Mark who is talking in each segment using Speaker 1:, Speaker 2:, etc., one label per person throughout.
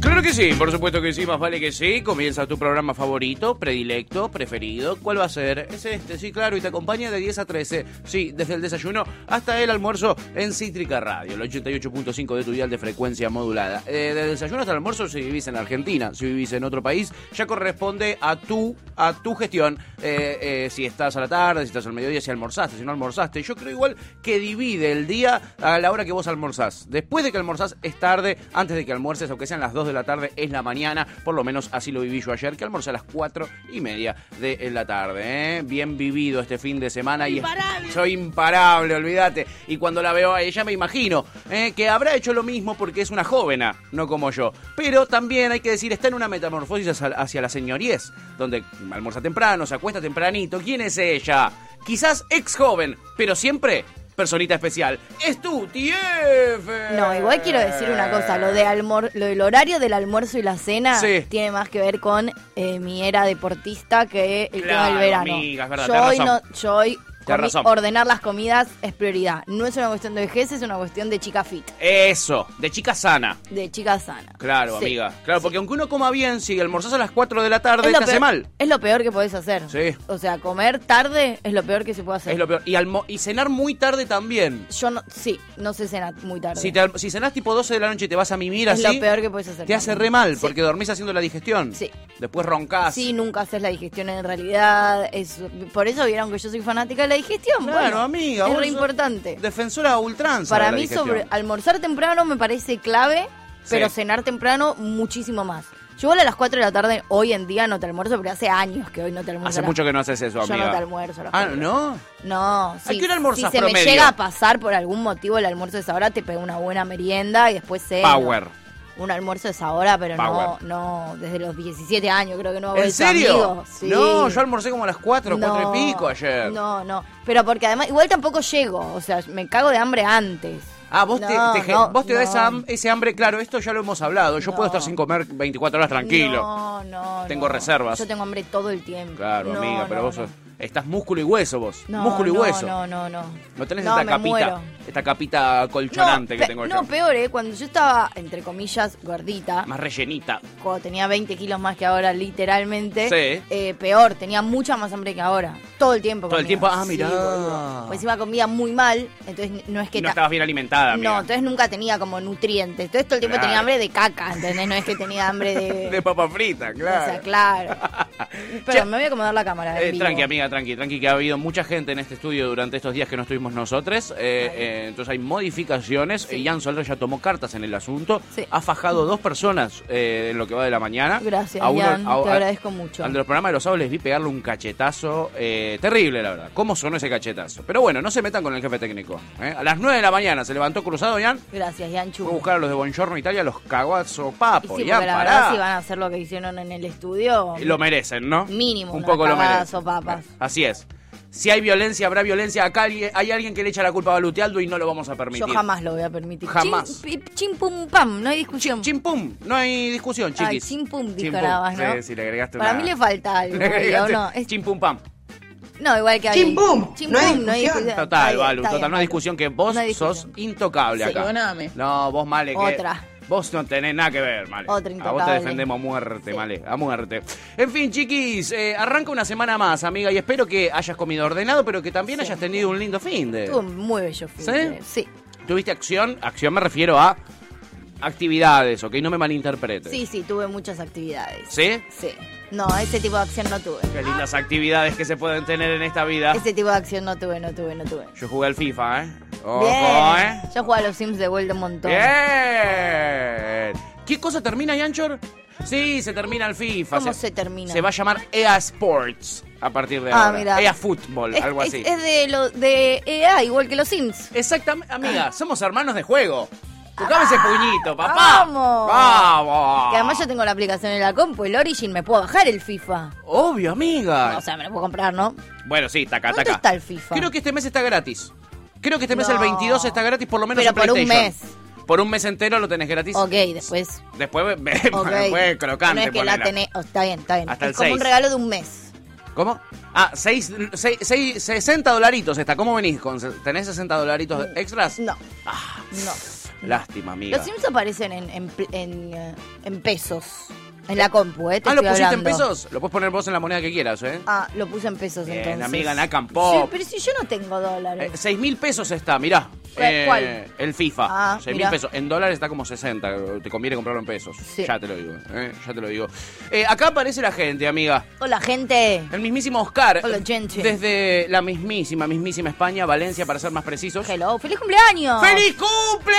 Speaker 1: Claro que sí, por supuesto que sí, más vale que sí. Comienza tu programa favorito, predilecto, preferido. ¿Cuál va a ser? Es este, sí, claro, y te acompaña de 10 a 13. Sí, desde el desayuno hasta el almuerzo en Cítrica Radio, el 88.5 de tu dial de frecuencia modulada. Eh, desde el desayuno hasta el almuerzo, si vivís en Argentina, si vivís en otro país, ya corresponde a tu, a tu gestión. Eh, eh, si estás a la tarde, si estás al mediodía, si almorzaste, si no almorzaste. Yo creo igual que divide el día a la hora que vos almorzás. Después de que almorzás es tarde, antes de que almuerces, aunque sean las 2 de la tarde, es la mañana. Por lo menos así lo viví yo ayer, que almorcé a las 4 y media de la tarde. ¿eh? Bien vivido este fin de semana. Y
Speaker 2: Imparable.
Speaker 1: soy imparable, olvídate. Y cuando la veo a ella me imagino ¿eh? que habrá hecho lo mismo porque es una jovena, no como yo. Pero también hay que decir, está en una metamorfosis hacia, hacia la señoríez, donde almuerza temprano, se acuesta tempranito. ¿Quién es ella? Quizás ex joven, pero siempre personita especial. Es tu TF.
Speaker 2: No, igual quiero decir una cosa, lo, de almor lo del horario del almuerzo y la cena
Speaker 1: Sí.
Speaker 2: tiene más que ver con eh, mi era deportista que el tema
Speaker 1: Claro,
Speaker 2: del verano.
Speaker 1: amiga, es verdad,
Speaker 2: yo
Speaker 1: tenés
Speaker 2: hoy
Speaker 1: razón.
Speaker 2: no, yo hoy
Speaker 1: Tenés
Speaker 2: comi-
Speaker 1: razón.
Speaker 2: ordenar las comidas es prioridad. No es una cuestión de vejez, es una cuestión de chica fit,
Speaker 1: Eso, de chica sana.
Speaker 2: de chica sana.
Speaker 1: Claro,
Speaker 2: Sí.
Speaker 1: amiga. Claro, porque aunque uno coma bien, si almorzás a las 4 de la tarde,
Speaker 2: Es
Speaker 1: te
Speaker 2: lo,
Speaker 1: hace
Speaker 2: peor,
Speaker 1: mal.
Speaker 2: es lo peor que podés hacer.
Speaker 1: Sí.
Speaker 2: O sea, comer tarde es lo peor que se puede hacer.
Speaker 1: Es lo peor. Y, almo- y cenar muy tarde también.
Speaker 2: Yo no, sí, no sé cenar muy tarde.
Speaker 1: Si, te al- si cenás tipo 12 de la noche y te vas a mimir
Speaker 2: Es
Speaker 1: así,
Speaker 2: lo peor que puedes hacer.
Speaker 1: te hace
Speaker 2: también.
Speaker 1: re mal,
Speaker 2: Sí.
Speaker 1: porque dormís haciendo la digestión.
Speaker 2: Sí.
Speaker 1: Después roncás.
Speaker 2: Sí, nunca haces la digestión en realidad. Es, por eso vieron que yo soy fanática de la digestión.
Speaker 1: Claro,
Speaker 2: bueno,
Speaker 1: amiga.
Speaker 2: Es
Speaker 1: vos
Speaker 2: re
Speaker 1: sos
Speaker 2: importante.
Speaker 1: Defensora a ultranza. de
Speaker 2: Para
Speaker 1: la
Speaker 2: mí,
Speaker 1: digestión.
Speaker 2: sobre almorzar temprano me parece clave, pero
Speaker 1: Sí.
Speaker 2: cenar temprano muchísimo más. Yo igual a las 4 de la tarde, hoy en día no te almuerzo, pero hace años que hoy no te almuerzo.
Speaker 1: Hace
Speaker 2: a las-
Speaker 1: mucho que no haces eso,
Speaker 2: Yo
Speaker 1: amiga.
Speaker 2: no te almuerzo a las
Speaker 1: Ah,
Speaker 2: cuatro.
Speaker 1: ¿no?
Speaker 2: No, sí.
Speaker 1: qué hora almorzás
Speaker 2: Si se
Speaker 1: promedio?
Speaker 2: me llega a pasar por algún motivo el almuerzo de esa hora, te pego una buena merienda y después ceno.
Speaker 1: Power.
Speaker 2: Un almuerzo de esa hora, pero
Speaker 1: Power.
Speaker 2: no, no, desde los 17 años creo que no hago
Speaker 1: ¿En
Speaker 2: eso,
Speaker 1: serio?
Speaker 2: amigo. Sí.
Speaker 1: No, yo almorcé como a las 4,
Speaker 2: No,
Speaker 1: 4 y pico ayer.
Speaker 2: No, no. Pero porque además, igual tampoco llego. O sea, me cago de hambre antes.
Speaker 1: Ah, vos te,
Speaker 2: No,
Speaker 1: te ge-
Speaker 2: no,
Speaker 1: vos te
Speaker 2: no.
Speaker 1: das esa ham- ese hambre, claro, esto ya lo hemos hablado. Yo puedo
Speaker 2: No.
Speaker 1: estar sin comer 24 horas tranquilo.
Speaker 2: No, no.
Speaker 1: Tengo
Speaker 2: no.
Speaker 1: reservas.
Speaker 2: Yo tengo hambre todo el tiempo.
Speaker 1: Claro,
Speaker 2: No,
Speaker 1: amiga, pero
Speaker 2: no,
Speaker 1: vos
Speaker 2: no.
Speaker 1: sos- estás músculo y hueso vos.
Speaker 2: No,
Speaker 1: músculo y
Speaker 2: no,
Speaker 1: hueso. No,
Speaker 2: No, no, no.
Speaker 1: tenés
Speaker 2: No,
Speaker 1: esta
Speaker 2: me
Speaker 1: capita,
Speaker 2: muero.
Speaker 1: esta capita colchonante
Speaker 2: No,
Speaker 1: que
Speaker 2: pe-
Speaker 1: tengo yo.
Speaker 2: No, peor, ¿eh? Cuando yo estaba, entre comillas, gordita,
Speaker 1: Más rellenita.
Speaker 2: cuando tenía 20 kilos más que ahora, literalmente,
Speaker 1: Sí.
Speaker 2: eh, peor, tenía mucha más hambre que ahora. Todo el tiempo.
Speaker 1: Todo el
Speaker 2: conmigo.
Speaker 1: tiempo, ah,
Speaker 2: Sí,
Speaker 1: mirá.
Speaker 2: boludo. pues encima comía muy mal, entonces no es que...
Speaker 1: no
Speaker 2: ta-
Speaker 1: estabas bien alimentada, amiga.
Speaker 2: No, entonces nunca tenía como nutrientes. Entonces todo el tiempo
Speaker 1: Claro.
Speaker 2: tenía hambre de caca, ¿entendés? No es que tenía hambre de.
Speaker 1: De papa frita,
Speaker 2: O
Speaker 1: claro.
Speaker 2: sea, claro.
Speaker 1: Che.
Speaker 2: Pero me voy a acomodar la cámara.
Speaker 1: Eh,
Speaker 2: en vivo.
Speaker 1: tranqui, amiga, tranqui, tranqui, que ha habido mucha gente en este estudio durante estos días que no estuvimos nosotros. eh,
Speaker 2: Ay.
Speaker 1: eh, entonces hay modificaciones.
Speaker 2: Sí.
Speaker 1: Eh, Ian Soler ya tomó cartas en el asunto.
Speaker 2: Sí.
Speaker 1: Ha fajado dos personas eh, en lo que va de la mañana.
Speaker 2: Gracias,
Speaker 1: A uno-
Speaker 2: Ian,
Speaker 1: a-
Speaker 2: te
Speaker 1: a-
Speaker 2: agradezco mucho.
Speaker 1: Al de los programas de los sábados les vi pegarle un cachetazo eh, terrible, la verdad. ¿Cómo sonó ese cachetazo? Pero bueno, no se metan con el jefe técnico. ¿eh? A las 9 de la mañana se levantó cruzado, Ian.
Speaker 2: Gracias, Yanchu.
Speaker 1: Fue a buscar a los de Buongiorno Italia, los cagó a
Speaker 2: Y sí,
Speaker 1: sopapo.
Speaker 2: porque
Speaker 1: Ian,
Speaker 2: la
Speaker 1: pará.
Speaker 2: verdad, si van a hacer lo que hicieron en el estudio.
Speaker 1: Eh, Lo merecen, ¿no?
Speaker 2: Mínimo,
Speaker 1: Un
Speaker 2: una
Speaker 1: poco lo
Speaker 2: cagada
Speaker 1: merecen.
Speaker 2: sopapas.
Speaker 1: Así es. Si hay violencia, habrá violencia. Acá alguien- hay alguien que le echa la culpa a Balutialdo y no lo vamos a permitir.
Speaker 2: Yo jamás lo voy a permitir.
Speaker 1: Jamás.
Speaker 2: Chin, pi- chin, pum pam, no hay discusión.
Speaker 1: Chim pum, no hay discusión, chiquis.
Speaker 2: Ay, chin pum dijo
Speaker 1: Chin pum.
Speaker 2: nada más, ¿no?
Speaker 1: Sí, sí, le agregaste
Speaker 2: Para
Speaker 1: una-
Speaker 2: mí le falta algo.
Speaker 1: Le agregaste
Speaker 2: digo, no, es-
Speaker 1: Chim pum pam.
Speaker 2: no, igual que
Speaker 3: Chin,
Speaker 2: ahí.
Speaker 3: pum, no hay discusión.
Speaker 1: Total, Balu, total, no hay
Speaker 2: hay
Speaker 1: discusión que vos
Speaker 2: No hay
Speaker 1: sos
Speaker 2: discusión.
Speaker 1: intocable
Speaker 3: Sí,
Speaker 1: acá.
Speaker 3: perdóname.
Speaker 1: No, vos Male que
Speaker 2: Otra.
Speaker 1: Vos no tenés nada que ver, Male. A
Speaker 2: Otra
Speaker 1: vos te
Speaker 2: intocable.
Speaker 1: defendemos a muerte, Male, a muerte. En fin, chiquis, eh, arranca una semana más, amiga, y espero que hayas comido ordenado, pero que también hayas tenido un lindo fin de.
Speaker 2: Estuvo muy bello. fin
Speaker 1: ¿Sí?
Speaker 2: de- Sí.
Speaker 1: ¿Tuviste acción? Acción me refiero a actividades, ¿ok? No me malinterpretes.
Speaker 2: Sí, sí, tuve muchas actividades.
Speaker 1: ¿Sí?
Speaker 2: Sí. No, ese tipo de acción no tuve.
Speaker 1: Qué lindas actividades que se pueden tener en esta vida.
Speaker 2: Ese tipo de acción no tuve, no tuve, no tuve.
Speaker 1: Yo jugué al FIFA, ¿eh? Ojo,
Speaker 2: Bien.
Speaker 1: ¿eh?
Speaker 2: Yo jugaba a los Sims de vuelta un montón.
Speaker 1: Bien. ¿Qué cosa termina, Yanchor? Sí, se termina el FIFA.
Speaker 2: ¿Cómo se termina?
Speaker 1: Se va a llamar EA Sports a partir de
Speaker 2: Ah,
Speaker 1: ahora.
Speaker 2: mira.
Speaker 1: EA Football,
Speaker 2: Es,
Speaker 1: algo
Speaker 2: es-
Speaker 1: así.
Speaker 2: es de lo de EA, igual que los Sims.
Speaker 1: Exactamente, amiga, somos hermanos de juego. Tocame ese puñito, papá.
Speaker 2: Ah, Vamos.
Speaker 1: Vamos.
Speaker 2: Que además yo tengo la aplicación en la compu, el Origin, me puedo bajar el FIFA.
Speaker 1: Obvio, amiga.
Speaker 2: O sea, me lo puedo comprar, ¿no?
Speaker 1: Bueno, sí, taca,
Speaker 2: ¿Cuánto
Speaker 1: taca.
Speaker 2: está el FIFA?
Speaker 1: Creo que este mes está gratis. Creo que este mes
Speaker 2: No.
Speaker 1: el 22 está gratis, por lo menos
Speaker 2: Pero
Speaker 1: en
Speaker 2: por un
Speaker 1: PlayStation. Por un mes entero lo tenés gratis.
Speaker 2: Ok, después.
Speaker 1: Después, ve,
Speaker 2: ok.
Speaker 1: después crocante.
Speaker 2: no es que la
Speaker 1: ponela.
Speaker 2: tenés. oh, está bien, está bien.
Speaker 1: Hasta
Speaker 2: es
Speaker 1: el
Speaker 2: como
Speaker 1: seis.
Speaker 2: un regalo de un mes.
Speaker 1: ¿Cómo? Ah, seis, seis- seis- 60 dolaritos está. ¿Cómo venís? con se- ¿Tenés 60 dolaritos extras?
Speaker 2: Mm, No.
Speaker 1: Ah.
Speaker 2: No.
Speaker 1: Lástima, amiga.
Speaker 2: Los Sims aparecen en, en pl- en, eh, en pesos. En la compu, ¿eh? Te
Speaker 1: Ah, ¿lo
Speaker 2: estoy
Speaker 1: pusiste en
Speaker 2: hablando.
Speaker 1: pesos? Lo puedes poner vos en la moneda que quieras, ¿eh?
Speaker 2: Ah, lo puse en pesos
Speaker 1: Bien,
Speaker 2: entonces.
Speaker 1: amiga, Nacan Pop.
Speaker 2: Sí, pero si yo no tengo dólares.
Speaker 1: Eh, Seis mil pesos está, mirá.
Speaker 2: ¿Cuál-
Speaker 1: Eh,
Speaker 2: cuál?
Speaker 1: El FIFA.
Speaker 2: Ah,
Speaker 1: Seis mil
Speaker 2: mirá.
Speaker 1: pesos. En dólares está como 60. Te conviene comprarlo en pesos.
Speaker 2: Sí.
Speaker 1: Ya te lo digo. eh, Ya te lo digo. Eh, acá aparece la gente, amiga.
Speaker 2: Hola, gente.
Speaker 1: El mismísimo Oscar.
Speaker 2: Hola, gente.
Speaker 1: Desde la mismísima, mismísima España, Valencia, para ser más precisos.
Speaker 2: Hello. ¡Feliz cumpleaños!
Speaker 1: ¡Feliz cumple,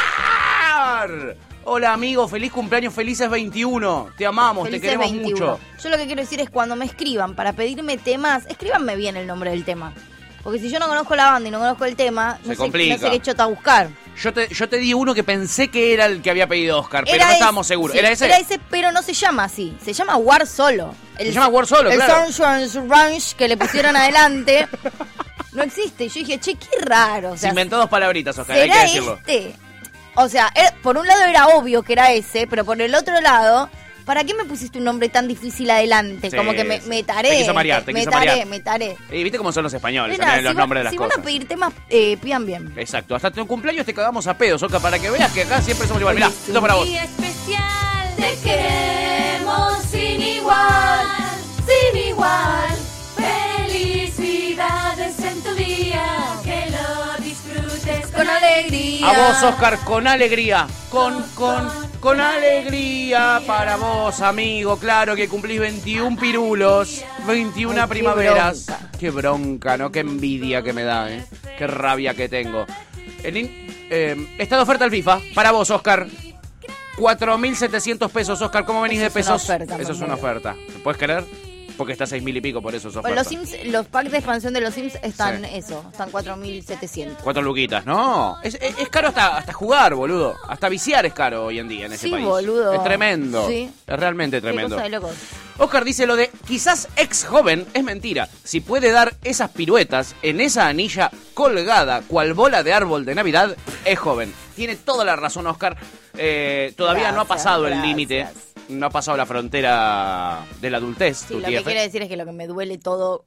Speaker 1: Oscar! Hola, amigo. Feliz cumpleaños. Felices 21. Te amamos, te
Speaker 2: Felices
Speaker 1: queremos
Speaker 2: 21.
Speaker 1: mucho.
Speaker 2: Yo lo que quiero decir es cuando me escriban para pedirme temas, escríbanme bien el nombre del tema. Porque si yo no conozco la banda y no conozco el tema,
Speaker 1: Se
Speaker 2: no, sé,
Speaker 1: complica.
Speaker 2: no sé qué chota buscar.
Speaker 1: Yo te, yo te di uno que pensé que era el que había pedido Oscar, pero
Speaker 2: Era
Speaker 1: no
Speaker 2: ese-
Speaker 1: estábamos seguros.
Speaker 2: sí,
Speaker 1: ¿Era ese?
Speaker 2: Era ese, pero no se llama así. Se llama War Solo.
Speaker 1: Se llama War Solo,
Speaker 2: el
Speaker 1: claro.
Speaker 2: Sunshine Ranch que le pusieron adelante no existe. Y yo dije, che, qué raro. O
Speaker 1: Se
Speaker 2: sea,
Speaker 1: inventó dos palabritas, Oscar, hay que
Speaker 2: ¿será
Speaker 1: decirlo.
Speaker 2: este? O sea, eh, por un lado era obvio que era ese, pero por el otro lado... ¿Para qué me pusiste un nombre tan difícil adelante?
Speaker 1: Sí,
Speaker 2: Como que me,
Speaker 1: sí.
Speaker 2: me
Speaker 1: Te
Speaker 2: taré.
Speaker 1: quiso marear, te
Speaker 2: me
Speaker 1: quiso
Speaker 2: taré,
Speaker 1: marear.
Speaker 2: me taré.
Speaker 1: Y viste cómo son los españoles,
Speaker 2: Nena,
Speaker 1: también los
Speaker 2: si van-
Speaker 1: nombres de las
Speaker 2: si
Speaker 1: cosas.
Speaker 2: van a pedir temas, eh, pidan bien.
Speaker 1: Exacto, hasta tu cumpleaños te cagamos a pedos, Oscar, para que veas que acá siempre somos igual. Mirá,
Speaker 2: Hoy es
Speaker 1: esto es para vos.
Speaker 3: Día especial, te queremos sin igual, sin igual. Felicidades en tu día, que lo disfrutes con alegría.
Speaker 1: A vos, Oscar, con alegría. Con, con, con alegría para vos, amigo. Claro que cumplís 21 pirulos, 21
Speaker 2: Ay, qué
Speaker 1: primaveras.
Speaker 2: bronca.
Speaker 1: Qué bronca, ¿no? Qué envidia que me da, ¿eh? Qué rabia que tengo. El in- eh, está de oferta al FIFA. Para vos, Oscar. 4.700 pesos, Oscar. ¿Cómo venís
Speaker 2: Eso
Speaker 1: de
Speaker 2: es una
Speaker 1: pesos?
Speaker 2: oferta,
Speaker 1: eso es
Speaker 2: mamá.
Speaker 1: una oferta. ¿Me puedes creer? Porque está a 6.000 y pico, por eso es oferta.
Speaker 2: Bueno, los Sims, los packs de expansión de los Sims están
Speaker 1: Sí.
Speaker 2: eso, están 4700.
Speaker 1: Cuatro luquitas, no. Es, es- es caro hasta, hasta jugar, boludo. Hasta viciar es caro hoy en día en ese
Speaker 2: Sí,
Speaker 1: país.
Speaker 2: boludo.
Speaker 1: Es tremendo.
Speaker 2: Sí.
Speaker 1: Es realmente
Speaker 2: Qué
Speaker 1: tremendo.
Speaker 2: cosa de locos.
Speaker 1: Oscar dice lo de quizás ex joven es mentira. Si puede dar esas piruetas en esa anilla colgada cual bola de árbol de Navidad, es joven. Tiene toda la razón, Oscar. Eh, todavía no ha
Speaker 2: Gracias,
Speaker 1: pasado el
Speaker 2: gracias.
Speaker 1: límite. No ha pasado la frontera de la adultez.
Speaker 2: Sí,
Speaker 1: tu
Speaker 2: lo
Speaker 1: TF.
Speaker 2: que quiere decir es que lo que me duele todo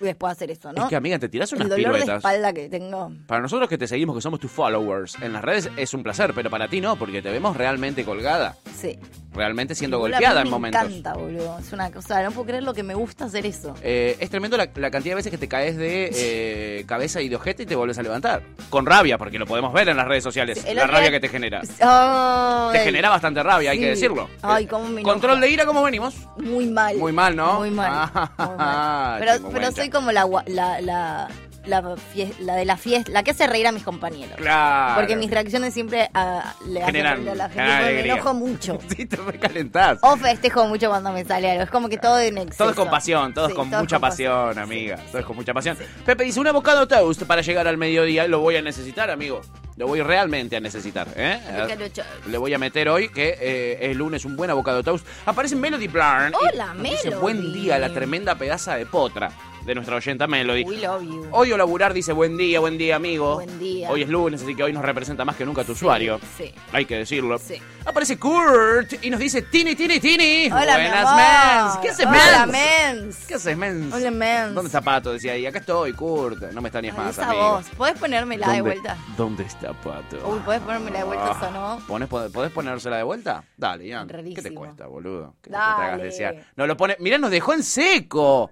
Speaker 2: después de hacer eso, ¿no?
Speaker 1: Es que, amiga, te tirás unas
Speaker 2: el dolor de
Speaker 1: piruetas.
Speaker 2: espalda que tengo.
Speaker 1: Para nosotros que te seguimos, que somos tus followers, en las redes es un placer, pero para ti no, porque te vemos realmente colgada,
Speaker 2: Sí.
Speaker 1: realmente siendo
Speaker 2: Igual a mí
Speaker 1: golpeada en
Speaker 2: me
Speaker 1: momentos.
Speaker 2: Me encanta, boludo. Es una cosa, no puedo creer lo que me gusta hacer eso.
Speaker 1: Eh, es tremendo la, la cantidad de veces que te caes de eh, cabeza y de ojete y te vuelves a levantar. Con rabia, porque lo podemos ver en las redes sociales,
Speaker 2: El
Speaker 1: la
Speaker 2: otro
Speaker 1: rabia
Speaker 2: día-
Speaker 1: que te genera.
Speaker 2: Ay,
Speaker 1: Te genera bastante rabia, hay
Speaker 2: Sí.
Speaker 1: que decirlo.
Speaker 2: Ay,
Speaker 1: Eh,
Speaker 2: cómo me enoja.
Speaker 1: Control de ira, ¿cómo venimos?
Speaker 2: Muy mal.
Speaker 1: Muy mal, ¿no?
Speaker 2: Muy mal.
Speaker 1: Ah,
Speaker 2: muy mal.
Speaker 1: tengo
Speaker 2: Pero, pero
Speaker 1: buen
Speaker 2: soy
Speaker 1: chat.
Speaker 2: como la, gua- la, la, la, fie- la de la fiesta, la que hace reír a mis compañeros.
Speaker 1: Claro.
Speaker 2: Porque mis reacciones siempre ah, le hacen
Speaker 1: Generan-
Speaker 2: reír a la
Speaker 1: generan
Speaker 2: gente. Me
Speaker 1: alegría.
Speaker 2: enojo mucho.
Speaker 1: Sí, te recalentás.
Speaker 2: O festejo mucho cuando me sale algo. Es como que todo en exceso.
Speaker 1: Todos con pasión, todos
Speaker 2: Sí,
Speaker 1: con mucha
Speaker 2: con
Speaker 1: pasión, amiga. Todos con mucha pasión. Pepe dice, un avocado toast para llegar al mediodía. Lo voy a necesitar, amigo. Lo voy realmente a necesitar. ¿eh?
Speaker 2: Avocado toast.
Speaker 1: Le voy a meter hoy, que eh, el lunes, un buen avocado toast. Aparece Melody Blarn. y
Speaker 2: Hola,
Speaker 1: nos dice,
Speaker 2: Melody.
Speaker 1: Buen día, la tremenda pedaza de potra de nuestra oyenta Melody.
Speaker 2: We love you.
Speaker 1: Odio laburar, dice, buen día, buen día, amigo.
Speaker 2: Buen día.
Speaker 1: Hoy es lunes, así que hoy nos representa más que nunca tu usuario.
Speaker 2: sí.
Speaker 1: Hay que decirlo.
Speaker 2: Sí.
Speaker 1: Aparece Kurt y nos dice, Tini, Tini, Tini.
Speaker 2: Hola, mi
Speaker 1: Buenas,
Speaker 2: amor.
Speaker 1: mens. ¿Qué haces,
Speaker 2: Hola,
Speaker 1: mens?
Speaker 2: mens.
Speaker 1: ¿Qué haces, mens?
Speaker 2: Hola, mens.
Speaker 1: ¿Dónde está Pato? Decía ahí, acá estoy, Kurt. No me extrañes
Speaker 2: Ay,
Speaker 1: más,
Speaker 2: esa
Speaker 1: amigo.
Speaker 2: voz. ¿Podés ponérmela
Speaker 1: ¿Dónde-
Speaker 2: de
Speaker 1: Ah.
Speaker 2: vuelta?
Speaker 1: ¿Dónde está Pato?
Speaker 2: Uy, ¿podés ponérmela de vuelta eso, no?
Speaker 1: ¿Pones- pod- ¿Podés ponérsela de vuelta? Dale, Ian. ¿Qué te
Speaker 2: Rarísimo.
Speaker 1: cuesta, boludo? Que te
Speaker 2: Dale.
Speaker 1: hagas desear. No lo pone. Mirá, nos dejó en seco.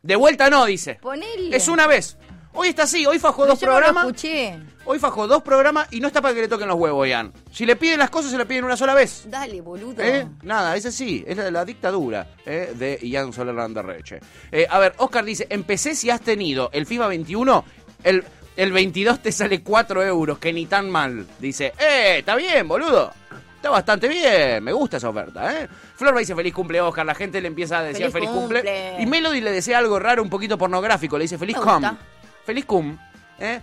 Speaker 1: De vuelta no, dice.
Speaker 2: Ponele.
Speaker 1: Es una vez. Hoy está así, hoy fajó
Speaker 2: Pero
Speaker 1: dos
Speaker 2: yo no lo
Speaker 1: programas.
Speaker 2: escuché.
Speaker 1: Hoy fajó dos programas y no está para que le toquen los huevos, Ian. Si le piden las cosas, se le piden una sola vez.
Speaker 2: Dale, boludo.
Speaker 1: ¿Eh? Nada, ese sí, es la, la dictadura ¿eh? de Ian Soler Landerreche. Eh, a ver, Oscar dice, empecé si has tenido el FIFA 21, el, el 22 te sale 4 euros, que ni tan mal. Dice, ¡eh! Está bien, boludo. Está bastante bien, me gusta esa oferta, ¿eh? Florba dice feliz cumple, Oscar. La gente le empieza a decir feliz,
Speaker 2: Feliz
Speaker 1: cumple.
Speaker 2: cumple.
Speaker 1: Y Melody le desea algo raro, un poquito pornográfico. Le dice feliz
Speaker 2: Me
Speaker 1: cum.
Speaker 2: gusta.
Speaker 1: Feliz cum, ¿eh?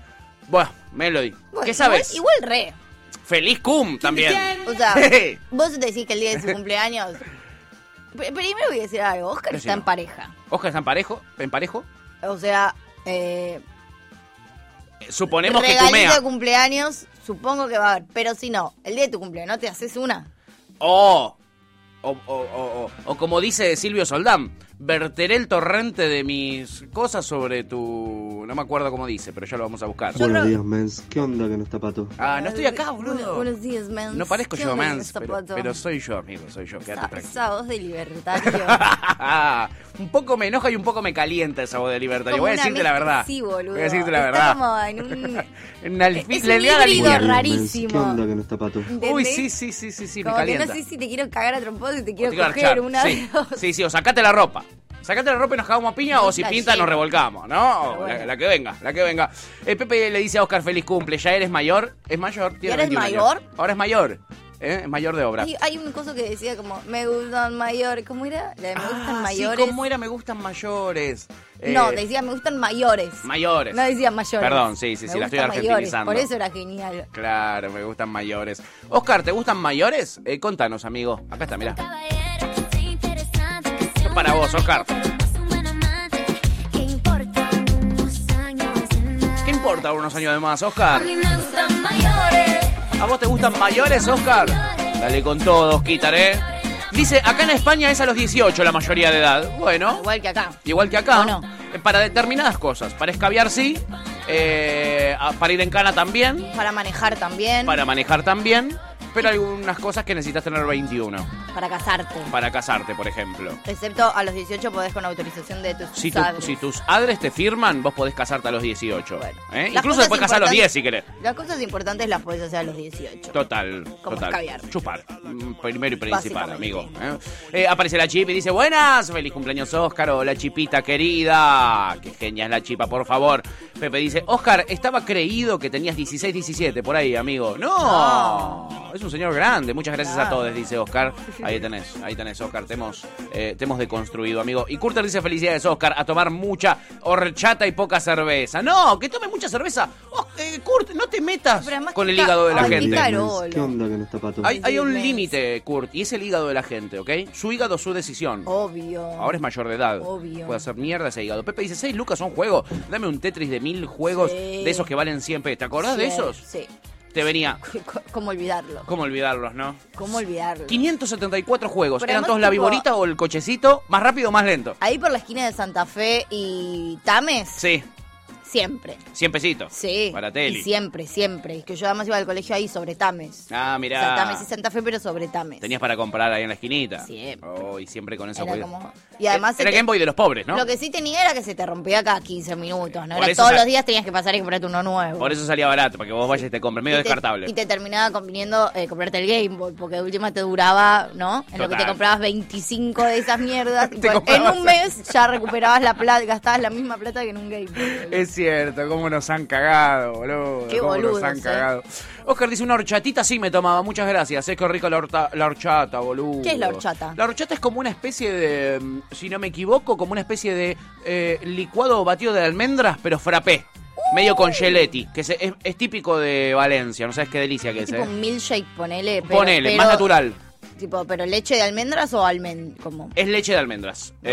Speaker 1: Bueno, Melody,
Speaker 2: Bueno,
Speaker 1: ¿qué sabes?
Speaker 2: Igual, igual re.
Speaker 1: Feliz cum también.
Speaker 2: O sea,
Speaker 1: Sí.
Speaker 2: vos decís que el día de su cumpleaños. Pr- Primero voy a decir algo. Oscar
Speaker 1: Decilo.
Speaker 2: está en pareja.
Speaker 1: Oscar está en parejo, en parejo.
Speaker 2: O sea, eh,
Speaker 1: Suponemos que
Speaker 2: regalito
Speaker 1: cumea.
Speaker 2: de cumpleaños, supongo que va a haber. Pero si no, el día de tu cumpleaños, ¿no te haces una?
Speaker 1: O, o, o, o- o- o como dice Silvio Soldán, verteré el torrente de mis cosas sobre tu... No me acuerdo cómo dice, pero ya lo vamos a buscar.
Speaker 2: Yo
Speaker 4: Buenos
Speaker 2: creo-
Speaker 4: días, mens. ¿Qué onda que no está pato?
Speaker 1: Ah, no estoy acá,
Speaker 2: Buenos-
Speaker 1: boludo.
Speaker 2: Buenos días, mens.
Speaker 1: No parezco
Speaker 2: ¿Qué
Speaker 1: yo,
Speaker 2: onda con
Speaker 1: mans,
Speaker 2: esta
Speaker 1: pero,
Speaker 2: foto?
Speaker 1: pero soy yo, amigo, soy yo. Quédate
Speaker 2: Esa-
Speaker 1: tranquilo.
Speaker 2: Esa voz de libertario.
Speaker 1: un poco me enoja y un poco me calienta esa voz de libertario.
Speaker 2: Como
Speaker 1: Voy a
Speaker 2: una
Speaker 1: decirte la
Speaker 2: mezcla-
Speaker 1: verdad.
Speaker 2: Sí, boludo.
Speaker 1: Voy a decirte la
Speaker 2: Está
Speaker 1: verdad.
Speaker 2: como en un-
Speaker 1: En alfi-
Speaker 2: Es un
Speaker 1: le di al alfiler.
Speaker 2: híbrido
Speaker 4: Buenos días, mens. ¿Qué
Speaker 2: rarísimo.
Speaker 4: onda que no está pato?
Speaker 2: ¿entendés?
Speaker 1: Uy, sí, sí, sí, sí, sí, me
Speaker 2: Como que
Speaker 1: calienta.
Speaker 2: no sé si te quiero cagar a trompados y te quiero
Speaker 1: Te quiero
Speaker 2: coger
Speaker 1: garchar,
Speaker 2: una
Speaker 1: sí.
Speaker 2: de dos.
Speaker 1: sí, sí, o sacate la ropa. Sacate la ropa y nos cagamos a piña
Speaker 2: No
Speaker 1: o si pinta
Speaker 2: flasheo.
Speaker 1: nos revolcamos, ¿no? O
Speaker 2: Pero Ah, bueno.
Speaker 1: la, la que venga, la que venga. Eh, Pepe le dice a Oscar feliz cumple, ya eres mayor, es mayor, tiene
Speaker 2: ¿Ya eres
Speaker 1: 21 años.
Speaker 2: mayor?
Speaker 1: Ahora es mayor, ¿eh? es mayor de obra.
Speaker 2: Hay, hay un coso que decía como, me gustan mayores. ¿Cómo era? La de me gustan
Speaker 1: Ah,
Speaker 2: mayores.
Speaker 1: Sí, ¿Cómo era? Me gustan mayores. Eh,
Speaker 2: No, decía me gustan mayores.
Speaker 1: Mayores.
Speaker 2: No decía mayores.
Speaker 1: Perdón, sí, sí,
Speaker 2: Me
Speaker 1: sí, la estoy
Speaker 2: gustan mayores,
Speaker 1: argentinizando.
Speaker 2: Por eso era genial.
Speaker 1: Claro, me gustan mayores. Oscar, ¿te gustan mayores? Eh, contanos, amigo. Acá está, mirá.
Speaker 5: Esto
Speaker 1: para vos, Oscar.
Speaker 5: ¿Qué importa unos años en nada?
Speaker 1: ¿Qué importa unos años de más, Oscar?
Speaker 5: A mí me gustan mayores.
Speaker 1: ¿A vos te gustan mayores, Oscar? Dale con todos, quitaré. Dice, acá en España es a los 18 la mayoría de edad. Bueno,
Speaker 2: Igual que acá.
Speaker 1: igual que acá.
Speaker 2: ¿O no?
Speaker 1: Eh, Para determinadas cosas. Para escabiar sí. eh, a- para ir en cana también.
Speaker 2: Para manejar también.
Speaker 1: Para manejar también. Pero algunas cosas que necesitas tener 21.
Speaker 2: para casarte.
Speaker 1: Para casarte, por ejemplo.
Speaker 2: Excepto a los 18 podés con autorización de tus
Speaker 1: Si, tu-
Speaker 2: padres.
Speaker 1: si tus padres te firman, vos podés casarte a los 18.
Speaker 2: Bueno,
Speaker 1: ¿eh?
Speaker 2: las
Speaker 1: Incluso
Speaker 2: cosas
Speaker 1: después casar a los 10
Speaker 2: importantes-
Speaker 1: si querés.
Speaker 2: Las cosas importantes las podés hacer a los 18.
Speaker 1: Total,
Speaker 2: Como
Speaker 1: total.
Speaker 2: escabiar.
Speaker 1: Chupar. Mm, Primero y principal,
Speaker 2: Básicamente.
Speaker 1: amigo. ¿eh? Eh, aparece la chip y dice, buenas, feliz cumpleaños Oscar, hola chipita querida. Qué genia es la chipa, por favor. Pepe dice, Oscar, estaba creído que tenías 16, 17, por ahí, amigo. No. Es un señor grande, muchas gracias a
Speaker 2: Claro.
Speaker 1: todos, dice Oscar. Ahí tenés, ahí tenés, Oscar. Te hemos, eh, te hemos deconstruido, amigo. Y Curter dice: Felicidades, Oscar, a tomar mucha horchata y poca cerveza. No, que tome mucha cerveza. Oh, eh, Kurt, no te metas
Speaker 2: Pero además
Speaker 1: con
Speaker 2: que
Speaker 1: el
Speaker 2: ca-
Speaker 1: hígado de la
Speaker 2: Ay,
Speaker 4: Buenos
Speaker 2: qué
Speaker 1: gente.
Speaker 4: días,
Speaker 2: caro,
Speaker 4: mens.
Speaker 2: boludo.
Speaker 4: ¿Qué onda que no está pato?
Speaker 1: Hay, hay un
Speaker 2: Dios.
Speaker 1: límite, Kurt, y es el hígado de la gente, ¿ok? Su hígado, su decisión.
Speaker 2: Obvio.
Speaker 1: Ahora es mayor de edad.
Speaker 2: Obvio.
Speaker 1: Puede hacer mierda ese hígado. Pepe dice, 6 lucas son juegos. Dame un Tetris de mil juegos
Speaker 2: Sí.
Speaker 1: de esos que valen 100 pesos. ¿Te acordás de
Speaker 2: Sí,
Speaker 1: esos?
Speaker 2: Sí.
Speaker 1: Te venía.
Speaker 2: Co- ¿Cómo olvidarlo?
Speaker 1: ¿Cómo olvidarlos, no?
Speaker 2: ¿Cómo olvidarlo?
Speaker 1: 574 juegos.
Speaker 2: Pero
Speaker 1: Eran
Speaker 2: además,
Speaker 1: todos la
Speaker 2: tipo-
Speaker 1: viborita o el cochecito, más rápido o más lento.
Speaker 2: Ahí por la esquina de Santa Fe y Tames,
Speaker 1: Sí,
Speaker 2: siempre.
Speaker 1: 100 pesitos.
Speaker 2: Sí.
Speaker 1: Para
Speaker 2: Y
Speaker 1: Teli.
Speaker 2: siempre, siempre. Que yo además iba al colegio ahí sobre Tames.
Speaker 1: Ah,
Speaker 2: O sea,
Speaker 1: mirá.
Speaker 2: Tames y Santa Fe, pero sobre Tames.
Speaker 1: Tenías para comprar ahí en la esquinita.
Speaker 2: Siempre.
Speaker 1: Oh, y siempre con esos
Speaker 2: Era
Speaker 1: juegos.
Speaker 2: como- y además
Speaker 1: Era
Speaker 2: se te-
Speaker 1: Game Boy de los pobres, ¿no?
Speaker 2: Lo que sí tenía era que se te rompía cada 15 minutos, ¿no?
Speaker 1: Por
Speaker 2: Era
Speaker 1: eso
Speaker 2: todos
Speaker 1: sa-
Speaker 2: los días tenías que pasar y comprarte uno nuevo.
Speaker 1: Por eso salía barato, para que vos vayas y te compres. Medio
Speaker 2: Y te-
Speaker 1: descartable.
Speaker 2: Y te terminaba conviniendo eh, comprarte el Game Boy, porque de última te duraba, ¿no? En lo que te
Speaker 1: Total.
Speaker 2: comprabas 25 de esas mierdas.
Speaker 1: Te
Speaker 2: tipo, en
Speaker 1: comprabas-
Speaker 2: un mes ya recuperabas la plata, gastabas la misma plata que en un Game Boy. boludo.
Speaker 1: Es cierto, cómo nos han cagado, boludo.
Speaker 2: Qué
Speaker 1: cómo
Speaker 2: boludos,
Speaker 1: nos han
Speaker 2: eh.
Speaker 1: cagado. Oscar dice, una horchatita sí me tomaba, muchas gracias. Es que rico la, horta- la horchata, boludo.
Speaker 2: ¿Qué es la horchata?
Speaker 1: La horchata es como una especie de, mm, si no me equivoco, como una especie de eh, licuado o batido de almendras, pero frappé. Medio con geleti, que se- es, es típico de Valencia, no sabes qué delicia que es,
Speaker 2: tipo
Speaker 1: eh.
Speaker 2: un milkshake, ponele. Pero,
Speaker 1: Ponele,
Speaker 2: pero-
Speaker 1: más natural.
Speaker 2: Tipo, pero leche de almendras o almendras, como.
Speaker 1: Es leche de almendras.
Speaker 2: Me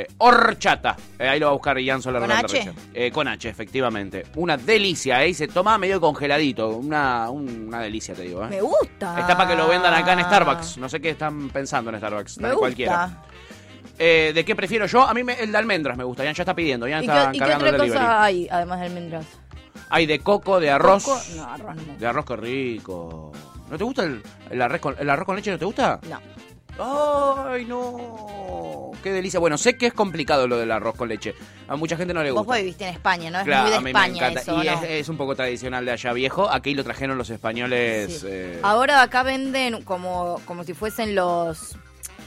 Speaker 1: Eh, horchata. Eh, ahí lo va a buscar Ian Soler.
Speaker 2: ¿Con
Speaker 1: Roland
Speaker 2: H?
Speaker 1: Richard. Eh, con H, efectivamente. Una delicia, ¿eh? Y se toma medio congeladito. Una, una delicia, te digo, ¿eh?
Speaker 2: Me gusta.
Speaker 1: Está para que lo vendan acá en Starbucks. No sé qué están pensando en Starbucks.
Speaker 2: Me
Speaker 1: dale
Speaker 2: gusta.
Speaker 1: cualquiera. Eh, ¿De qué prefiero yo? A mí me- el de almendras me gusta. Ian ya está pidiendo. Ian
Speaker 2: ¿Y
Speaker 1: está
Speaker 2: qué, y qué
Speaker 1: encargando el
Speaker 2: otra
Speaker 1: delivery.
Speaker 2: cosa hay, además de almendras?
Speaker 1: Hay de coco, de arroz.
Speaker 2: Coco- No, arroz no.
Speaker 1: De arroz, qué rico. ¿No te gusta el, el arroz, con, el arroz con leche? ¿No te gusta?
Speaker 2: No.
Speaker 1: Ay, no. Qué delicia. Bueno, sé que es complicado lo del arroz con leche. A mucha gente no le gusta.
Speaker 2: Vos vos viviste en España, ¿no? Es
Speaker 1: Claro,
Speaker 2: muy de
Speaker 1: a mí
Speaker 2: España
Speaker 1: me encanta.
Speaker 2: eso,
Speaker 1: y
Speaker 2: ¿no?
Speaker 1: es, es un poco tradicional de allá viejo. Aquí lo trajeron los españoles.
Speaker 2: Sí.
Speaker 1: eh,
Speaker 2: Ahora acá venden como, como si fuesen los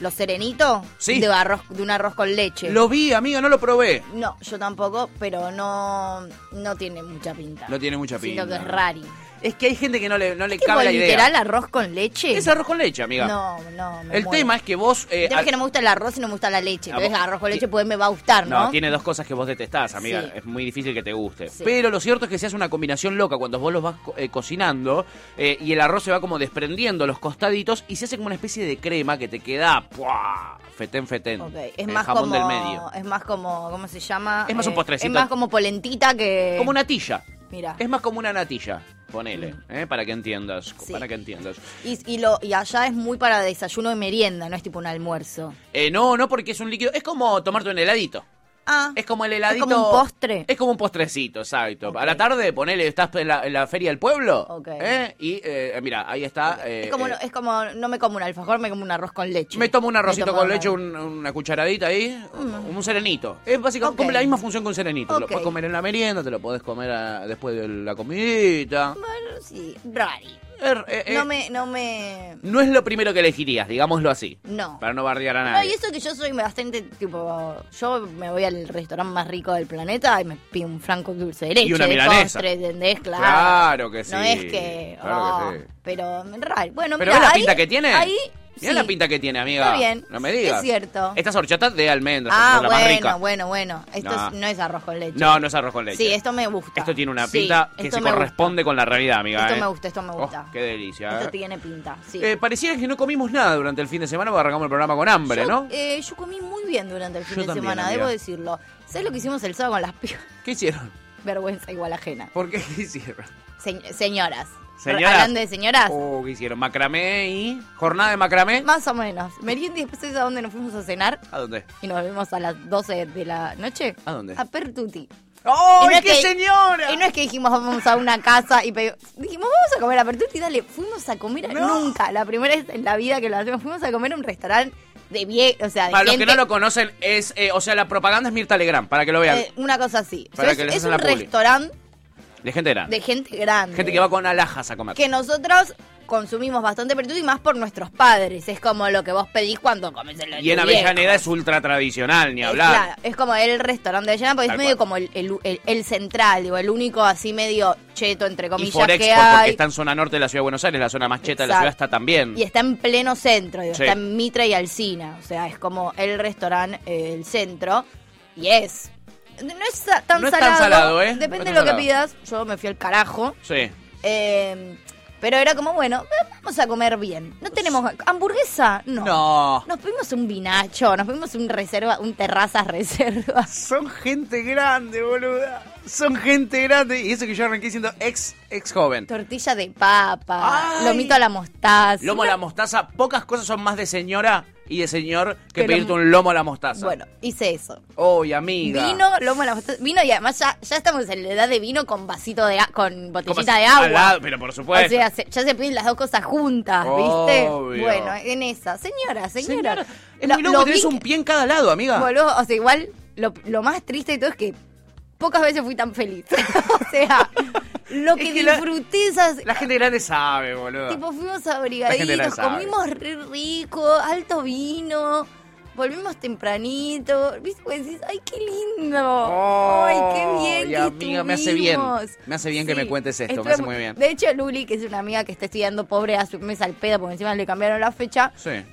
Speaker 2: los serenitos
Speaker 1: Sí.
Speaker 2: de arroz de un arroz con leche.
Speaker 1: Lo vi, amigo, no lo probé.
Speaker 2: No, yo tampoco, pero no no tiene mucha pinta.
Speaker 1: No tiene mucha
Speaker 2: Sino que
Speaker 1: pinta.
Speaker 2: es rari.
Speaker 1: Es que hay gente que no le, no le
Speaker 2: Tipo,
Speaker 1: cabe la idea.
Speaker 2: literal arroz con leche.
Speaker 1: Es arroz con leche, amiga.
Speaker 2: No, no, me
Speaker 1: El
Speaker 2: muero.
Speaker 1: tema es que vos. eh,
Speaker 2: El tema es
Speaker 1: al-
Speaker 2: que no me gusta el arroz y no me gusta la leche.
Speaker 1: Ah,
Speaker 2: Entonces
Speaker 1: vos-
Speaker 2: arroz con
Speaker 1: ti-
Speaker 2: leche pues me va a gustar, ¿no?
Speaker 1: No, tiene dos cosas que vos detestás, amiga.
Speaker 2: Sí.
Speaker 1: Es muy difícil que te guste.
Speaker 2: Sí.
Speaker 1: Pero lo cierto es que se hace una combinación loca cuando vos los vas co- eh, cocinando eh, y el arroz se va como desprendiendo los costaditos y se hace como una especie de crema que te queda ¡pua! fetén fetén.
Speaker 2: Ok, es
Speaker 1: El
Speaker 2: más
Speaker 1: jamón
Speaker 2: como
Speaker 1: del medio.
Speaker 2: es más como ¿cómo se llama?
Speaker 1: Es más un postrecito.
Speaker 2: Es más como polentita que
Speaker 1: Como una tilla.
Speaker 2: eh, Mira. Mm.
Speaker 1: Es más como una natilla, ponele, ¿eh? para que entiendas,
Speaker 2: Sí.
Speaker 1: para que entiendas.
Speaker 2: Y, y lo, y allá es muy para desayuno y merienda, no es tipo un almuerzo.
Speaker 1: Eh, no, no, porque es un líquido, es como tomarte un heladito.
Speaker 2: Ah,
Speaker 1: Es como el heladito.
Speaker 2: como un postre.
Speaker 1: Es como un postrecito, exacto. A la tarde, ponele, estás en la, en la feria del pueblo.
Speaker 2: Ok.
Speaker 1: ¿eh? Y eh, mira, ahí está. eh,
Speaker 2: es, como,
Speaker 1: eh,
Speaker 2: no- es como, no me como un alfajor, me como un arroz con leche.
Speaker 1: me tomo un arrocito
Speaker 2: tomo
Speaker 1: con
Speaker 2: una-
Speaker 1: leche, un- una cucharadita ahí, un serenito. Es básicamente
Speaker 2: Mm. Ok.
Speaker 1: cumple la misma función que un serenito. Te lo
Speaker 2: Ok.
Speaker 1: puedes comer en la merienda, te lo podés comer a- después de la comidita.
Speaker 2: Bueno, sí, rari.
Speaker 1: Er- eh, eh,
Speaker 2: No me, no me...
Speaker 1: no es lo primero que elegirías, digámoslo así.
Speaker 2: No.
Speaker 1: Para no bardear a
Speaker 2: No, y
Speaker 1: nadie.
Speaker 2: eso que yo soy bastante, tipo, yo me voy al restaurante más rico del planeta y me pido un franco dulce de leche.
Speaker 1: una
Speaker 2: de
Speaker 1: milanesa.
Speaker 2: postre, ¿entendés? Claro.
Speaker 1: Claro que sí,
Speaker 2: No es que...
Speaker 1: claro que
Speaker 2: oh,
Speaker 1: sí.
Speaker 2: Pero, raro. Bueno,
Speaker 1: Pero
Speaker 2: mira,
Speaker 1: ¿ves la
Speaker 2: ahí-
Speaker 1: pinta que tiene?
Speaker 2: Ahí...
Speaker 1: Mirá
Speaker 2: sí.
Speaker 1: la pinta que tiene, amiga.
Speaker 2: Está bien.
Speaker 1: No me digas.
Speaker 2: Es cierto.
Speaker 1: Estas horchatas de almendras,
Speaker 2: Ah,
Speaker 1: son la más rica.
Speaker 2: bueno, bueno, bueno. Esto
Speaker 1: No.
Speaker 2: es- no es arroz con leche.
Speaker 1: No, no es arroz con leche.
Speaker 2: Sí, esto me gusta.
Speaker 1: Esto tiene una
Speaker 2: Sí,
Speaker 1: pinta que
Speaker 2: esto
Speaker 1: se
Speaker 2: me gusta.
Speaker 1: corresponde con la realidad, amiga.
Speaker 2: Esto
Speaker 1: ¿eh?
Speaker 2: me gusta, esto me
Speaker 1: Oh,
Speaker 2: gusta.
Speaker 1: qué delicia.
Speaker 2: Esto
Speaker 1: ¿eh?
Speaker 2: tiene pinta, sí.
Speaker 1: Eh, pareciera que no comimos nada durante el fin de semana porque arrancamos el programa con hambre,
Speaker 2: yo,
Speaker 1: ¿no?
Speaker 2: eh, yo comí muy bien durante el fin
Speaker 1: Yo
Speaker 2: de
Speaker 1: también,
Speaker 2: semana,
Speaker 1: amiga.
Speaker 2: debo decirlo. ¿Sabes lo que hicimos el sábado con las pibas?
Speaker 1: ¿Qué hicieron?
Speaker 2: Vergüenza igual ajena.
Speaker 1: ¿Por qué hicieron?
Speaker 2: Se- señoras.
Speaker 1: Señoras.
Speaker 2: Hablando de señoras.
Speaker 1: Oh, ¿qué hicieron? ¿Macramé y...? ¿Jornada de macramé?
Speaker 2: Más o menos. Merienda y después es a donde nos fuimos a cenar
Speaker 1: ¿A dónde?
Speaker 2: y nos volvimos a las 12 de la noche.
Speaker 1: ¿A dónde?
Speaker 2: A Pertuti.
Speaker 1: ¡Oh,
Speaker 2: Y no es
Speaker 1: qué
Speaker 2: que-
Speaker 1: señora!
Speaker 2: Y no es que dijimos vamos a una casa y pedimos, dijimos vamos a comer a Pertuti, dale, fuimos a comer a-
Speaker 1: No.
Speaker 2: nunca, la primera vez en la vida que lo hacemos, fuimos a comer a un restaurante de vie, o sea, de
Speaker 1: Para los que
Speaker 2: gente-
Speaker 1: no lo conocen, es... eh, o sea, la propaganda es Mirta Legrand, para que lo vean.
Speaker 2: eh, una cosa así.
Speaker 1: Para
Speaker 2: es
Speaker 1: que les
Speaker 2: es
Speaker 1: hacen
Speaker 2: un
Speaker 1: la publi.
Speaker 2: restaurante
Speaker 1: de gente grande.
Speaker 2: de gente grande.
Speaker 1: Gente que va con alhajas a comer.
Speaker 2: que nosotros consumimos bastante Pertuti más por nuestros padres, es como lo que vos pedís cuando comes en la
Speaker 1: Y en Avellaneda es ultra tradicional, ni hablar.
Speaker 2: Eh, claro, es como el restaurante de Avellaneda, porque
Speaker 1: Tal
Speaker 2: es medio
Speaker 1: cual.
Speaker 2: como el, el- el- el central, digo, el único así medio cheto, entre
Speaker 1: Y
Speaker 2: comillas,
Speaker 1: por
Speaker 2: que
Speaker 1: export, pues, porque
Speaker 2: hay.
Speaker 1: está en zona norte de la ciudad de Buenos Aires, la zona más cheta de la
Speaker 2: Exacto.
Speaker 1: ciudad está también.
Speaker 2: Y está en pleno centro, digo,
Speaker 1: Sí.
Speaker 2: está en Mitra y Alcina. O sea, es como el restaurante, eh, el centro. Y es. No es sa- tan
Speaker 1: No es tan
Speaker 2: salado.
Speaker 1: salado, ¿eh? No es
Speaker 2: Depende
Speaker 1: tan
Speaker 2: de lo que
Speaker 1: salado.
Speaker 2: pidas. Yo me fui al carajo.
Speaker 1: Sí.
Speaker 2: Eh, pero era como, bueno, eh, vamos a comer bien. No tenemos. ¿Hamburguesa? No.
Speaker 1: No.
Speaker 2: Nos pedimos un vinacho, nos pedimos un reserva, un terrazas reserva.
Speaker 1: Son gente grande, boluda. Son gente grande. Y eso que yo arranqué siendo ex, ex joven.
Speaker 2: Tortilla de papa,
Speaker 1: Ay.
Speaker 2: lomito a la mostaza.
Speaker 1: Lomo a la mostaza, pocas cosas son más de señora y de señor que
Speaker 2: Pero-
Speaker 1: pedirte un lomo a la mostaza.
Speaker 2: Bueno, hice eso.
Speaker 1: Oh, amiga.
Speaker 2: Vino, lomo a la mostaza. Vino y además ya, ya estamos en la edad de vino con vasito de a- con
Speaker 1: Como
Speaker 2: botellita
Speaker 1: así,
Speaker 2: de agua.
Speaker 1: al lado, pero por supuesto.
Speaker 2: O sea, se- ya se piden las dos cosas juntas,
Speaker 1: Obvio.
Speaker 2: ¿viste? Bueno, en esa. Señora, señora.
Speaker 1: es
Speaker 2: Lo-
Speaker 1: muy loco,
Speaker 2: lo
Speaker 1: tenés
Speaker 2: vi
Speaker 1: un pie en cada lado, amiga.
Speaker 2: Boludo, o sea, igual lo, lo más triste de todo es que pocas veces fui tan feliz. o sea, lo que,
Speaker 1: Es que la-
Speaker 2: disfruté esas.
Speaker 1: La gente grande sabe, boludo.
Speaker 2: Tipo, fuimos a
Speaker 1: la
Speaker 2: abrigaditos,
Speaker 1: sabe.
Speaker 2: comimos re rico, alto vino, volvimos tempranito. ¿Viste? Pues decís, ¡ay, qué lindo! ¡Ay, qué bien!
Speaker 1: Oh, y
Speaker 2: que
Speaker 1: amiga, me hace bien.
Speaker 2: estuvimos!
Speaker 1: Me hace bien que me cuentes esto, me
Speaker 2: estuve
Speaker 1: hace
Speaker 2: mu-
Speaker 1: muy bien.
Speaker 2: De hecho, Luli, que es una amiga que está estudiando pobre a su mesa al pedo, porque encima le cambiaron la fecha,
Speaker 1: Sí.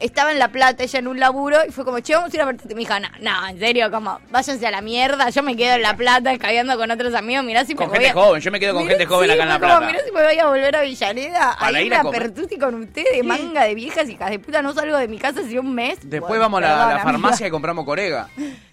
Speaker 2: estaba en La Plata, ella en un laburo, y fue como, che, vamos a ir a verte. Y Me dijo, no, no, en serio, como, váyanse a la mierda, yo me quedo en La Plata escabeando con otros amigos, mirá si
Speaker 1: Con
Speaker 2: me
Speaker 1: gente
Speaker 2: voy a...
Speaker 1: joven, yo me quedo con
Speaker 2: Mirá,
Speaker 1: gente joven
Speaker 2: sí,
Speaker 1: acá en La
Speaker 2: fue como,
Speaker 1: Plata.
Speaker 2: Mirá si me voy a volver a Villaneda,
Speaker 1: Para
Speaker 2: hay
Speaker 1: ir a
Speaker 2: una
Speaker 1: comer.
Speaker 2: pertuti con ustedes, manga de viejas hijas de puta, no salgo de mi casa hace un mes.
Speaker 1: Después
Speaker 2: Bueno,
Speaker 1: vamos a la,
Speaker 2: perdón,
Speaker 1: la
Speaker 2: amiga.
Speaker 1: farmacia y compramos corega.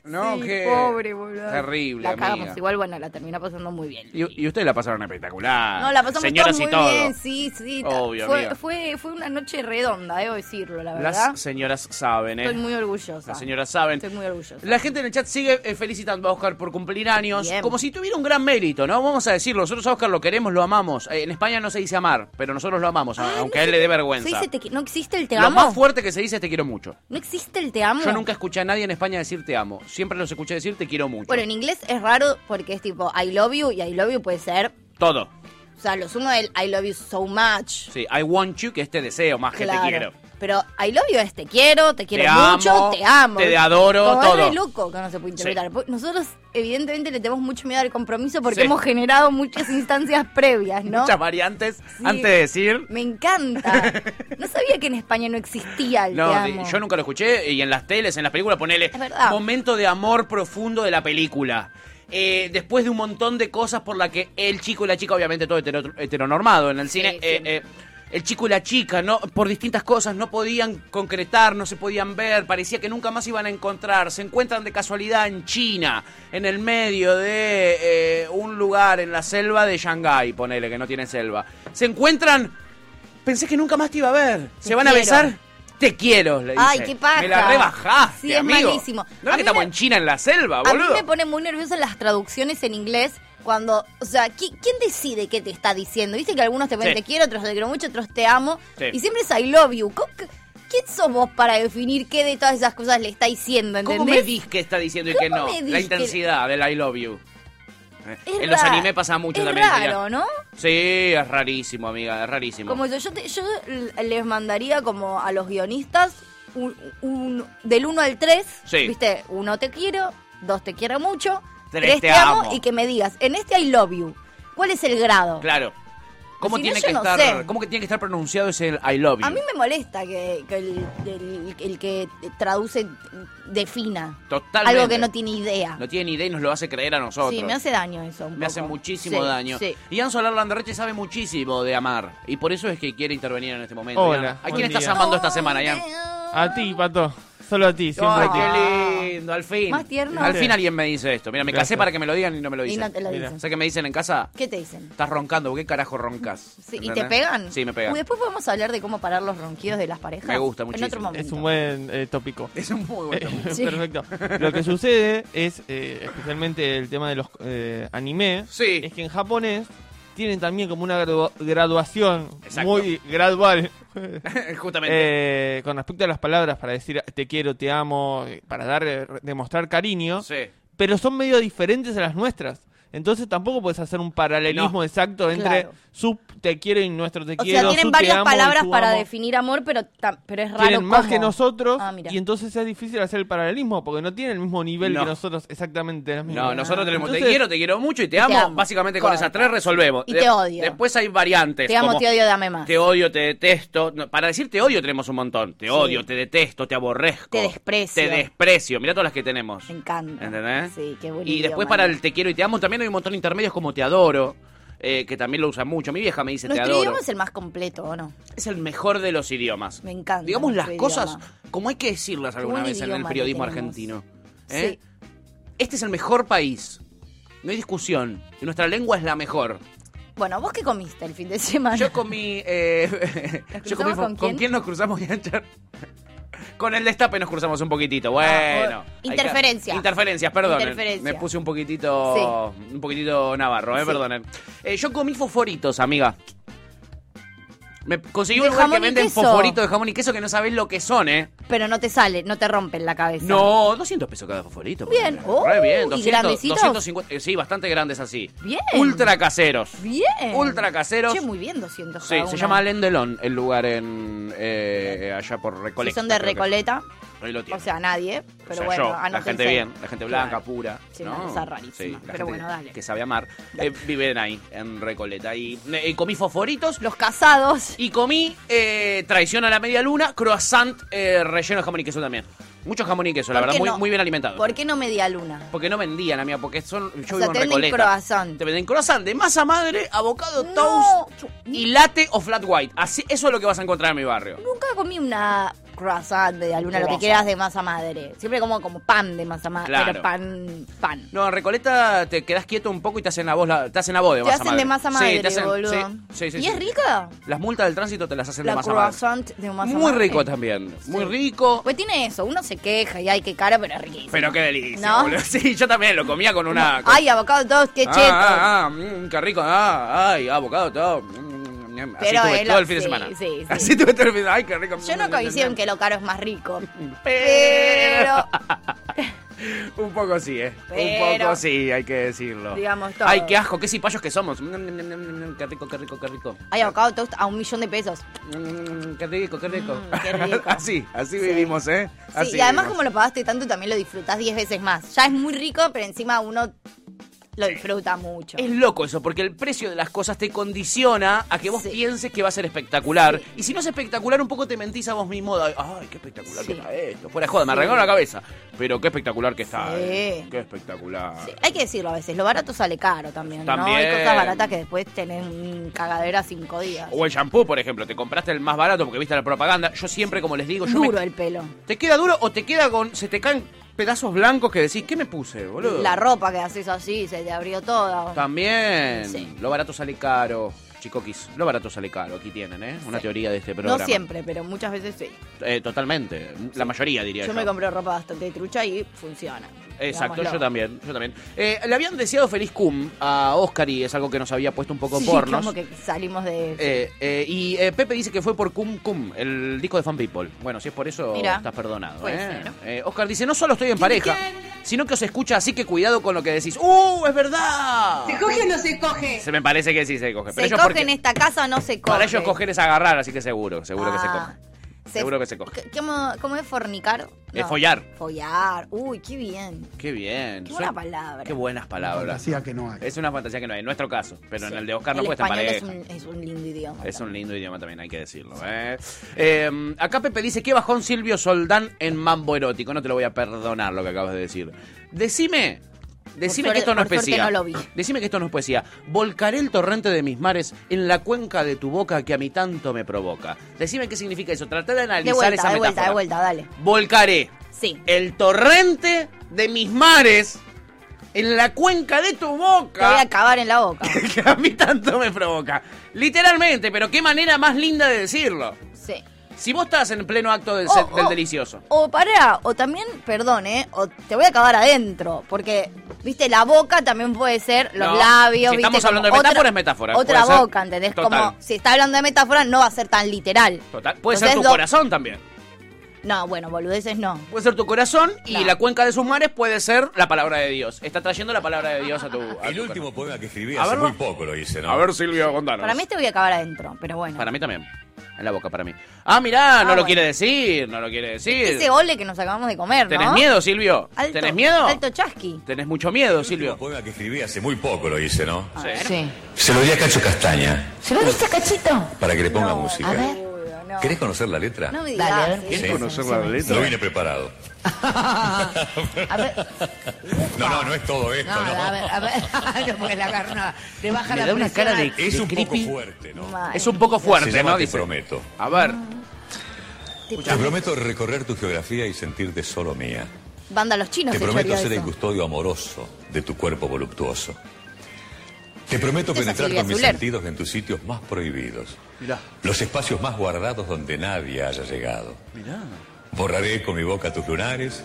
Speaker 1: No,
Speaker 2: Sí,
Speaker 1: qué
Speaker 2: pobre, boludo.
Speaker 1: Terrible,
Speaker 2: La cagamos,
Speaker 1: amiga.
Speaker 2: igual, bueno, la terminó pasando muy bien.
Speaker 1: Y, y ustedes la pasaron espectacular.
Speaker 2: No, la pasamos
Speaker 1: Ah, Señoras
Speaker 2: todos muy
Speaker 1: y todo.
Speaker 2: bien, sí, sí. ta-
Speaker 1: Obvio,
Speaker 2: fue,
Speaker 1: amiga.
Speaker 2: fue, fue una noche redonda, debo decirlo, la verdad.
Speaker 1: Las señoras saben, ¿eh?
Speaker 2: Estoy muy orgullosa.
Speaker 1: Las señoras saben.
Speaker 2: Estoy muy orgullosa.
Speaker 1: La gente en el chat sigue eh, felicitando a Oscar por cumplir años,
Speaker 2: Bien.
Speaker 1: como si tuviera un gran mérito, ¿no? Vamos a decirlo, nosotros a Oscar lo queremos, lo amamos. Eh, en España no se dice amar, pero nosotros lo amamos,
Speaker 2: Ah,
Speaker 1: aunque
Speaker 2: no
Speaker 1: a él
Speaker 2: se-
Speaker 1: le dé vergüenza.
Speaker 2: se dice te qui- no existe el te
Speaker 1: Lo
Speaker 2: amo.
Speaker 1: más fuerte que se dice es te quiero mucho.
Speaker 2: no existe el te amo.
Speaker 1: Yo nunca escuché a nadie en España decir te amo. Siempre los escuché decir te quiero mucho.
Speaker 2: Bueno, en inglés es raro porque es tipo I love you y I love you puede ser.
Speaker 1: Todo.
Speaker 2: O sea, lo sumo del I love you so much.
Speaker 1: Sí, I want you, que es te deseo más
Speaker 2: claro.
Speaker 1: que te quiero.
Speaker 2: Pero I love you es te quiero, te quiero
Speaker 1: Te
Speaker 2: mucho,
Speaker 1: amo,
Speaker 2: te amo.
Speaker 1: te adoro,
Speaker 2: Como
Speaker 1: todo.
Speaker 2: Es re loco que no se puede interpretar.
Speaker 1: Sí.
Speaker 2: Porque Nosotros, evidentemente, le tenemos mucho miedo al compromiso porque
Speaker 1: Sí.
Speaker 2: hemos generado muchas instancias previas, ¿no?
Speaker 1: Muchas variantes
Speaker 2: Sí.
Speaker 1: antes de decir.
Speaker 2: Me encanta. No sabía que en España no existía el
Speaker 1: No,
Speaker 2: te
Speaker 1: sí,
Speaker 2: amo.
Speaker 1: yo nunca lo escuché y en las teles, en las películas, ponele
Speaker 2: Es verdad.
Speaker 1: momento de amor profundo de la película. Eh, después de un montón de cosas por la que el chico y la chica, obviamente todo hetero- heteronormado en el
Speaker 2: Sí,
Speaker 1: cine, eh,
Speaker 2: siempre.
Speaker 1: eh, el chico y la chica, no por distintas cosas, no podían concretar, no se podían ver, parecía que nunca más iban a encontrar, se encuentran de casualidad en China, en el medio de eh, un lugar en la selva de Shanghái, ponele, que no tiene selva. Se encuentran. Pensé que nunca más te iba a ver. ¿Se van a
Speaker 2: quiero.
Speaker 1: besar? Te quiero, le dice.
Speaker 2: Ay, qué paja.
Speaker 1: Me la rebajaste,
Speaker 2: Sí, es
Speaker 1: amigo.
Speaker 2: malísimo.
Speaker 1: No
Speaker 2: A
Speaker 1: es
Speaker 2: mí
Speaker 1: que estamos
Speaker 2: me-
Speaker 1: en China en la selva,
Speaker 2: A mí
Speaker 1: boludo.
Speaker 2: me pone muy nerviosa las traducciones en inglés cuando, o sea, ¿qui- ¿quién decide qué te está diciendo? Viste que algunos te ponen
Speaker 1: Sí.
Speaker 2: te quiero, otros te quiero mucho, otros te amo.
Speaker 1: Sí.
Speaker 2: Y siempre es I love you. ¿Cómo que- ¿Quién sos vos para definir qué de todas esas cosas le está diciendo? ¿Entendés?
Speaker 1: ¿Cómo me dis que está diciendo y que no?
Speaker 2: ¿Cómo me dis
Speaker 1: La
Speaker 2: que-
Speaker 1: intensidad del I love you. Eh,
Speaker 2: Es
Speaker 1: en los
Speaker 2: ra-
Speaker 1: animes pasa mucho
Speaker 2: es
Speaker 1: también. señora.
Speaker 2: raro, ¿no?
Speaker 1: Sí, es rarísimo, amiga, es rarísimo.
Speaker 2: Como yo, yo, te- yo les mandaría como a los guionistas un, un- del 1 al 3,
Speaker 1: Sí.
Speaker 2: ¿viste? Uno te quiero, dos te quiero mucho,
Speaker 1: Tres,
Speaker 2: tres,
Speaker 1: te
Speaker 2: te, amo,
Speaker 1: amo.
Speaker 2: y que me digas, en este I love you, ¿cuál es el grado?
Speaker 1: Claro. ¿Cómo
Speaker 2: Si no,
Speaker 1: tiene
Speaker 2: yo
Speaker 1: que
Speaker 2: no
Speaker 1: estar?
Speaker 2: sé.
Speaker 1: ¿Cómo que tiene que estar pronunciado ese I love you?
Speaker 2: A mí me molesta que, que el, el- el que traduce defina
Speaker 1: Totalmente.
Speaker 2: algo que no tiene idea.
Speaker 1: No tiene ni idea y nos lo hace creer a nosotros.
Speaker 2: sí, me hace daño eso. un
Speaker 1: Me hace
Speaker 2: poco.
Speaker 1: muchísimo
Speaker 2: Sí,
Speaker 1: daño.
Speaker 2: sí.
Speaker 1: Ian Solar Landerreche sabe muchísimo de amar. Y por eso es que quiere intervenir en este momento.
Speaker 6: Hola,
Speaker 1: Ian. ¿A quién
Speaker 6: buen
Speaker 1: estás
Speaker 6: día.
Speaker 1: amando esta semana, Ian? Ah,
Speaker 6: A ti, pato. Solo a ti, siempre
Speaker 1: Ay,
Speaker 6: a ti.
Speaker 1: qué lindo, al fin.
Speaker 2: Más tierno.
Speaker 1: Al fin alguien me dice esto. Mira, me casé
Speaker 6: Gracias.
Speaker 1: para que me lo digan y no me lo
Speaker 2: Y
Speaker 1: dicen.
Speaker 2: no te lo
Speaker 6: Mira.
Speaker 2: dicen.
Speaker 1: ¿Sabes qué me dicen en casa?
Speaker 2: ¿Qué te dicen?
Speaker 1: Estás roncando, ¿por ¿qué carajo roncas?
Speaker 2: Sí, ¿Y
Speaker 1: ¿Entendés?
Speaker 2: te pegan?
Speaker 1: Sí, me pegan.
Speaker 2: Uy, después podemos hablar de cómo parar los ronquidos de las parejas.
Speaker 1: Me gusta
Speaker 2: En otro
Speaker 1: muchísimo.
Speaker 2: momento.
Speaker 6: Es un buen eh, tópico.
Speaker 1: Es un muy buen tema.
Speaker 2: Sí.
Speaker 6: Perfecto. Lo que sucede es, eh, especialmente el tema de los eh, anime,
Speaker 1: Sí.
Speaker 6: es que en japonés tienen también como una gradua- graduación
Speaker 1: Exacto.
Speaker 6: muy gradual
Speaker 1: Justamente.
Speaker 6: eh, con respecto a las palabras para decir te quiero, te amo, eh, para dar, eh, demostrar cariño,
Speaker 1: sí.
Speaker 6: pero son medio diferentes a las nuestras. Entonces tampoco puedes hacer un paralelismo
Speaker 1: No.
Speaker 6: exacto entre
Speaker 2: Claro.
Speaker 6: su te quiero y nuestro te
Speaker 2: O
Speaker 6: quiero.
Speaker 2: sea, tienen
Speaker 6: su te
Speaker 2: varias
Speaker 6: amo y
Speaker 2: palabras
Speaker 6: su
Speaker 2: para
Speaker 6: amo.
Speaker 2: definir amor, pero, ta- pero es raro.
Speaker 6: Tienen más
Speaker 2: cómo.
Speaker 6: que nosotros
Speaker 2: Ah, mira.
Speaker 6: y entonces es difícil hacer el paralelismo porque no tienen el mismo nivel
Speaker 1: No.
Speaker 6: que nosotros exactamente. las mismas.
Speaker 1: No, nosotros tenemos te
Speaker 6: Entonces,
Speaker 1: quiero, te quiero mucho y te, amo.
Speaker 2: amo.
Speaker 1: Básicamente con
Speaker 2: Corta.
Speaker 1: esas tres resolvemos.
Speaker 2: Y te odio.
Speaker 1: Después hay variantes.
Speaker 2: Te amo,
Speaker 1: como
Speaker 2: te odio, dame más.
Speaker 1: Te odio, te detesto. No, para decir te odio tenemos un montón. Te
Speaker 2: Sí.
Speaker 1: odio, te detesto, te aborrezco.
Speaker 2: Te desprecio.
Speaker 1: Te desprecio. Mirá todas las que tenemos.
Speaker 2: Me encanta.
Speaker 1: ¿Entendés?
Speaker 2: Sí, qué bonito.
Speaker 1: Y después para el te quiero y te amo también hay un montón de intermedios como te adoro, eh, que también lo usan mucho. Mi vieja me dice
Speaker 2: Nuestro
Speaker 1: te adoro.
Speaker 2: idioma es el más completo, ¿o no?
Speaker 1: Es el mejor de los idiomas.
Speaker 2: Me encanta
Speaker 1: Digamos las
Speaker 2: nuestro
Speaker 1: cosas
Speaker 2: idioma.
Speaker 1: como hay que decirlas alguna
Speaker 2: buen
Speaker 1: vez en el
Speaker 2: idioma que
Speaker 1: periodismo
Speaker 2: tenemos.
Speaker 1: argentino. ¿eh? Este es el mejor país. No hay discusión. Y nuestra lengua es la mejor.
Speaker 2: Bueno, ¿vos qué comiste el fin de semana?
Speaker 1: Yo comí. Eh,
Speaker 2: ¿Nos
Speaker 1: yo
Speaker 2: cruzamos con quién?
Speaker 1: nos cruzamos, Bianchar? Con el destape nos cruzamos un poquitito. Bueno.
Speaker 2: Ah, o-
Speaker 1: hay
Speaker 2: interferencia.
Speaker 1: que- Interferencias, perdón.
Speaker 2: Interferencia.
Speaker 1: Me puse un poquitito. Un poquitito navarro, eh,
Speaker 2: Sí.
Speaker 1: perdonen. Eh, yo comí fosforitos, amiga. Me conseguí un
Speaker 2: De
Speaker 1: lugar que
Speaker 2: jamón y
Speaker 1: venden
Speaker 2: queso.
Speaker 1: fosforitos de jamón y queso que no sabés lo que son, ¿eh?
Speaker 2: Pero no te sale, no te rompen la cabeza.
Speaker 1: No, 200 pesos cada fosforito.
Speaker 2: Bien.
Speaker 1: ponele.
Speaker 2: Oh,
Speaker 1: Re bien.
Speaker 2: ¿y
Speaker 1: 200,
Speaker 2: grandecitos?
Speaker 1: 250, eh, sí, bastante grandes así.
Speaker 2: Bien.
Speaker 1: Ultra caseros.
Speaker 2: Bien.
Speaker 1: Ultra caseros.
Speaker 2: Che, muy bien 200
Speaker 1: Sí,
Speaker 2: cada
Speaker 1: se
Speaker 2: uno.
Speaker 1: llama Lendelón el lugar en eh, allá por Recoleta.
Speaker 2: Si son de
Speaker 1: creo que
Speaker 2: Recoleta,
Speaker 1: es. Ahí lo tiene.
Speaker 2: o sea, nadie, pero
Speaker 1: O sea,
Speaker 2: bueno, ah,
Speaker 1: yo, la
Speaker 2: anótense.
Speaker 1: gente bien, la gente blanca,
Speaker 2: Claro.
Speaker 1: pura.
Speaker 2: Sí,
Speaker 1: ¿no?
Speaker 2: una cosa rarísima,
Speaker 1: Sí, la
Speaker 2: pero
Speaker 1: gente
Speaker 2: bueno, dale.
Speaker 1: Que sabe amar. eh, viven ahí, en Recoleta. Y eh, comí fosforitos
Speaker 2: Los casados.
Speaker 1: y comí eh, traición a la media luna, croissant eh, relleno de jamón y queso también. Mucho jamón y queso, la
Speaker 2: ¿Por
Speaker 1: verdad,
Speaker 2: qué
Speaker 1: muy,
Speaker 2: no?
Speaker 1: muy bien alimentado.
Speaker 2: ¿Por qué no media luna?
Speaker 1: Porque no vendían, amiga, porque son. Yo vivo
Speaker 2: O sea,
Speaker 1: en
Speaker 2: te venden
Speaker 1: Recoleta.
Speaker 2: croissant.
Speaker 1: Te venden croissant de masa madre, avocado,
Speaker 2: No.
Speaker 1: toast y latte o flat white. Así, eso es lo que vas a encontrar en mi barrio.
Speaker 2: Nunca comí una croissant de alguna, lo que
Speaker 1: Croissant.
Speaker 2: quieras de masa madre. Siempre como como pan de masa madre,
Speaker 1: Claro.
Speaker 2: pero pan, pan.
Speaker 1: No, en Recoleta te quedás quieto un poco y te hacen a vos, la- te hacen a vos de
Speaker 2: te
Speaker 1: masa
Speaker 2: hacen
Speaker 1: madre.
Speaker 2: de masa madre,
Speaker 1: sí, te hacen,
Speaker 2: boludo.
Speaker 1: sí, sí, sí,
Speaker 2: ¿Y
Speaker 1: sí.
Speaker 2: es rica?
Speaker 1: Las multas del tránsito te las hacen de
Speaker 2: La
Speaker 1: masa madre.
Speaker 2: croissant de masa
Speaker 1: Muy
Speaker 2: madre.
Speaker 1: rico también, muy
Speaker 2: Sí.
Speaker 1: rico.
Speaker 2: Pues tiene eso, uno se queja y ay, qué cara, pero es riquísimo.
Speaker 1: Pero qué delicia,
Speaker 2: ¿No?
Speaker 1: boludo. Sí, yo también lo comía con una... con-
Speaker 2: Ay, abocado todos, qué
Speaker 1: Ah,
Speaker 2: cheto.
Speaker 1: ah, ah, mm, qué rico. Ah, ay, abocado todo. Mm, mm, mm. Así
Speaker 2: Pero
Speaker 1: tuve
Speaker 2: él-
Speaker 1: todo el fin de
Speaker 2: sí,
Speaker 1: semana.
Speaker 2: sí, sí.
Speaker 1: Así tuve todo el fin de semana. Ay, qué rico. Mm,
Speaker 2: Yo no coincido en que lo caro es más rico.
Speaker 1: Pero... Un poco sí, ¿eh? Un
Speaker 2: Pero-
Speaker 1: poco sí, hay que decirlo.
Speaker 2: Digamos todo.
Speaker 1: Ay, qué asco, qué cipayos que somos. Mm, mm, mm, mm, Qué rico, qué rico, qué rico.
Speaker 2: Hay abocado toast a un millón de pesos.
Speaker 1: Mm, qué rico, qué rico.
Speaker 2: Mm, qué rico.
Speaker 1: así, así vivimos, ¿eh?
Speaker 2: Sí,
Speaker 1: Así
Speaker 2: y además
Speaker 1: vivimos.
Speaker 2: como lo pagaste tanto también lo disfrutás 10 veces más. Ya es muy rico, pero encima uno lo disfruta mucho.
Speaker 1: Es loco eso, porque el precio de las cosas te condiciona a que vos
Speaker 2: Sí.
Speaker 1: pienses que va a ser espectacular. Y si no es espectacular, un poco te mentís a vos mismo. de, Ay, qué espectacular que
Speaker 2: Sí.
Speaker 1: está esto. Fuera de joda, me arregló la cabeza. Pero qué espectacular que está.
Speaker 2: Sí.
Speaker 1: eh. Qué espectacular.
Speaker 2: Sí, hay que decirlo a veces, lo barato sale caro también, ¿no?
Speaker 1: También.
Speaker 2: Hay cosas baratas que después tenés un cagadera cinco días.
Speaker 1: O el shampoo, por ejemplo, te compraste el más barato porque viste la propaganda. Yo siempre, como les digo, yo me-
Speaker 2: Duro el pelo.
Speaker 1: ¿Te queda duro o te queda con. se te caen pedazos blancos que decís, ¿qué me puse, boludo?
Speaker 2: La ropa que haces así, se te abrió toda.
Speaker 1: También.
Speaker 2: Sí.
Speaker 1: Lo barato sale caro. Chicoquis, lo barato sale caro. Aquí tienen, ¿eh? Una
Speaker 2: Sí.
Speaker 1: teoría de este
Speaker 2: No
Speaker 1: programa.
Speaker 2: siempre, pero muchas veces sí.
Speaker 1: Eh, totalmente. La mayoría, diría yo.
Speaker 2: Yo me compré ropa bastante trucha y funciona.
Speaker 1: Exacto, yo
Speaker 2: Digámoslo.
Speaker 1: también, yo también. Eh, le habían deseado feliz cum a Oscar y es algo que nos había puesto un poco
Speaker 2: Sí,
Speaker 1: pornos.
Speaker 2: como que salimos de...
Speaker 1: Eh, eh, y eh, Pepe dice que fue por Cum Cum, el disco de Fan People. Bueno, si es por eso,
Speaker 2: Mirá.
Speaker 1: estás perdonado.
Speaker 2: Puede
Speaker 1: ¿eh?
Speaker 2: ser, ¿no?
Speaker 1: Eh, Oscar dice, no solo estoy en pareja, sino que os escucha, así que cuidado con lo que decís. ¡Uh, es verdad!
Speaker 7: ¿Se coge o no se coge?
Speaker 1: Se me parece que sí se coge. Pero
Speaker 2: ¿Se
Speaker 1: ellos
Speaker 2: coge
Speaker 1: porque-
Speaker 2: en esta casa o no se coge?
Speaker 1: Para ellos coger es agarrar, así que seguro, seguro que se
Speaker 2: Ah.
Speaker 1: coge.
Speaker 2: Se-
Speaker 1: Seguro que se coge.
Speaker 2: ¿Qué- ¿Cómo, cómo es fornicar?
Speaker 1: Es
Speaker 2: No.
Speaker 1: follar.
Speaker 2: Follar. Uy, qué bien.
Speaker 1: Qué bien.
Speaker 2: Qué buena
Speaker 1: Son-
Speaker 2: palabra.
Speaker 1: Qué buenas palabras.
Speaker 8: Fantasía que no hay.
Speaker 1: Es una fantasía que no hay, en nuestro caso. Pero en el de Oscar
Speaker 2: el
Speaker 1: no puede estar en
Speaker 2: español
Speaker 1: pareja.
Speaker 2: es un, es un lindo idioma.
Speaker 1: Es un lindo idioma también, hay que decirlo. ¿eh? Eh, acá Pepe dice, ¿qué bajón Silvio Soldán en Mambo Erótico? No te lo voy a perdonar lo que acabas de decir. Decime, decime
Speaker 2: suerte-
Speaker 1: que esto no es
Speaker 2: por suerte
Speaker 1: poesía.
Speaker 2: no lo vi.
Speaker 1: Decime que esto no es poesía. Volcaré el torrente de mis mares en la cuenca de tu boca que a mí tanto me provoca. Decime qué significa eso. Traté de analizar
Speaker 2: De vuelta,
Speaker 1: esa
Speaker 2: de vuelta,
Speaker 1: metáfora.
Speaker 2: de vuelta, dale.
Speaker 1: Volcaré
Speaker 2: Sí.
Speaker 1: el torrente de mis mares en la cuenca de tu
Speaker 2: Te voy a
Speaker 1: boca
Speaker 2: acabar en la boca.
Speaker 1: que a mí tanto me provoca. Literalmente, pero qué manera más linda de decirlo.
Speaker 2: Sí.
Speaker 1: Si vos estás en pleno acto del,
Speaker 2: Oh,
Speaker 1: se- del
Speaker 2: oh.
Speaker 1: delicioso.
Speaker 2: O pará, o también, perdón, ¿eh? O te voy a acabar adentro, porque, viste, la boca también puede ser, los
Speaker 1: No,
Speaker 2: labios,
Speaker 1: si
Speaker 2: viste,
Speaker 1: estamos hablando de
Speaker 2: como otra-
Speaker 1: metáfora, es metáfora,
Speaker 2: Otra
Speaker 1: puede ser.
Speaker 2: boca, ¿entendés?
Speaker 1: Total.
Speaker 2: Como, si está hablando de metáfora, no va a ser tan literal.
Speaker 1: Total. Puede ser tu
Speaker 2: Entonces, do-
Speaker 1: corazón también.
Speaker 2: No, bueno, boludeces no.
Speaker 1: Puede ser tu corazón y
Speaker 2: Claro.
Speaker 1: la cuenca de sus mares puede ser la palabra de Dios. Está trayendo la palabra de Dios a tu. a
Speaker 9: El
Speaker 1: tu
Speaker 9: último poema que escribí
Speaker 1: A
Speaker 9: hace
Speaker 1: verlo.
Speaker 9: muy poco lo hice, ¿no?
Speaker 1: corazón. A ver, Silvio, contanos.
Speaker 2: Para mí te voy a acabar adentro, pero bueno.
Speaker 1: Para mí también. En la boca, para mí. Ah, mirá, no lo
Speaker 2: bueno.
Speaker 1: quiere decir, no lo quiere decir.
Speaker 2: Ese ole que nos acabamos de comer, ¿no?
Speaker 1: ¿Tenés miedo, Silvio?
Speaker 2: Alto-
Speaker 1: ¿Tenés miedo?
Speaker 2: Alto chasqui.
Speaker 1: Tenés mucho miedo,
Speaker 9: El último
Speaker 1: Silvio.
Speaker 9: poema que escribí hace muy poco lo hice, ¿no?
Speaker 2: Sí.
Speaker 9: Se lo di a Cacho Castaña
Speaker 5: ¿Se lo dice Cachito?
Speaker 9: para que le ponga música.
Speaker 2: Uy, no.
Speaker 9: ¿Querés conocer la letra?
Speaker 2: No me digas.
Speaker 5: Dale, a ver.
Speaker 2: ¿eh?
Speaker 9: ¿Querés conocer
Speaker 5: la letra?
Speaker 9: Lo vine preparado.
Speaker 5: A ver,
Speaker 9: No, no, no es todo esto,
Speaker 5: no,
Speaker 9: ¿no?
Speaker 5: a ver, a ver. No, porque la carne te baja
Speaker 1: Me
Speaker 5: la
Speaker 1: da una
Speaker 5: presión
Speaker 1: cara
Speaker 5: al-
Speaker 1: de,
Speaker 9: Es
Speaker 1: de
Speaker 9: un poco
Speaker 1: creepy.
Speaker 9: fuerte, ¿no?
Speaker 2: Ay, Ah.
Speaker 1: Es un poco fuerte,
Speaker 9: Se llama
Speaker 1: ¿no?
Speaker 9: Te
Speaker 1: Dice.
Speaker 9: prometo.
Speaker 1: A ver.
Speaker 9: Te prometo recorrer tu geografía y sentirte solo mía.
Speaker 2: Banda los chinos,
Speaker 9: Te
Speaker 2: se
Speaker 9: prometo
Speaker 2: choreó
Speaker 9: ser el
Speaker 2: eso.
Speaker 9: custodio amoroso de tu cuerpo voluptuoso. Te prometo
Speaker 2: Esa
Speaker 9: penetrar
Speaker 2: Silvia
Speaker 9: con mis
Speaker 2: Zuller.
Speaker 9: sentidos en tus sitios más prohibidos.
Speaker 1: Mirá.
Speaker 9: Los espacios más guardados donde nadie haya llegado.
Speaker 1: Mirá.
Speaker 9: Borraré con mi boca tus lunares,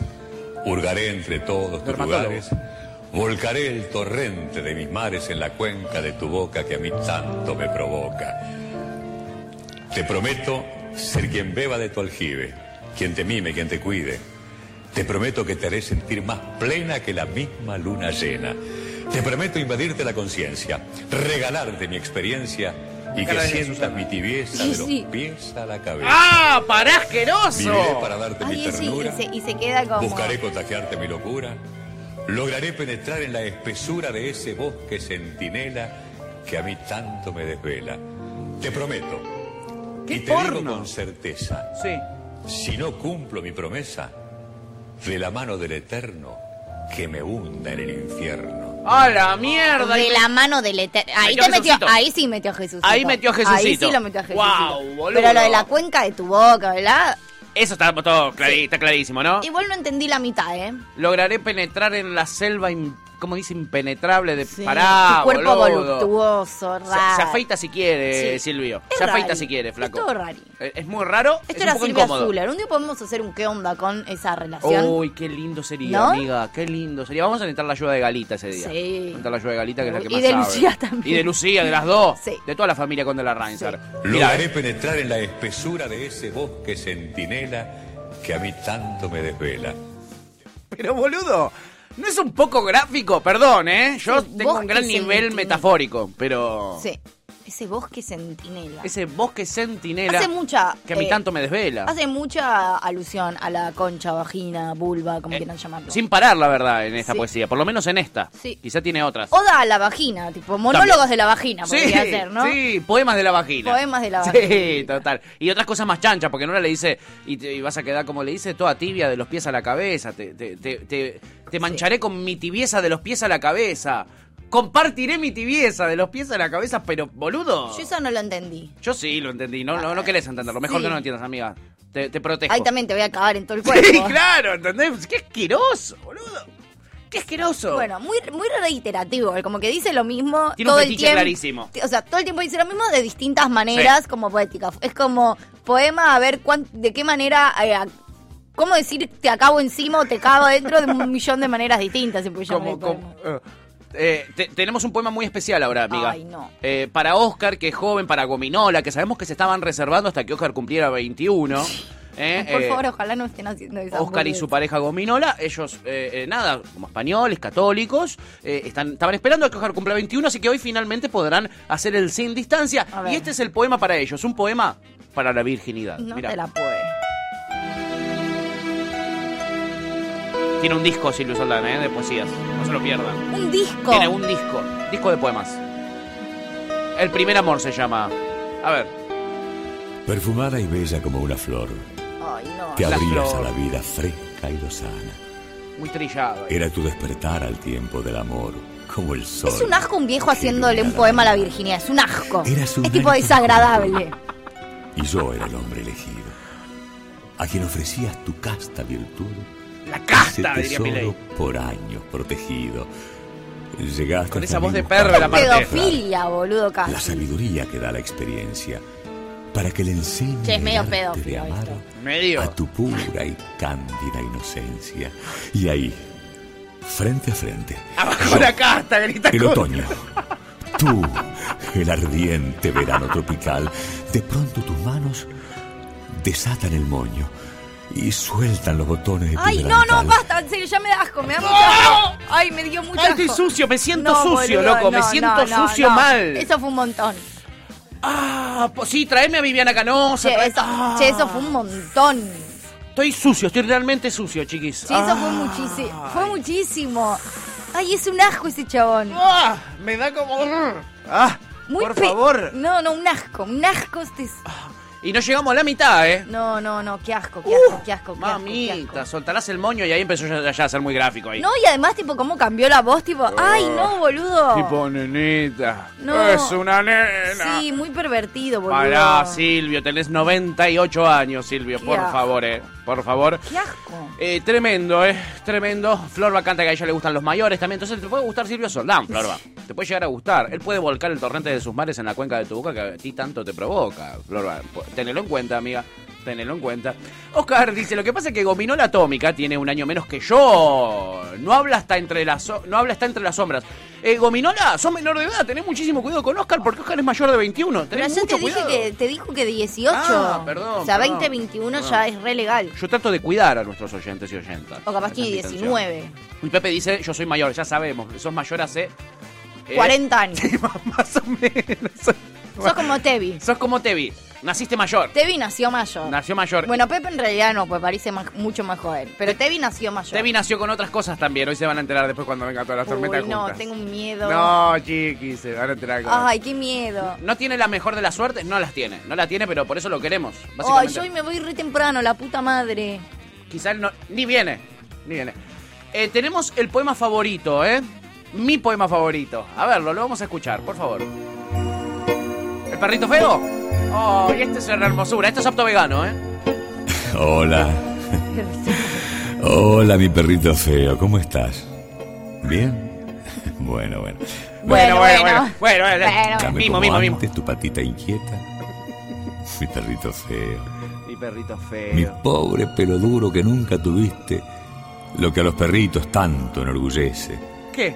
Speaker 9: hurgaré entre todos tus
Speaker 1: Dermatólogo.
Speaker 9: lugares, volcaré el torrente de mis mares en la cuenca de tu boca que a mí tanto me provoca. Te prometo ser quien beba de tu aljibe, quien te mime, quien te cuide. Te prometo que te haré sentir más plena que la misma luna llena. Te prometo invadirte la conciencia, regalarte mi experiencia y que
Speaker 1: Cara de
Speaker 9: sientas mi tibieza
Speaker 2: Sí,
Speaker 9: de los
Speaker 2: sí.
Speaker 9: pies a la cabeza.
Speaker 1: ¡Ah! ¡Pará
Speaker 9: Viviré
Speaker 1: asqueroso!
Speaker 9: para darte mi
Speaker 2: Ay, sí, y
Speaker 9: ternura.
Speaker 2: se, y se queda como...
Speaker 9: Buscaré contagiarte mi locura. Lograré penetrar en la espesura de ese bosque centinela que a mí tanto me desvela. Te prometo.
Speaker 1: ¡Qué
Speaker 9: y te digo
Speaker 1: porno!
Speaker 9: con certeza,
Speaker 1: Sí.
Speaker 9: si no cumplo mi promesa, de la mano del Eterno, que me hunda en el infierno.
Speaker 1: ¡A la mierda!
Speaker 2: De la mano del eterno. Ahí,
Speaker 1: Metió
Speaker 2: te metió,
Speaker 1: Jesucito.
Speaker 2: ahí sí metió Jesucito.
Speaker 1: Ahí metió Jesucito.
Speaker 2: Ahí sí lo metió Jesucito.
Speaker 1: Guau, boludo.
Speaker 2: Pero lo de la cuenca de tu boca, ¿verdad?
Speaker 1: Eso está todo clari- está clarísimo, ¿no?
Speaker 2: Igual no entendí la mitad, ¿eh?
Speaker 1: Lograré penetrar en la selva, in- ¿cómo dice? Impenetrable de
Speaker 2: Sí.
Speaker 1: Pará,
Speaker 2: Tu cuerpo
Speaker 1: boludo.
Speaker 2: voluptuoso,
Speaker 1: Se,
Speaker 2: raro.
Speaker 1: se afeita si quiere,
Speaker 2: Sí.
Speaker 1: Silvio.
Speaker 2: Es
Speaker 1: se afeita
Speaker 2: raro.
Speaker 1: si quiere,
Speaker 2: Es
Speaker 1: flaco.
Speaker 2: todo raro.
Speaker 1: Eh, Es muy raro. es
Speaker 2: Esto
Speaker 1: un
Speaker 2: era
Speaker 1: poco
Speaker 2: Silvia
Speaker 1: incómodo.
Speaker 2: Zuller. Un día podemos hacer un qué onda con esa relación.
Speaker 1: Uy, qué lindo sería,
Speaker 2: ¿No?
Speaker 1: amiga. Qué lindo sería. Vamos a necesitar la ayuda de Galita ese día.
Speaker 2: Sí.
Speaker 1: Vamos a necesitar la ayuda de Galita, que es la que
Speaker 2: Y
Speaker 1: más
Speaker 2: de
Speaker 1: sabe.
Speaker 2: Lucía también.
Speaker 1: Y de Lucía, de las dos.
Speaker 2: Sí.
Speaker 1: De toda la familia con De la Reinsar. eh.
Speaker 9: Lograré penetrar en la espesura de ese bosque centinela que a mí tanto me desvela.
Speaker 1: Pero boludo, no es un poco gráfico, perdón, ¿eh? Yo
Speaker 2: Sí,
Speaker 1: tengo un
Speaker 2: bosque
Speaker 1: gran nivel
Speaker 2: centinela.
Speaker 1: metafórico, pero
Speaker 2: Sí. Ese bosque centinela.
Speaker 1: ese bosque centinela
Speaker 2: Hace mucha,
Speaker 1: que a mí
Speaker 2: eh,
Speaker 1: tanto me desvela.
Speaker 2: Hace mucha alusión a la concha, vagina, vulva, como
Speaker 1: Eh,
Speaker 2: quieran llamarlo.
Speaker 1: Sin parar, la verdad, en esta
Speaker 2: Sí.
Speaker 1: poesía, por lo menos en esta.
Speaker 2: Sí.
Speaker 1: Quizá tiene otras.
Speaker 2: Oda a la vagina, tipo monólogos
Speaker 1: También.
Speaker 2: de la vagina podría ser, ¿no?
Speaker 1: sí, poemas de la vagina.
Speaker 2: Poemas de la
Speaker 1: Sí,
Speaker 2: vagina.
Speaker 1: total. Y otras cosas más chanchas, porque no le dice, y, te- y vas a quedar como le dice, toda tibia de los pies a la cabeza. Te, te- te- te- te mancharé con mi tibieza de los pies a la cabeza. Compartiré mi tibieza de los pies a la cabeza, pero boludo.
Speaker 2: Yo eso no lo entendí.
Speaker 1: Yo sí lo entendí, no, no, no querés entenderlo. Mejor
Speaker 2: Sí.
Speaker 1: que no lo entiendas, amiga. Te, te protejo.
Speaker 2: Ahí también te voy a acabar en todo el cuerpo.
Speaker 1: Sí, claro, ¿entendés? Qué asqueroso, boludo. Qué asqueroso.
Speaker 2: Bueno, muy, muy reiterativo, como que dice lo mismo
Speaker 1: Tiene un
Speaker 2: todo el
Speaker 1: fetiche
Speaker 2: tiempo.
Speaker 1: clarísimo.
Speaker 2: O sea, todo el tiempo dice lo mismo de distintas maneras como poética. Es como poema a ver cuán- de qué manera eh, a- cómo decir te acabo encima o te cago dentro de un millón de maneras distintas se puede llamar
Speaker 1: Como-
Speaker 2: el
Speaker 1: como-
Speaker 2: poema.
Speaker 1: eh, eh, te- tenemos un poema muy especial ahora, amiga.
Speaker 2: Ay, no.
Speaker 1: Eh, para Oscar, que es joven, para Gominola, que sabemos que se estaban reservando hasta que Oscar cumpliera 21. eh,
Speaker 2: Por
Speaker 1: eh,
Speaker 2: favor, ojalá no estén haciendo eso.
Speaker 1: Oscar y su pareja Gominola, ellos, eh, eh, nada, como españoles, católicos, eh, están, estaban esperando a que Oscar cumpla 21, así que hoy finalmente podrán hacer el sin distancia.
Speaker 2: A ver.
Speaker 1: Y este es el poema para ellos, un poema para la virginidad.
Speaker 2: No
Speaker 1: Mirá,
Speaker 2: te la puede.
Speaker 1: tiene un disco Silvio Soldán, eh, de poesías, no se lo pierdan.
Speaker 2: Un disco.
Speaker 1: Tiene un disco, disco de poemas. El primer amor se llama. A ver,
Speaker 9: Perfumada y bella como una flor,
Speaker 2: Ay, no.
Speaker 9: te
Speaker 1: La
Speaker 9: abrías
Speaker 1: flor.
Speaker 9: a la vida fresca y lozana.
Speaker 1: muy trillado. eh.
Speaker 9: Era tu despertar al tiempo del amor, como el sol.
Speaker 2: Es un asco un viejo
Speaker 9: que
Speaker 2: haciéndole un
Speaker 9: ilumina
Speaker 2: poema a la
Speaker 9: mañana.
Speaker 2: virginidad. Es un asco.
Speaker 9: Eras un
Speaker 2: es tipo
Speaker 9: alto-
Speaker 2: desagradable.
Speaker 9: Y yo era el hombre elegido, a quien ofrecías tu casta virtud.
Speaker 1: La
Speaker 9: ese
Speaker 1: casta, diría
Speaker 9: tesoro
Speaker 1: Milei.
Speaker 9: por años protegido. Llegaste
Speaker 1: Con
Speaker 9: hasta
Speaker 1: esa
Speaker 9: mí
Speaker 1: voz de
Speaker 9: buscando
Speaker 1: perro, la parte.
Speaker 2: Pedofilia, boludo, casi.
Speaker 9: La sabiduría que da la experiencia para que le enseñe
Speaker 2: Che, es medio
Speaker 9: el arte de
Speaker 2: pedófilo
Speaker 9: amar
Speaker 2: esto.
Speaker 1: Medio.
Speaker 9: a tu pura y cándida inocencia. Y ahí, frente a frente,
Speaker 1: Abajo la casta, grita
Speaker 9: el
Speaker 1: con-
Speaker 9: otoño. Tú, el ardiente verano tropical, de pronto tus manos desatan el moño y sueltan los botones de tu
Speaker 2: Ay, no, no,
Speaker 9: delantal.
Speaker 2: basta, en serio, ya me da asco, me da mucho asco. Ay, me dio mucho
Speaker 1: Ay,
Speaker 2: asco.
Speaker 1: estoy sucio, me siento sucio,
Speaker 2: boludo,
Speaker 1: loco, me siento sucio mal.
Speaker 2: Eso fue un montón.
Speaker 1: Ah, pues sí, traeme a Viviana Canosa.
Speaker 2: Che,
Speaker 1: trae-
Speaker 2: eso,
Speaker 1: Ah.
Speaker 2: che, eso fue un montón.
Speaker 1: Estoy sucio, estoy realmente sucio, chiquis. Ah.
Speaker 2: Che, eso fue muchísimo. Fue muchísimo. Ay, es un asco ese chabón.
Speaker 1: Ah, me da como. Ah,
Speaker 2: Muy
Speaker 1: por
Speaker 2: pe-
Speaker 1: favor.
Speaker 2: No, no, un asco, un asco este.
Speaker 1: Y no llegamos a la mitad, ¿eh?
Speaker 2: No, no, no, qué asco, qué asco, qué asco, qué asco, qué asco.
Speaker 1: Uh, Mamita, soltarás el moño y ahí empezó ya, ya a ser muy gráfico ahí.
Speaker 2: No, y además, tipo, cómo cambió la voz, tipo, ay, no, boludo.
Speaker 1: Tipo, nenita.
Speaker 2: No.
Speaker 1: Es una nena.
Speaker 2: sí, muy pervertido, boludo.
Speaker 1: Pará, Silvio, tenés 98 años, Silvio,
Speaker 2: Qué
Speaker 1: por
Speaker 2: asco.
Speaker 1: favor, eh. Por favor.
Speaker 2: Qué asco.
Speaker 1: Eh, tremendo, eh. Tremendo. Florba canta que a ella le gustan los mayores también. Entonces te puede gustar Silvio Soldán, Florba. Te puede llegar a gustar. Él puede volcar el torrente de sus mares en la cuenca de tu boca que a ti tanto te provoca, Florba. Po- Tenelo en cuenta, amiga. Tenelo en cuenta. Oscar dice, lo que pasa es que Gominola Atómica tiene un año menos que yo. No habla hasta entre las, so- no habla hasta entre las sombras. Eh, Gominola, sos menor de edad. Tenés muchísimo cuidado con Oscar porque Oscar es mayor de 21.
Speaker 2: Pero
Speaker 1: Tenés
Speaker 2: ayer
Speaker 1: mucho
Speaker 2: te, dije
Speaker 1: cuidado.
Speaker 2: que, te dijo que 18.
Speaker 1: Ah, perdón,
Speaker 2: O sea,
Speaker 1: perdón.
Speaker 2: 20, 21
Speaker 1: Perdón.
Speaker 2: ya es re legal.
Speaker 1: Yo trato de cuidar a nuestros oyentes y oyentas.
Speaker 2: O capaz
Speaker 1: Esa es
Speaker 2: que
Speaker 1: mi intención.
Speaker 2: 19.
Speaker 1: Y Pepe dice, yo soy mayor, ya sabemos, sos mayor hace... eh,
Speaker 2: 40 años.
Speaker 1: más o menos.
Speaker 2: Sos como Tevi.
Speaker 1: Sos como Tevi, naciste mayor.
Speaker 2: Tevi nació mayor.
Speaker 1: Nació mayor.
Speaker 2: Bueno, Pepe en realidad no, pues parece más- mucho más joven. Pero Tevi nació mayor.
Speaker 1: Tevi nació con otras cosas también, hoy se van a enterar después cuando venga toda la tormenta
Speaker 2: Uy, no,
Speaker 1: juntas.
Speaker 2: tengo un miedo.
Speaker 1: No, chiquis, se van a enterar. con-
Speaker 2: Ay, qué miedo.
Speaker 1: No tiene la mejor de las suertes, no las tiene. No la tiene, pero por eso lo queremos.
Speaker 2: Ay,
Speaker 1: Básicamente.
Speaker 2: yo hoy me voy re temprano, la puta madre.
Speaker 1: Quizás no, ni viene, ni viene. Eh, tenemos el poema favorito, ¿eh? Mi poema favorito. A verlo, lo vamos a escuchar, por favor. ¿El perrito feo? Oh, y este es una hermosura. Esto es apto vegano, ¿eh?
Speaker 9: Hola. Hola, mi perrito feo, ¿cómo estás? ¿Bien? Bueno, bueno.
Speaker 2: Bueno,
Speaker 1: Bueno,
Speaker 2: bueno.
Speaker 1: bueno. bueno,
Speaker 2: Bueno.
Speaker 9: Dame
Speaker 1: Mimo,
Speaker 9: como
Speaker 1: mimo, mimo.
Speaker 9: antes tu patita inquieta. Mi perrito feo.
Speaker 1: Mi perrito
Speaker 9: Mi
Speaker 1: feo.
Speaker 9: pobre pelo duro que nunca tuviste. Lo que a los perritos tanto enorgullece.
Speaker 1: ¿Qué?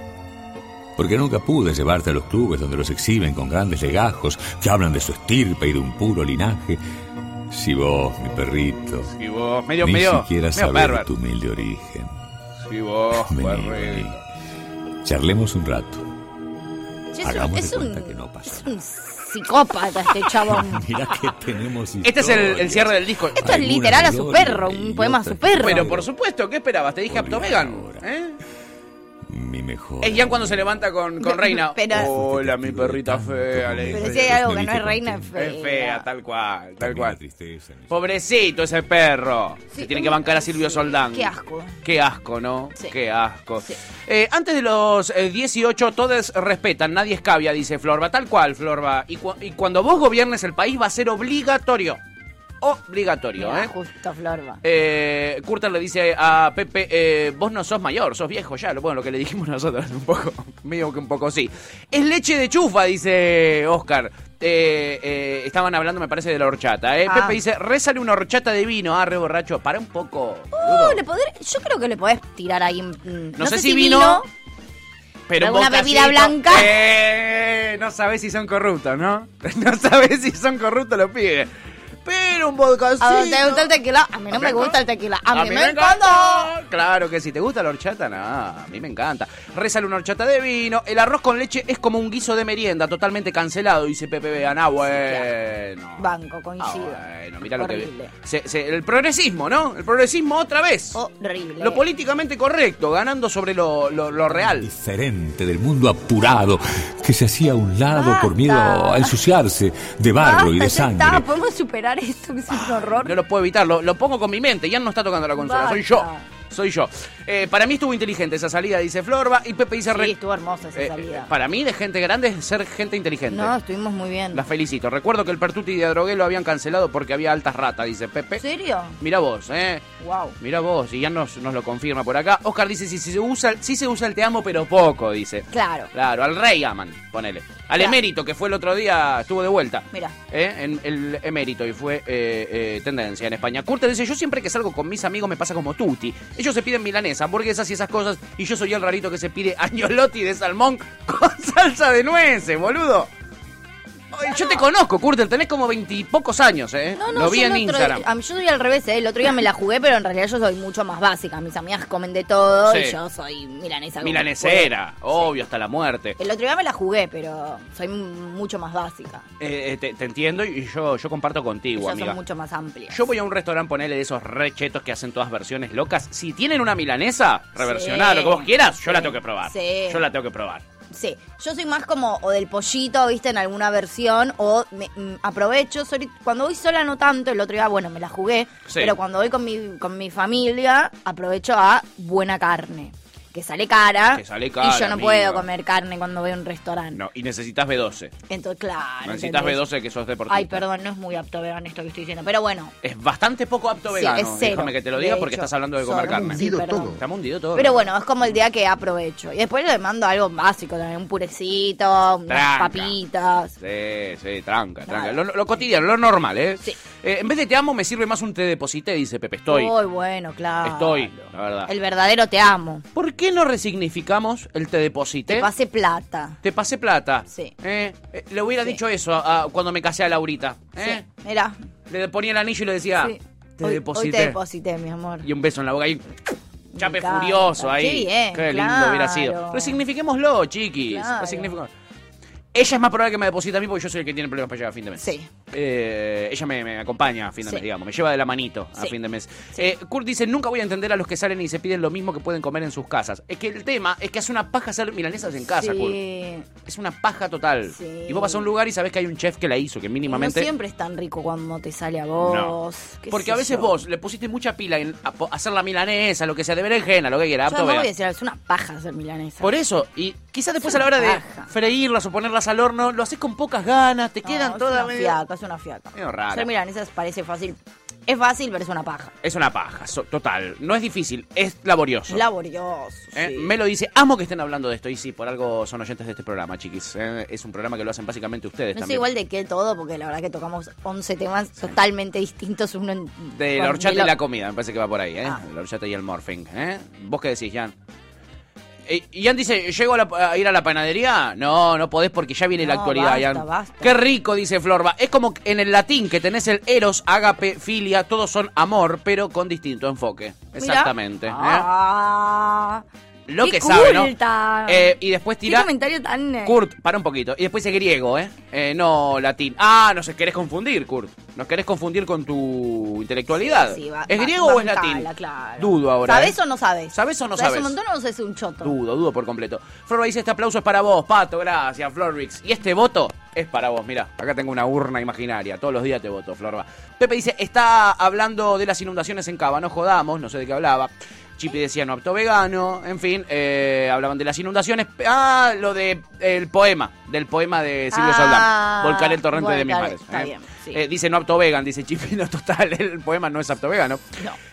Speaker 9: Porque nunca pude llevarte a los clubes donde los exhiben con grandes legajos que hablan de su estirpe y de un puro linaje. Si vos, mi perrito,
Speaker 1: Y vos, medio,
Speaker 9: ni
Speaker 1: medio.
Speaker 9: siquiera
Speaker 1: medio
Speaker 9: saber de
Speaker 1: pervert.
Speaker 9: tu humilde origen.
Speaker 1: Y vos,
Speaker 9: Vení, vení.
Speaker 1: perrito.
Speaker 9: Charlemos un rato.
Speaker 2: Che, es un,
Speaker 9: Hagamos de
Speaker 2: es
Speaker 9: cuenta
Speaker 2: un-
Speaker 9: que no pasó
Speaker 2: es un psicópata este chabón.
Speaker 9: Mira que tenemos
Speaker 1: Este es el, el cierre del disco.
Speaker 2: Esto es literal a su perro, un poema a su perro.
Speaker 1: Pero por supuesto, ¿qué esperabas? Te dije
Speaker 9: Volví
Speaker 1: apto vegan.
Speaker 9: ahora.
Speaker 1: ¿eh?
Speaker 9: Mi mejor.
Speaker 1: Es Ian cuando se levanta con, con Reina.
Speaker 2: Pero-
Speaker 1: Hola, mi perrita fea. le
Speaker 2: Pero
Speaker 1: dice.
Speaker 2: si hay algo que
Speaker 9: Me
Speaker 2: no
Speaker 9: dijo
Speaker 2: es reina, es
Speaker 1: Es
Speaker 2: fea.
Speaker 1: fea, tal cual, tal
Speaker 9: También la
Speaker 1: cual.
Speaker 9: tristeza, mi-
Speaker 1: Pobrecito ese perro.
Speaker 2: Sí,
Speaker 1: Se tiene que bancar a Silvio
Speaker 2: sí,
Speaker 1: Soldán.
Speaker 2: qué asco.
Speaker 1: Qué asco, ¿no?
Speaker 2: Sí.
Speaker 1: Qué asco.
Speaker 2: Sí.
Speaker 1: Eh, antes de los eh, 18, todos respetan, nadie escabia, dice Florba. Tal cual, Florba. Y, cu- y cuando vos gobiernes el país va a ser obligatorio. obligatorio.
Speaker 2: Mirá,
Speaker 1: ¿eh?
Speaker 2: Justo Flor va.
Speaker 1: Eh, Curter le dice a Pepe, eh, vos no sos mayor, sos viejo ya. Lo, bueno, lo que le dijimos nosotros, un poco, medio que un poco sí. Es leche de chufa, dice Oscar. Eh, eh, estaban hablando, me parece, de la horchata. ¿eh?
Speaker 2: Ah.
Speaker 1: Pepe dice, rézale una horchata de vino. Ah, re borracho, para un poco.
Speaker 2: Uh,
Speaker 1: boludo.
Speaker 2: le podré- yo creo que le podés tirar ahí. mm,
Speaker 1: No sé si vino, pero
Speaker 2: alguna
Speaker 1: un bocacito.
Speaker 2: bebida blanca.
Speaker 1: Eh, no sabés si son corruptos, ¿no? No sabés si son corruptos los pibes. Pero un vodcacito.
Speaker 2: A vos Ah, te gusta el tequila. A mí no
Speaker 1: ¿A
Speaker 2: me
Speaker 1: mí no?
Speaker 2: gusta el tequila. A mí, me encanta.
Speaker 1: encanta. Claro que si te gusta la horchata, nada, a mí me encanta. Rézale una horchata de vino. El arroz con leche es como un guiso de merienda, totalmente cancelado, dice Pepe Vean. Ah, bueno.
Speaker 2: Banco,
Speaker 1: Ah,
Speaker 2: coincido.
Speaker 1: bueno, mirá lo que...
Speaker 2: Horrible. Oh,
Speaker 1: se- se- el progresismo, ¿no? El progresismo otra vez.
Speaker 2: Horrible.
Speaker 1: Lo políticamente correcto, ganando sobre lo, lo- lo real.
Speaker 7: Diferente del mundo apurado que se hacía a un lado por miedo
Speaker 2: Basta.
Speaker 7: a ensuciarse de barro y
Speaker 2: Basta,
Speaker 7: de
Speaker 2: ya está,
Speaker 7: sangre.
Speaker 2: podemos superar esto que es un horror.
Speaker 1: No Ah, lo puedo evitar, lo, lo pongo con mi mente. Ya no está tocando la consola, soy yo.
Speaker 2: Basta.
Speaker 1: Soy yo. Eh, para mí estuvo inteligente esa salida, dice Florba. Y Pepe dice...
Speaker 2: sí,
Speaker 1: re-
Speaker 2: estuvo hermosa esa
Speaker 1: Eh, eh,
Speaker 2: salida.
Speaker 1: para mí, de gente grande es ser gente inteligente.
Speaker 2: no, estuvimos muy bien.
Speaker 1: La felicito. Recuerdo que el Pertuti de Adrogué lo habían cancelado porque había altas ratas, dice Pepe.
Speaker 2: ¿En serio?
Speaker 1: Mira vos, ¿eh?
Speaker 2: Wow.
Speaker 1: Mira vos, y ya nos, nos lo confirma por acá. Oscar dice, si, si se usa, el- sí se usa el te amo, pero poco, dice.
Speaker 2: Claro.
Speaker 1: Claro, al rey aman, ponele. Al
Speaker 2: Claro.
Speaker 1: emérito, que fue el otro día, estuvo de vuelta.
Speaker 2: Mira.
Speaker 1: ¿Eh? En el emérito y fue eh, eh, tendencia en España. Curte dice, yo siempre que salgo con mis amigos me pasa como Tuti. Ellos se piden milanesa, hamburguesas y esas cosas, y yo soy el rarito que se pide añolotti de salmón con salsa de nueces, boludo. Ay, yo te conozco, Curte, tenés como veintipocos años, ¿eh?
Speaker 2: No, no,
Speaker 1: Lo vi
Speaker 2: yo
Speaker 1: en
Speaker 2: el otro día-
Speaker 1: Instagram.
Speaker 2: a mí- yo soy al revés, ¿eh? el otro día me la jugué, pero en realidad yo soy mucho más básica. Mis amigas comen de todo
Speaker 1: Sí.
Speaker 2: y yo soy milanesa. como
Speaker 1: Milanesera, obvio, hasta la muerte.
Speaker 2: puedo. El otro día me la jugué, pero soy m- mucho más básica.
Speaker 1: Eh, eh, te, te entiendo y yo, yo comparto contigo,
Speaker 2: Ellas
Speaker 1: amiga.
Speaker 2: son mucho más amplias.
Speaker 1: Yo voy a un restaurante, ponele de esos rechetos que hacen todas versiones locas. Si tienen una milanesa, reversionada, lo que vos quieras, yo la
Speaker 2: Sí,
Speaker 1: tengo que probar.
Speaker 2: sí.
Speaker 1: Yo la tengo que probar.
Speaker 2: Sí, yo soy más como o del pollito, viste, en alguna versión, o me- mm, aprovecho, soli- cuando voy sola no tanto, el otro día, bueno, me la jugué,
Speaker 1: Sí.
Speaker 2: pero cuando voy con mi, con mi familia, aprovecho a buena carne, que sale cara,
Speaker 1: Que sale cara,
Speaker 2: y yo no
Speaker 1: amiga.
Speaker 2: puedo comer carne cuando voy a un restaurante.
Speaker 1: No, y necesitas B12.
Speaker 2: Entonces, claro.
Speaker 1: necesitas
Speaker 2: Ah, ¿entendés?
Speaker 1: B12 que sos deportista.
Speaker 2: Ay, perdón, no es muy apto vegano esto que estoy diciendo, pero bueno.
Speaker 1: Es bastante poco apto
Speaker 2: Sí,
Speaker 1: vegano.
Speaker 2: es cero,
Speaker 1: Déjame que te lo
Speaker 2: de
Speaker 1: diga porque
Speaker 2: hecho.
Speaker 1: estás hablando de comer
Speaker 2: Son-
Speaker 1: carne.
Speaker 2: sí, perdón.
Speaker 1: Estamos hundido todo.
Speaker 2: Pero bueno, es como el día que aprovecho. Y después le mando algo básico, también un purecito, unas
Speaker 1: Tranca.
Speaker 2: papitas.
Speaker 1: Sí, sí, tranca, tranca.
Speaker 2: Claro.
Speaker 1: Lo, lo cotidiano, lo normal, ¿eh?
Speaker 2: Sí.
Speaker 1: Eh, En vez de te amo, me sirve más un te deposité, dice Pepe. Estoy.
Speaker 2: Muy bueno, claro.
Speaker 1: Estoy, ¿Eh? la verdad.
Speaker 2: El verdadero te amo.
Speaker 1: ¿Por qué no resignificamos el te deposité?
Speaker 2: Te pasé plata.
Speaker 1: Te pasé plata.
Speaker 2: Sí.
Speaker 1: Eh, eh, le hubiera
Speaker 2: Sí.
Speaker 1: dicho eso a- a cuando me casé a Laurita. ¿eh?
Speaker 2: Sí, mirá.
Speaker 1: Le ponía el anillo y le decía,
Speaker 2: sí.
Speaker 1: te
Speaker 2: hoy,
Speaker 1: deposité.
Speaker 2: hoy te deposité, mi amor.
Speaker 1: Y un beso en la boca y
Speaker 2: Me
Speaker 1: chape
Speaker 2: encanta.
Speaker 1: furioso ahí.
Speaker 2: Qué bien,
Speaker 1: lindo
Speaker 2: claro.
Speaker 1: hubiera sido. Resignifiquémoslo, chiquis.
Speaker 2: Claro.
Speaker 1: Resignifiquémoslo. Ella es más probable que me deposite a mí porque yo soy el que tiene problemas para llegar a fin de mes.
Speaker 2: Sí.
Speaker 1: Eh, ella me, me acompaña a fin de
Speaker 2: Sí.
Speaker 1: mes, digamos. Me lleva de la manito a
Speaker 2: Sí.
Speaker 1: fin de mes. Eh, Kurt dice, nunca voy a entender a los que salen y se piden lo mismo que pueden comer en sus casas. Es que el tema es que hace una paja hacer milanesas en casa, Kurt.
Speaker 2: sí.
Speaker 1: Es una paja total.
Speaker 2: Sí.
Speaker 1: Y vos vas a un lugar y sabés que hay un chef que la hizo, que mínimamente...
Speaker 2: No siempre es tan rico cuando te sale a
Speaker 1: No.
Speaker 2: vos. qué
Speaker 1: Porque
Speaker 2: sé
Speaker 1: a veces
Speaker 2: yo.
Speaker 1: vos le pusiste mucha pila en a po- hacer la milanesa, lo que sea, de berenjena, lo que quiera,
Speaker 2: Yo
Speaker 1: apto
Speaker 2: no voy a
Speaker 1: vegano.
Speaker 2: decir, es una paja ser milanesa.
Speaker 1: Por eso, y quizás después a
Speaker 2: una
Speaker 1: la hora de
Speaker 2: paja.
Speaker 1: freírlas o ponerlas al horno, lo haces con pocas ganas, te
Speaker 2: No,
Speaker 1: quedan
Speaker 2: es
Speaker 1: todas
Speaker 2: una
Speaker 1: medio-
Speaker 2: fiaca, es una fiaca.
Speaker 1: medio rara.
Speaker 2: Ser milanesa es- parece fácil. Es fácil, pero es una paja.
Speaker 1: Es una paja, so- total. No es difícil, es laborioso.
Speaker 2: Es laborioso.
Speaker 1: ¿Eh?
Speaker 2: sí.
Speaker 1: Me lo dice, amo que estén hablando de esto. Y sí, por algo son oyentes de este programa, chiquis. ¿eh? Es un programa que lo hacen básicamente ustedes
Speaker 2: No sé
Speaker 1: también.
Speaker 2: igual de qué todo, porque la verdad que tocamos 11 temas totalmente distintos uno en,
Speaker 1: De la
Speaker 2: con-
Speaker 1: horchata
Speaker 2: de
Speaker 1: y la comida, me parece que va por ahí, ¿eh?
Speaker 2: Ah.
Speaker 1: La horchata y el morphing, ¿eh? ¿Vos qué decís, Jan? Eh, Y Jan dice, ¿llego a, la- a ir a la panadería? No, no podés porque ya viene la
Speaker 2: No,
Speaker 1: actualidad,
Speaker 2: basta,
Speaker 1: Jan.
Speaker 2: basta.
Speaker 1: Qué rico, dice Florba. Es como que en el latín que tenés el eros, agape, filia, todos son amor, pero con distinto enfoque.
Speaker 2: Mirá.
Speaker 1: Exactamente. ¿eh?
Speaker 2: Ah,
Speaker 1: Lo
Speaker 2: qué
Speaker 1: que sabe, ¿no?
Speaker 2: culta.
Speaker 1: Eh, y después
Speaker 2: Qué
Speaker 1: tira...
Speaker 2: comentario tan. eh,
Speaker 1: Kurt, para un poquito. Y después es griego, ¿eh? Eh, No latín. Ah, nos querés confundir, Kurt. Nos querés confundir con tu intelectualidad.
Speaker 2: sí, va-
Speaker 1: ¿Es
Speaker 2: va-
Speaker 1: griego o es
Speaker 2: bancala,
Speaker 1: latín?
Speaker 2: claro.
Speaker 1: Dudo ahora.
Speaker 2: ¿Sabes
Speaker 1: ¿eh?
Speaker 2: o no sabes?
Speaker 1: ¿Sabes o no
Speaker 2: un
Speaker 1: sabes?
Speaker 2: montón o no sabes un choto?
Speaker 1: Dudo, dudo por completo. Florba dice, este aplauso es para vos, Pato, gracias, Florrix. Y este voto es para vos, mirá. Acá tengo una urna imaginaria, todos los días te voto, Florba. Pepe dice, está hablando de las inundaciones en Cava, no jodamos, no sé de qué hablaba. Chipi decía no apto vegano, en fin, eh, hablaban de las inundaciones. Ah, lo de el poema, del poema de Silvio
Speaker 2: Ah,
Speaker 1: Soldán, Volcar el torrente de mis
Speaker 2: volcar,
Speaker 1: mares.
Speaker 2: está
Speaker 1: eh.
Speaker 2: bien, sí.
Speaker 1: Eh, dice no apto vegan, dice Chipi, no total, el poema no es apto vegano.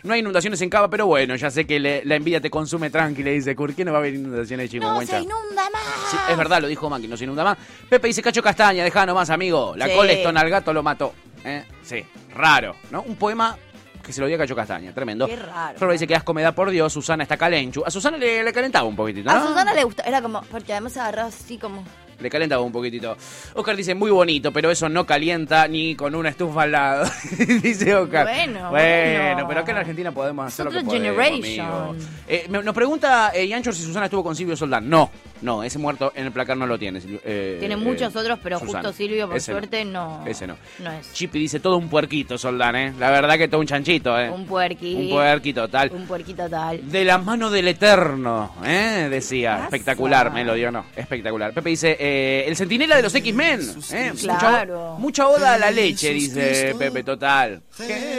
Speaker 1: No. hay inundaciones en Cava, pero bueno, ya sé que le- la envidia te consume tranquila, dice, ¿por qué no va a haber inundaciones, chico?
Speaker 2: No se inunda más.
Speaker 1: Sí, es verdad, lo dijo Maki, no se inunda más. Pepe dice, Cacho Castaña, dejá nomás, amigo. La
Speaker 2: Sí.
Speaker 1: Coleston al gato lo mató. Eh, Sí, raro, ¿no? Un poema que se lo dio a Cacho Castaña, tremendo.
Speaker 2: Qué raro.
Speaker 1: Flor dice que asco me da por Dios, Susana está calenchu. A Susana le, le calentaba un poquitito, ¿no?
Speaker 2: A Susana le gustó, era como, porque además se agarraba así como.
Speaker 1: Le calentaba un poquitito. Oscar dice, muy bonito, pero eso no calienta ni con una estufa al lado. dice Oscar.
Speaker 2: Bueno, bueno.
Speaker 1: Bueno, pero acá en Argentina podemos
Speaker 2: Es
Speaker 1: hacer lo
Speaker 2: otra
Speaker 1: que podemos,
Speaker 2: generation.
Speaker 1: amigo. Eh, me- nos pregunta eh, Iancho si Susana estuvo con Silvio Soldán. No, no, ese muerto en el placar no lo tiene. Silvio- eh,
Speaker 2: Tiene
Speaker 1: eh,
Speaker 2: muchos otros, pero
Speaker 1: Susana.
Speaker 2: justo Silvio, por
Speaker 1: Ese no.
Speaker 2: suerte, no.
Speaker 1: Ese no.
Speaker 2: No es.
Speaker 1: Chipi dice todo un puerquito, Soldán, ¿eh? La verdad que todo un chanchito, ¿eh?
Speaker 2: Un puerqui.
Speaker 1: Un puerquito, tal.
Speaker 2: Un puerquito tal.
Speaker 1: De la mano del Eterno, ¿eh? decía.
Speaker 2: pasa?
Speaker 1: Espectacular, me lo dio, no. Espectacular. Pepe dice, eh, el centinela de los X-Men. ¿eh?
Speaker 2: Claro.
Speaker 1: Mucha, mucha oda a la leche, dice Pepe, total.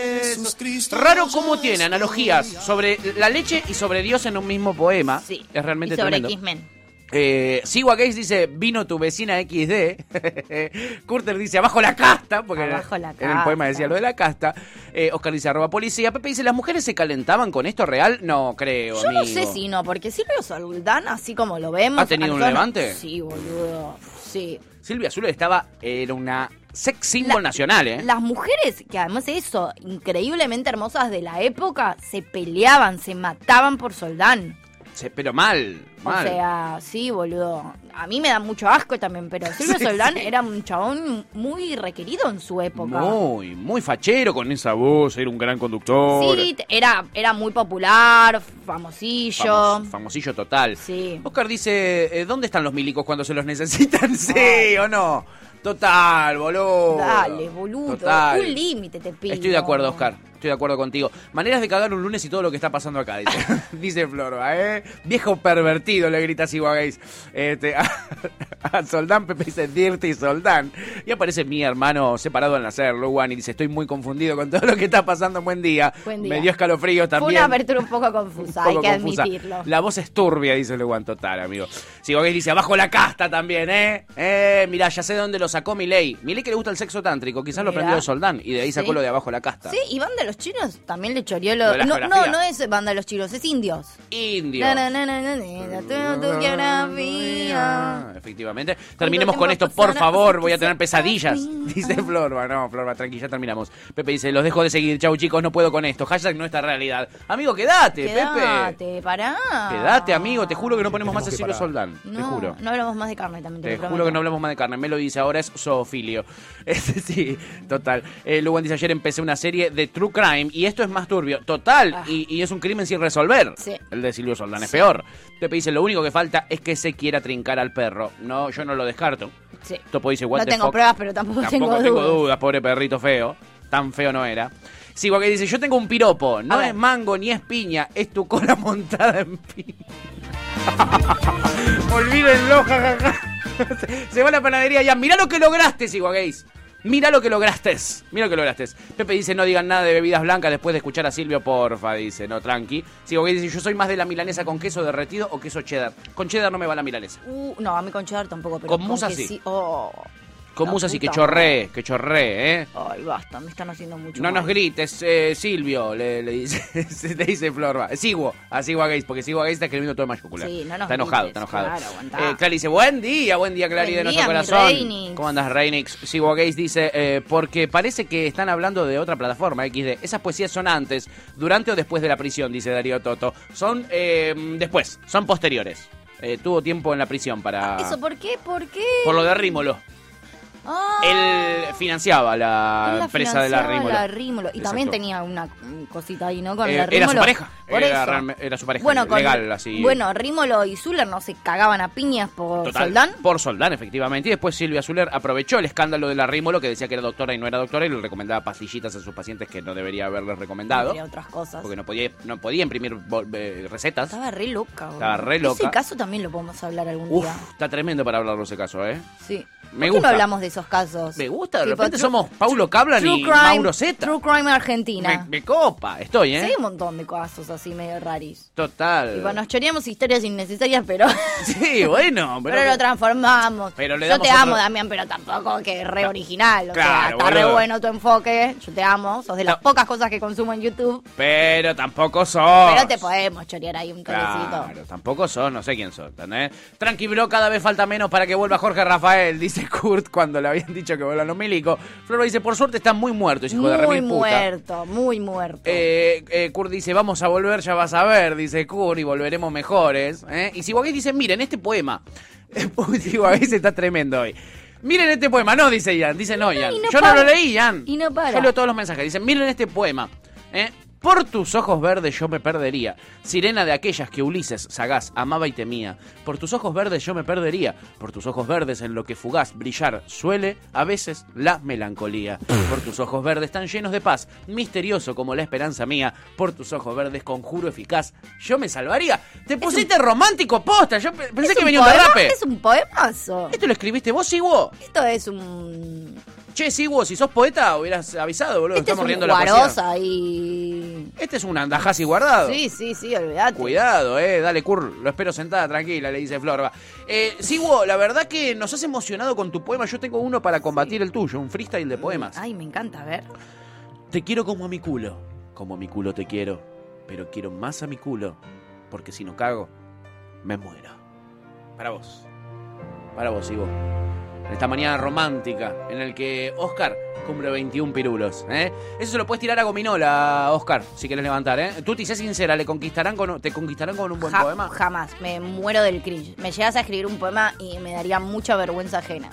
Speaker 1: Jesús. Raro cómo tiene analogías sobre la leche y sobre Dios en un mismo poema.
Speaker 2: Sí.
Speaker 1: Es realmente
Speaker 2: y sobre
Speaker 1: tremendo.
Speaker 2: X-Men.
Speaker 1: Eh, Siwa Gates dice, vino tu vecina XD. Curter dice, abajo la casta, porque en el-
Speaker 2: Abajo la
Speaker 1: en el poema
Speaker 2: casta.
Speaker 1: decía lo de la casta. Eh, Oscar dice, arroba policía. Pepe dice, ¿las mujeres se calentaban con esto real? No creo,
Speaker 2: Yo no
Speaker 1: amigo.
Speaker 2: sé si no, porque Silvio Soldán, así como lo vemos.
Speaker 1: ¿Ha tenido un
Speaker 2: actúa-
Speaker 1: levante?
Speaker 2: Sí, boludo. Sí.
Speaker 1: Silvia Azul estaba, era una sex symbol
Speaker 2: La-
Speaker 1: nacional, ¿eh?
Speaker 2: Las mujeres, que además eso, increíblemente hermosas de la época, se peleaban, se mataban por Soldán.
Speaker 1: Se- pero mal, mal.
Speaker 2: O sea, sí, boludo. A mí me da mucho asco también, pero Silvio Soldán era un chabón muy requerido en su época.
Speaker 1: muy, muy fachero con esa voz, era un gran conductor.
Speaker 2: Sí, t- era, era muy popular, famosillo.
Speaker 1: Famos- famosillo total.
Speaker 2: Sí.
Speaker 1: Oscar dice, eh, ¿dónde están los milicos cuando se los necesitan? Sí o no. Total, boludo.
Speaker 2: Dale, boludo.
Speaker 1: Oh, Total.
Speaker 2: Un límite te pido.
Speaker 1: Estoy de acuerdo, Oscar. Estoy de acuerdo contigo. Maneras de cagar un lunes y todo lo que está pasando acá, dice, dice Florba, ¿eh? Viejo pervertido, le grita así Gays. Este, a, a Soldán, Pepe dice Dirty Soldán. Y aparece mi hermano separado al nacer, Luan, y dice, estoy muy confundido con todo lo que está pasando. Buen día.
Speaker 2: Buen día.
Speaker 1: Me dio escalofríos
Speaker 2: Fue
Speaker 1: también.
Speaker 2: una apertura un poco confusa, hay
Speaker 1: poco
Speaker 2: que
Speaker 1: confusa.
Speaker 2: admitirlo.
Speaker 1: La voz es turbia, dice Luan, total, amigo. Si Bogués dice, abajo la casta también, ¿eh? Eh, mirá, ya sé dónde lo sacó Milei. Milei que le gusta el sexo tántrico, quizás lo
Speaker 2: Mirá.
Speaker 1: aprendió de Soldán y de ahí sacó
Speaker 2: Sí.
Speaker 1: lo de abajo la casta.
Speaker 2: Sí, y Banda de los Chinos también le choreó
Speaker 1: Lo
Speaker 2: lo...
Speaker 1: de la
Speaker 2: No, no,
Speaker 1: geografía.
Speaker 2: no es Banda de los Chinos, es indios.
Speaker 1: Indio.
Speaker 2: Na, na, na, na, na, na, tu, tu geografía.
Speaker 1: Efectivamente. Terminemos con
Speaker 2: tiempo
Speaker 1: esto, por
Speaker 2: pasará?
Speaker 1: favor.
Speaker 2: Así
Speaker 1: Voy a
Speaker 2: que
Speaker 1: tener
Speaker 2: se
Speaker 1: pesadillas.
Speaker 2: termina.
Speaker 1: Dice Florba. No, Florba, tranqui, ya terminamos. Pepe dice, los dejo de seguir. Chau, chicos, no puedo con esto. Hashtag nuestra realidad. Amigo, quédate, Eh, Pepe.
Speaker 2: Quédate, pará.
Speaker 1: Quédate, amigo. Te juro que no ponemos más a
Speaker 6: que
Speaker 1: Silvio
Speaker 6: parar.
Speaker 1: Soldán.
Speaker 2: No,
Speaker 1: te juro.
Speaker 2: no hablamos más de carne también, te,
Speaker 1: Te
Speaker 2: lo
Speaker 1: juro
Speaker 2: prometo.
Speaker 1: que no hablamos más de carne. Me lo dice ahora, es zoofilio. Este sí, total. Eh, Luan dice: Ayer empecé una serie de True Crime y esto es más turbio. Total.
Speaker 2: Ah.
Speaker 1: Y, y es un crimen sin resolver.
Speaker 2: Sí.
Speaker 1: El de Silvio Soldán es peor. Pepe dice: Lo único que falta es que se quiera trincar al perro. No, yo no lo descarto.
Speaker 2: Sí.
Speaker 1: Topo dice: What
Speaker 2: No
Speaker 1: the
Speaker 2: tengo
Speaker 1: fuck?".
Speaker 2: pruebas, pero tampoco,
Speaker 1: Tampoco
Speaker 2: tengo dudas.
Speaker 1: pobre perrito feo. Tan feo no era. Sí, porque dice: Yo tengo un piropo. No
Speaker 2: A ver.
Speaker 1: es mango ni es piña. Es tu cola montada en piña. Olvídenlo, jajaja. Se va a la panadería ya. Mirá lo que lograste, Siguagueis. Mirá lo que lograste. Mirá lo que lograste. Pepe dice, no digan nada de bebidas blancas después de escuchar a Silvio, porfa. Dice, no, tranqui. Siguagueis dice, yo soy más de la milanesa con queso derretido o queso cheddar. Con cheddar no me va la milanesa.
Speaker 2: Uh, no, a mí con cheddar tampoco, pero
Speaker 1: Con musa
Speaker 2: que
Speaker 1: sí.
Speaker 2: Oh,
Speaker 1: Con
Speaker 2: La
Speaker 1: musa sí que
Speaker 2: puta
Speaker 1: chorree, que chorree, ¿eh?
Speaker 2: ay, basta, me están haciendo mucho
Speaker 1: No
Speaker 2: mal.
Speaker 1: nos grites, eh, Silvio, le, le dice, se- le dice Florba. Sigo, a Sigo a Gates, porque Sigo a Gates está escribiendo todo en mayúscula.
Speaker 2: Sí, no nos
Speaker 1: Está enojado,
Speaker 2: grites,
Speaker 1: está enojado.
Speaker 2: claro, aguantá.
Speaker 1: Eh, Clary dice, buen día, buen día, Clary,
Speaker 2: Buen
Speaker 1: de nuestro
Speaker 2: día, mi
Speaker 1: corazón.
Speaker 2: Reinix.
Speaker 1: ¿Cómo andas, Reinix? Sigo a Gates dice, eh, porque parece que están hablando de otra plataforma, XD. Esas poesías son antes, durante o después de la prisión, dice Darío Toto. Son eh, después, son posteriores. Eh, tuvo tiempo en la prisión para...
Speaker 2: Ah, ¿Eso por qué? ¿Por qué?
Speaker 1: por lo de Rímolo.
Speaker 2: Ah,
Speaker 1: Él financiaba la,
Speaker 2: él la
Speaker 1: Ah, empresa de la
Speaker 2: financiaba,
Speaker 1: Rímolo.
Speaker 2: la Rímolo. Y también
Speaker 1: Exacto.
Speaker 2: tenía una mm, cosita ahí, ¿no? Con
Speaker 1: Eh,
Speaker 2: la
Speaker 1: era
Speaker 2: Rímolo.
Speaker 1: su pareja.
Speaker 2: Por
Speaker 1: Era
Speaker 2: eso.
Speaker 1: realme- era su pareja,
Speaker 2: con-
Speaker 1: legal, así.
Speaker 2: Bueno, Rímolo y Zuller no se cagaban a piñas por
Speaker 1: Total,
Speaker 2: Soldán.
Speaker 1: Por Soldán, efectivamente. Y después Silvia Zuller aprovechó el escándalo de la Rímolo, que decía que era doctora y no era doctora, y le recomendaba pastillitas a sus pacientes que no debería haberles recomendado.
Speaker 2: Entre otras cosas.
Speaker 1: Porque no podía, no podía imprimir vol- eh, recetas.
Speaker 2: Estaba re loca. boludo.
Speaker 1: Estaba re loca.
Speaker 2: Ese caso también lo podemos hablar algún
Speaker 1: Uf,
Speaker 2: día.
Speaker 1: está tremendo para hablarlo ese caso, ¿eh?
Speaker 2: Sí.
Speaker 1: Me
Speaker 2: ¿Por qué
Speaker 1: gusta.
Speaker 2: no hablamos de esos casos?
Speaker 1: Me gusta, de
Speaker 2: Tipo,
Speaker 1: repente
Speaker 2: true-
Speaker 1: somos Paulo Cablan
Speaker 2: True
Speaker 1: y
Speaker 2: crime-
Speaker 1: Mauro Zeta.
Speaker 2: True Crime
Speaker 1: Me,
Speaker 2: Argentina.
Speaker 1: me copa, estoy,
Speaker 2: Sí,
Speaker 1: ¿eh?
Speaker 2: hay un montón de casos así medio raris.
Speaker 1: Total.
Speaker 2: Y bueno, nos choreamos historias innecesarias, pero.
Speaker 1: Sí, bueno, pero.
Speaker 2: Pero, lo transformamos.
Speaker 1: Pero le
Speaker 2: Yo
Speaker 1: damos
Speaker 2: te
Speaker 1: otro-
Speaker 2: amo, Damián, pero tampoco que es re original. O sea,
Speaker 1: Claro,
Speaker 2: está re
Speaker 1: boludo.
Speaker 2: bueno tu enfoque. Yo te amo. Sos de las
Speaker 1: No.
Speaker 2: pocas cosas que consumo en YouTube.
Speaker 1: pero tampoco son.
Speaker 2: Pero te podemos chorear ahí un toquecito.
Speaker 1: Oh. Claro, tampoco son, no sé quién son, ¿entendés? Tranqui, bro, cada vez falta menos para que vuelva Jorge Rafael, dice Kurt cuando le habían dicho que vuelvan los milicos. Floro dice, por suerte están muy muertos, hijo de
Speaker 2: Muy
Speaker 1: remil puta.
Speaker 2: muerto, muy muerto.
Speaker 1: Eh, eh, Kurt dice, vamos a volver, ya vas a ver, dice Kurt, y volveremos mejores. ¿eh? Y Sibogay dice, miren este poema. Sibogay está tremendo hoy. Miren este poema, no, dice Ian, dice no, Ian.
Speaker 2: y no
Speaker 1: Yo no
Speaker 2: para.
Speaker 1: lo leí, Ian.
Speaker 2: Y no para.
Speaker 1: Yo leo todos los mensajes, dicen, miren este poema. ¿eh? Por tus ojos verdes yo me perdería, sirena de aquellas que Ulises sagaz amaba y temía. Por tus ojos verdes yo me perdería, por tus ojos verdes en lo que fugaz brillar suele a veces la melancolía. Por tus ojos verdes tan llenos de paz, misterioso como la esperanza mía. Por tus ojos verdes conjuro eficaz, yo me salvaría. Te pusiste romántico posta, yo pe- pensé
Speaker 2: ¿Es
Speaker 1: que
Speaker 2: un
Speaker 1: venía un
Speaker 2: poema?
Speaker 1: derrape.
Speaker 2: Es un poemazo.
Speaker 1: Esto lo escribiste vos, Sigo.
Speaker 2: Esto es un.
Speaker 1: Che, Sigo, si sos poeta hubieras avisado, boludo,
Speaker 2: Este es
Speaker 1: estamos
Speaker 2: un
Speaker 1: riendo la poesía.
Speaker 2: guarosa y.
Speaker 1: Este es un andajasi guardado.
Speaker 2: Sí, sí, sí, olvidate.
Speaker 1: Cuidado, eh, dale, Curl, lo espero sentada, tranquila, le dice Florba. Eh, Sigo, la verdad que nos has emocionado con tu poema. Yo tengo uno para combatir el tuyo, un freestyle de poemas.
Speaker 2: Ay, me encanta, a ver.
Speaker 1: Te quiero como a mi culo, como a mi culo te quiero, pero quiero más a mi culo, porque si no cago, me muero. Para vos, para vos, Ivo. En esta mañana romántica, en el que Oscar cumple 21 pirulos. ¿eh? Eso se lo puedes tirar a Gominola, Oscar, si querés levantar. ¿eh? Tú te sé sincera, ¿le conquistarán con, ¿te conquistarán con un buen
Speaker 2: Ja-
Speaker 1: poema?
Speaker 2: Jamás, me muero del cringe. Me llegas a escribir un poema y me daría mucha vergüenza ajena.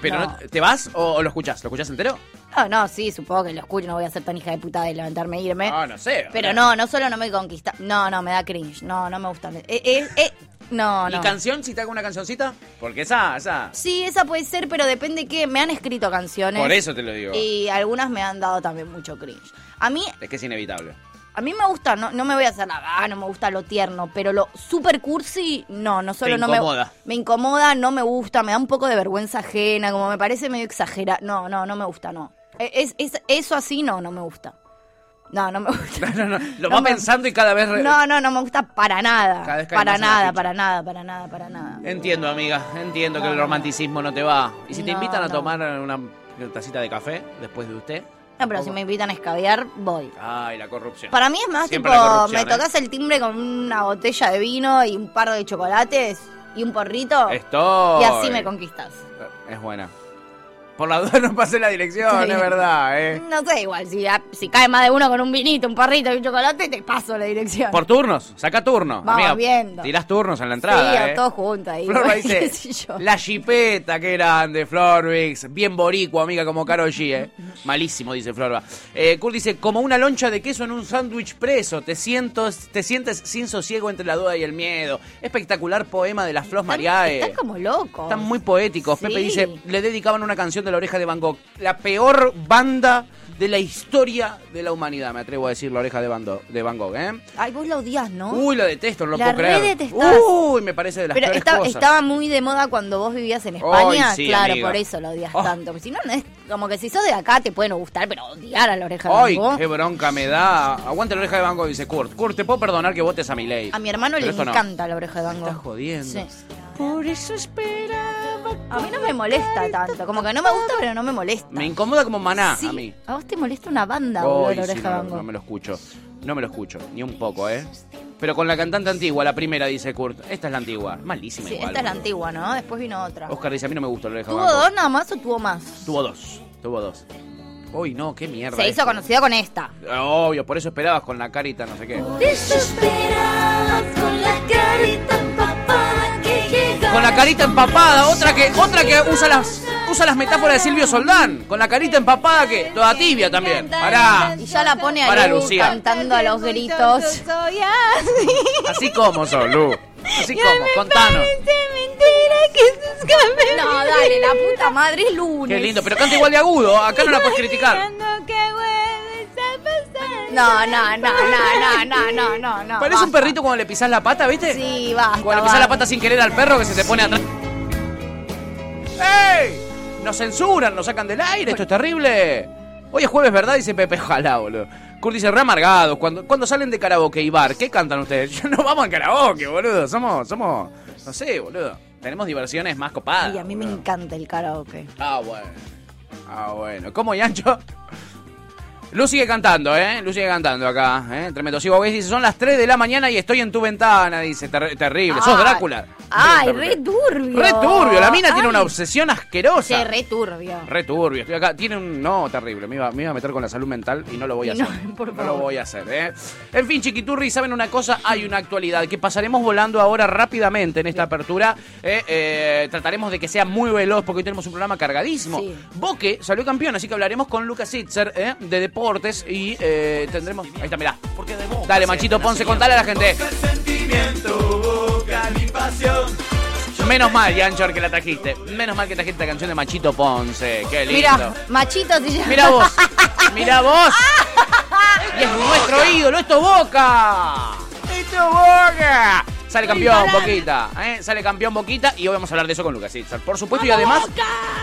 Speaker 1: Pero
Speaker 2: no.
Speaker 1: no- ¿Te vas o, o lo escuchás? ¿Lo escuchás entero?
Speaker 2: No, no, sí, supongo que lo escucho, no voy a ser tan hija de puta de levantarme e irme.
Speaker 1: Ah, no sé.
Speaker 2: Pero no, no solo no me conquista. No, no, me da cringe. No, no me gusta. Eh, eh, eh, no,
Speaker 1: ¿Y
Speaker 2: no.
Speaker 1: canción? Si te hago una cancioncita. Porque esa, esa.
Speaker 2: Sí, esa puede ser, pero depende que me han escrito canciones.
Speaker 1: Por eso te lo digo.
Speaker 2: Y algunas me han dado también mucho cringe. A mí,
Speaker 1: Es que es inevitable.
Speaker 2: a mí me gusta, no, no me voy a hacer nada, ah, no me gusta lo tierno, pero lo super cursi, no, no solo
Speaker 1: Te
Speaker 2: no me
Speaker 1: incomoda.
Speaker 2: Me incomoda, no me gusta, me da un poco de vergüenza ajena, como me parece medio exagera. No, no, no me gusta, no. Eh, Es, es- eso así no, no me gusta. No, no me gusta.
Speaker 1: No, no, lo
Speaker 2: No
Speaker 1: va
Speaker 2: me-
Speaker 1: pensando y cada vez. re-
Speaker 2: No, no, no me gusta para nada.
Speaker 1: Cada vez cae
Speaker 2: Para
Speaker 1: más en la
Speaker 2: nada,
Speaker 1: ficha. Eh,
Speaker 2: para nada, para nada, para nada.
Speaker 1: Entiendo, amiga. Entiendo que el romanticismo no te va. Y si te
Speaker 2: No,
Speaker 1: invitan a
Speaker 2: no.
Speaker 1: tomar una tacita de café después de usted.
Speaker 2: No, pero si me invitan a escabiar, voy.
Speaker 1: Ay, la corrupción.
Speaker 2: Para mí es más
Speaker 1: Siempre la
Speaker 2: tipo,
Speaker 1: corrupción,
Speaker 2: me
Speaker 1: ¿eh?
Speaker 2: tocas el timbre con una botella de vino y un par de chocolates y un porrito
Speaker 1: Estoy.
Speaker 2: y así me conquistas.
Speaker 1: Es buena. Por la duda no pasé la dirección,
Speaker 2: Sí.
Speaker 1: es verdad, eh.
Speaker 2: No sé, igual, si, ah, si cae más de uno con un vinito, un porrito y un chocolate, te paso la dirección.
Speaker 1: Por turnos, saca turno.
Speaker 2: Vamos
Speaker 1: amiga,
Speaker 2: viendo.
Speaker 1: Tirás turnos en la entrada.
Speaker 2: sí, o
Speaker 1: eh.
Speaker 2: todos juntos ahí.
Speaker 1: Florba
Speaker 2: güey,
Speaker 1: dice,
Speaker 2: qué sé yo.
Speaker 1: la chipeta que grande, Florvix. Bien boricua, amiga, como Karol G, ¿eh? Malísimo, dice Florba. Eh, Kurt dice, como una loncha de queso en un sándwich preso. Te, siento, te sientes sin sosiego entre la duda y el miedo. Espectacular poema de las Flos Mariae.
Speaker 2: Están como locos.
Speaker 1: Están muy poéticos. Pepe
Speaker 2: Sí.
Speaker 1: dice, le dedicaban una canción de la oreja de Van Gogh. La peor banda de la historia de la humanidad, me atrevo a decir, la oreja de Van, Do- de Van Gogh, ¿eh?
Speaker 2: Ay, vos la odias, ¿no?
Speaker 1: Uy, lo detesto, no lo
Speaker 2: La
Speaker 1: puedo creer.
Speaker 2: re detestás.
Speaker 1: Uy, me parece de las
Speaker 2: pero
Speaker 1: peores
Speaker 2: esta-
Speaker 1: cosas.
Speaker 2: estaba muy de moda cuando vos vivías en
Speaker 1: Ay,
Speaker 2: España.
Speaker 1: sí,
Speaker 2: claro,
Speaker 1: amiga.
Speaker 2: por eso la odias
Speaker 1: Oh.
Speaker 2: tanto. Porque si no, no es como que si sos de acá te pueden gustar, pero odiar a la oreja de
Speaker 1: Ay,
Speaker 2: Van Gogh.
Speaker 1: qué bronca me da. Aguante la oreja de Van Gogh, dice Kurt. Kurt, te puedo perdonar que votes a mi ley.
Speaker 2: A mi hermano le encanta la oreja de Van Gogh.
Speaker 1: Estás jodiendo.
Speaker 2: Sí.
Speaker 1: Por eso esperaba.
Speaker 2: A mí no me molesta tanto. Como que no me gusta, pero no me molesta.
Speaker 1: Me incomoda como maná
Speaker 2: Sí.
Speaker 1: a mí.
Speaker 2: A vos te molesta una banda, boludo,
Speaker 1: Ay,
Speaker 2: la
Speaker 1: sí,
Speaker 2: oreja de
Speaker 1: no,
Speaker 2: Van Gogh.
Speaker 1: no me lo escucho. No me lo escucho, ni un poco, ¿eh? Pero con la cantante antigua, la primera, dice Kurt. Esta es la antigua. Malísima
Speaker 2: Sí,
Speaker 1: igual.
Speaker 2: esta es la
Speaker 1: boludo.
Speaker 2: antigua, ¿no? Después vino otra.
Speaker 1: Oscar dice, a mí no me gusta la oreja de
Speaker 2: ¿Tuvo
Speaker 1: Van Gogh.
Speaker 2: dos nada más o tuvo más?
Speaker 1: Tuvo dos. Tuvo dos. Uy, no, qué mierda.
Speaker 2: Se hizo
Speaker 1: esto.
Speaker 2: conocido con esta.
Speaker 1: Obvio, por eso esperabas con la carita, no sé qué.
Speaker 3: Desesperada con la carita empapada que llega.
Speaker 1: Con la carita empapada, otra que, otra que usa las usa las metáforas de Silvio Soldán, con la carita empapada que toda tibia también. Pará.
Speaker 2: Y ya la pone a
Speaker 1: Para,
Speaker 2: Lu
Speaker 1: Lucía.
Speaker 2: cantando a los gritos.
Speaker 1: Así como son, Lu. Así como, contanos.
Speaker 2: No, dale, la puta madre es lunes.
Speaker 1: Qué lindo, pero canta igual de agudo, ah, acá no la puedes criticar.
Speaker 2: No, no, no, no, no, no, no, no, no.
Speaker 1: Parece un
Speaker 2: basta.
Speaker 1: perrito cuando le pisás la pata, ¿viste?
Speaker 2: Sí, basta.
Speaker 1: Cuando le pisás
Speaker 2: basta.
Speaker 1: la pata sin querer al perro que se te pone atrás. ¡Ey! Nos censuran, nos sacan del aire, esto es terrible. Hoy es jueves, ¿verdad? Dice Pepe, ojalá, boludo. Kurt dice, re amargados. Cuando, cuando salen de karaoke y bar, ¿qué cantan ustedes? Yo no vamos a karaoke, boludo. Somos, somos, no sé, boludo. Tenemos diversiones más copadas.
Speaker 2: Y a mí me
Speaker 1: boludo.
Speaker 2: encanta el karaoke.
Speaker 1: Ah, bueno. Ah, bueno. ¿Cómo, Yancho? Luz sigue cantando, ¿eh? Luz sigue cantando acá, ¿eh? Tremendo. Sigo ves, dice, son las 3 de la mañana y estoy en tu ventana, dice. Ter- terrible. Sos
Speaker 2: Ay.
Speaker 1: Drácula.
Speaker 2: Ay,
Speaker 1: Terrible.
Speaker 2: re turbio.
Speaker 1: Re turbio. La mina tiene
Speaker 2: Ay,
Speaker 1: una obsesión asquerosa.
Speaker 2: che, re turbio.
Speaker 1: Re turbio, estoy acá. Tiene un. No, terrible. Me iba, me iba a meter con la salud mental y no lo voy a
Speaker 2: No,
Speaker 1: hacer.
Speaker 2: por
Speaker 1: No lo
Speaker 2: favor.
Speaker 1: voy a hacer, ¿eh? En fin, Chiquiturri, ¿saben una cosa? Hay una actualidad que pasaremos volando ahora rápidamente en esta apertura. ¿eh? Eh, trataremos de que sea muy veloz porque hoy tenemos un programa cargadísimo.
Speaker 2: Sí.
Speaker 1: Boque salió campeón, así que hablaremos con Lucas Itzer ¿eh? de deportes y eh, tendremos. Ahí está, mirá. Dale, Machito Ponce, contale a la gente. Menos mal, Yanchor, que la trajiste. Menos mal que trajiste la canción de Machito Ponce. Qué lindo.
Speaker 2: Mira, machito se llama.
Speaker 1: Mira vos. Mira vos. Y es nuestro ídolo. Esto es Boca. Esto es Boca. Sale campeón Boquita. ¿eh? Sale campeón Boquita. Y hoy vamos a hablar de eso con Lucas Itzar, por supuesto. Y además,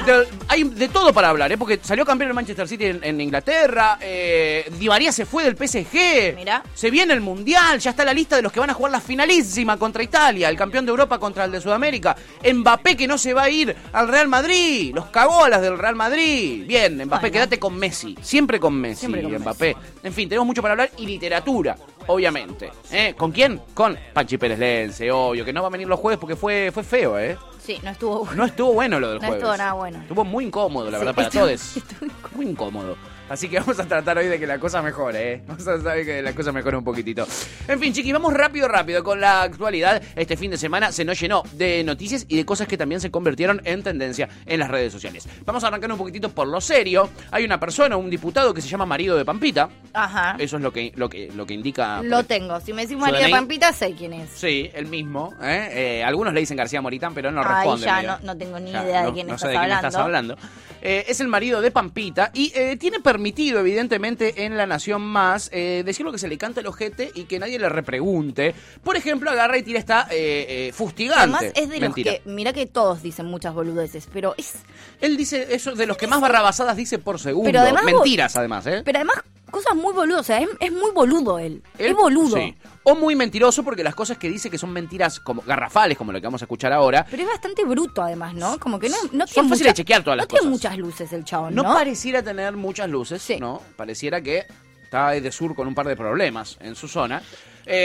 Speaker 1: de- hay de todo para hablar. ¿eh? Porque salió campeón el Manchester City en, en Inglaterra. Eh, Di María se fue del PSG.
Speaker 2: Mirá.
Speaker 1: Se viene el Mundial. Ya está la lista de los que van a jugar la finalísima contra Italia. El campeón de Europa contra el de Sudamérica. Mbappé que no se va a ir al Real Madrid. Los cagolas del Real Madrid. Bien, Mbappé,
Speaker 2: Bueno.
Speaker 1: quédate con Messi. Siempre con Messi.
Speaker 2: Siempre con
Speaker 1: Sí, Mbappé. En fin, tenemos mucho para hablar y literatura, obviamente. ¿Eh? ¿Con quién? Con Panchi Pérez Lense, obvio, que no va a venir los jueves porque fue, fue feo, ¿eh?
Speaker 2: Sí, no estuvo bueno.
Speaker 1: No estuvo bueno lo del
Speaker 2: No
Speaker 1: jueves.
Speaker 2: estuvo nada bueno.
Speaker 1: Estuvo muy incómodo, la
Speaker 2: Sí,
Speaker 1: verdad, para
Speaker 2: estuvo-
Speaker 1: todos. Muy incómodo. Así que vamos a tratar hoy de que la cosa mejore, ¿eh? Vamos a saber que la cosa mejore un poquitito. En fin, chiqui, vamos rápido, rápido con la actualidad. Este fin de semana se nos llenó de noticias y de cosas que también se convirtieron en tendencia en las redes sociales. Vamos a arrancar un poquitito por lo serio. Hay una persona, un diputado que se llama Marido de Pampita.
Speaker 2: Ajá.
Speaker 1: Eso es lo que, lo que, lo que indica.
Speaker 2: Lo tengo. Si me decís
Speaker 1: ¿Su
Speaker 2: María
Speaker 1: DNI?
Speaker 2: Pampita, sé quién es.
Speaker 1: Sí, el mismo. ¿eh? Eh, algunos le dicen García Moritán, pero él no
Speaker 2: Ay,
Speaker 1: responde.
Speaker 2: ya,
Speaker 1: medio.
Speaker 2: no- no tengo ni
Speaker 1: Ya,
Speaker 2: idea de
Speaker 1: no-
Speaker 2: quién
Speaker 1: no sé
Speaker 2: estás
Speaker 1: de quién estás
Speaker 2: hablando.
Speaker 1: hablando. Eh, es el marido de Pampita y eh, tiene permitido, evidentemente, en La Nación Más eh, decir lo que se le canta el ojete y que nadie le repregunte. Por ejemplo, agarra y tira esta eh, eh, fustigante.
Speaker 2: Además, es de los
Speaker 1: Mentira.
Speaker 2: que. Mira que todos dicen muchas boludeces, pero es.
Speaker 1: Él dice eso de los que más barrabasadas dice por segundo.
Speaker 2: Pero además vos-
Speaker 1: Mentiras, además, ¿eh?
Speaker 2: Pero además, cosas muy boludas. O sea, es, es muy boludo él.
Speaker 1: Él-
Speaker 2: Es boludo.
Speaker 1: sí. O muy mentiroso porque las cosas que dice que son mentiras como garrafales, como lo que vamos a escuchar ahora,
Speaker 2: Pero es bastante bruto, además, ¿no? Como que no, no
Speaker 1: Son
Speaker 2: tiene.
Speaker 1: fáciles de
Speaker 2: mucha-
Speaker 1: chequear todas las
Speaker 2: no tiene
Speaker 1: cosas.
Speaker 2: muchas luces el chabón, ¿no?
Speaker 1: No, pareciera tener muchas luces,
Speaker 2: Sí.
Speaker 1: ¿no? Pareciera que está ahí de sur con un par de problemas en su zona.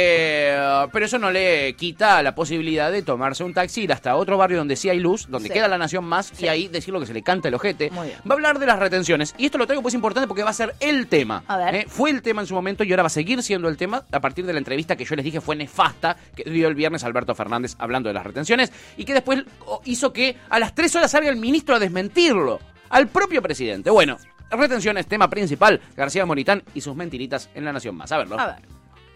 Speaker 1: Eh, pero eso no le quita la posibilidad de tomarse un taxi, ir hasta otro barrio donde sí hay luz, donde
Speaker 2: Sí.
Speaker 1: queda la nación más, y ahí decir lo que se le canta el ojete.
Speaker 2: Muy bien.
Speaker 1: Va a hablar de las retenciones. Y esto lo traigo pues importante porque va a ser el tema. ¿eh?
Speaker 2: A ver.
Speaker 1: Fue el tema en su momento y ahora va a seguir siendo el tema a partir de la entrevista que yo les dije fue nefasta que dio el viernes Alberto Fernández hablando de las retenciones y que después o- hizo que a las tres horas salga el ministro a desmentirlo al propio presidente. Bueno, retenciones, tema principal, García Moritán y sus mentiritas en La Nación Más. A verlo.
Speaker 2: A ver.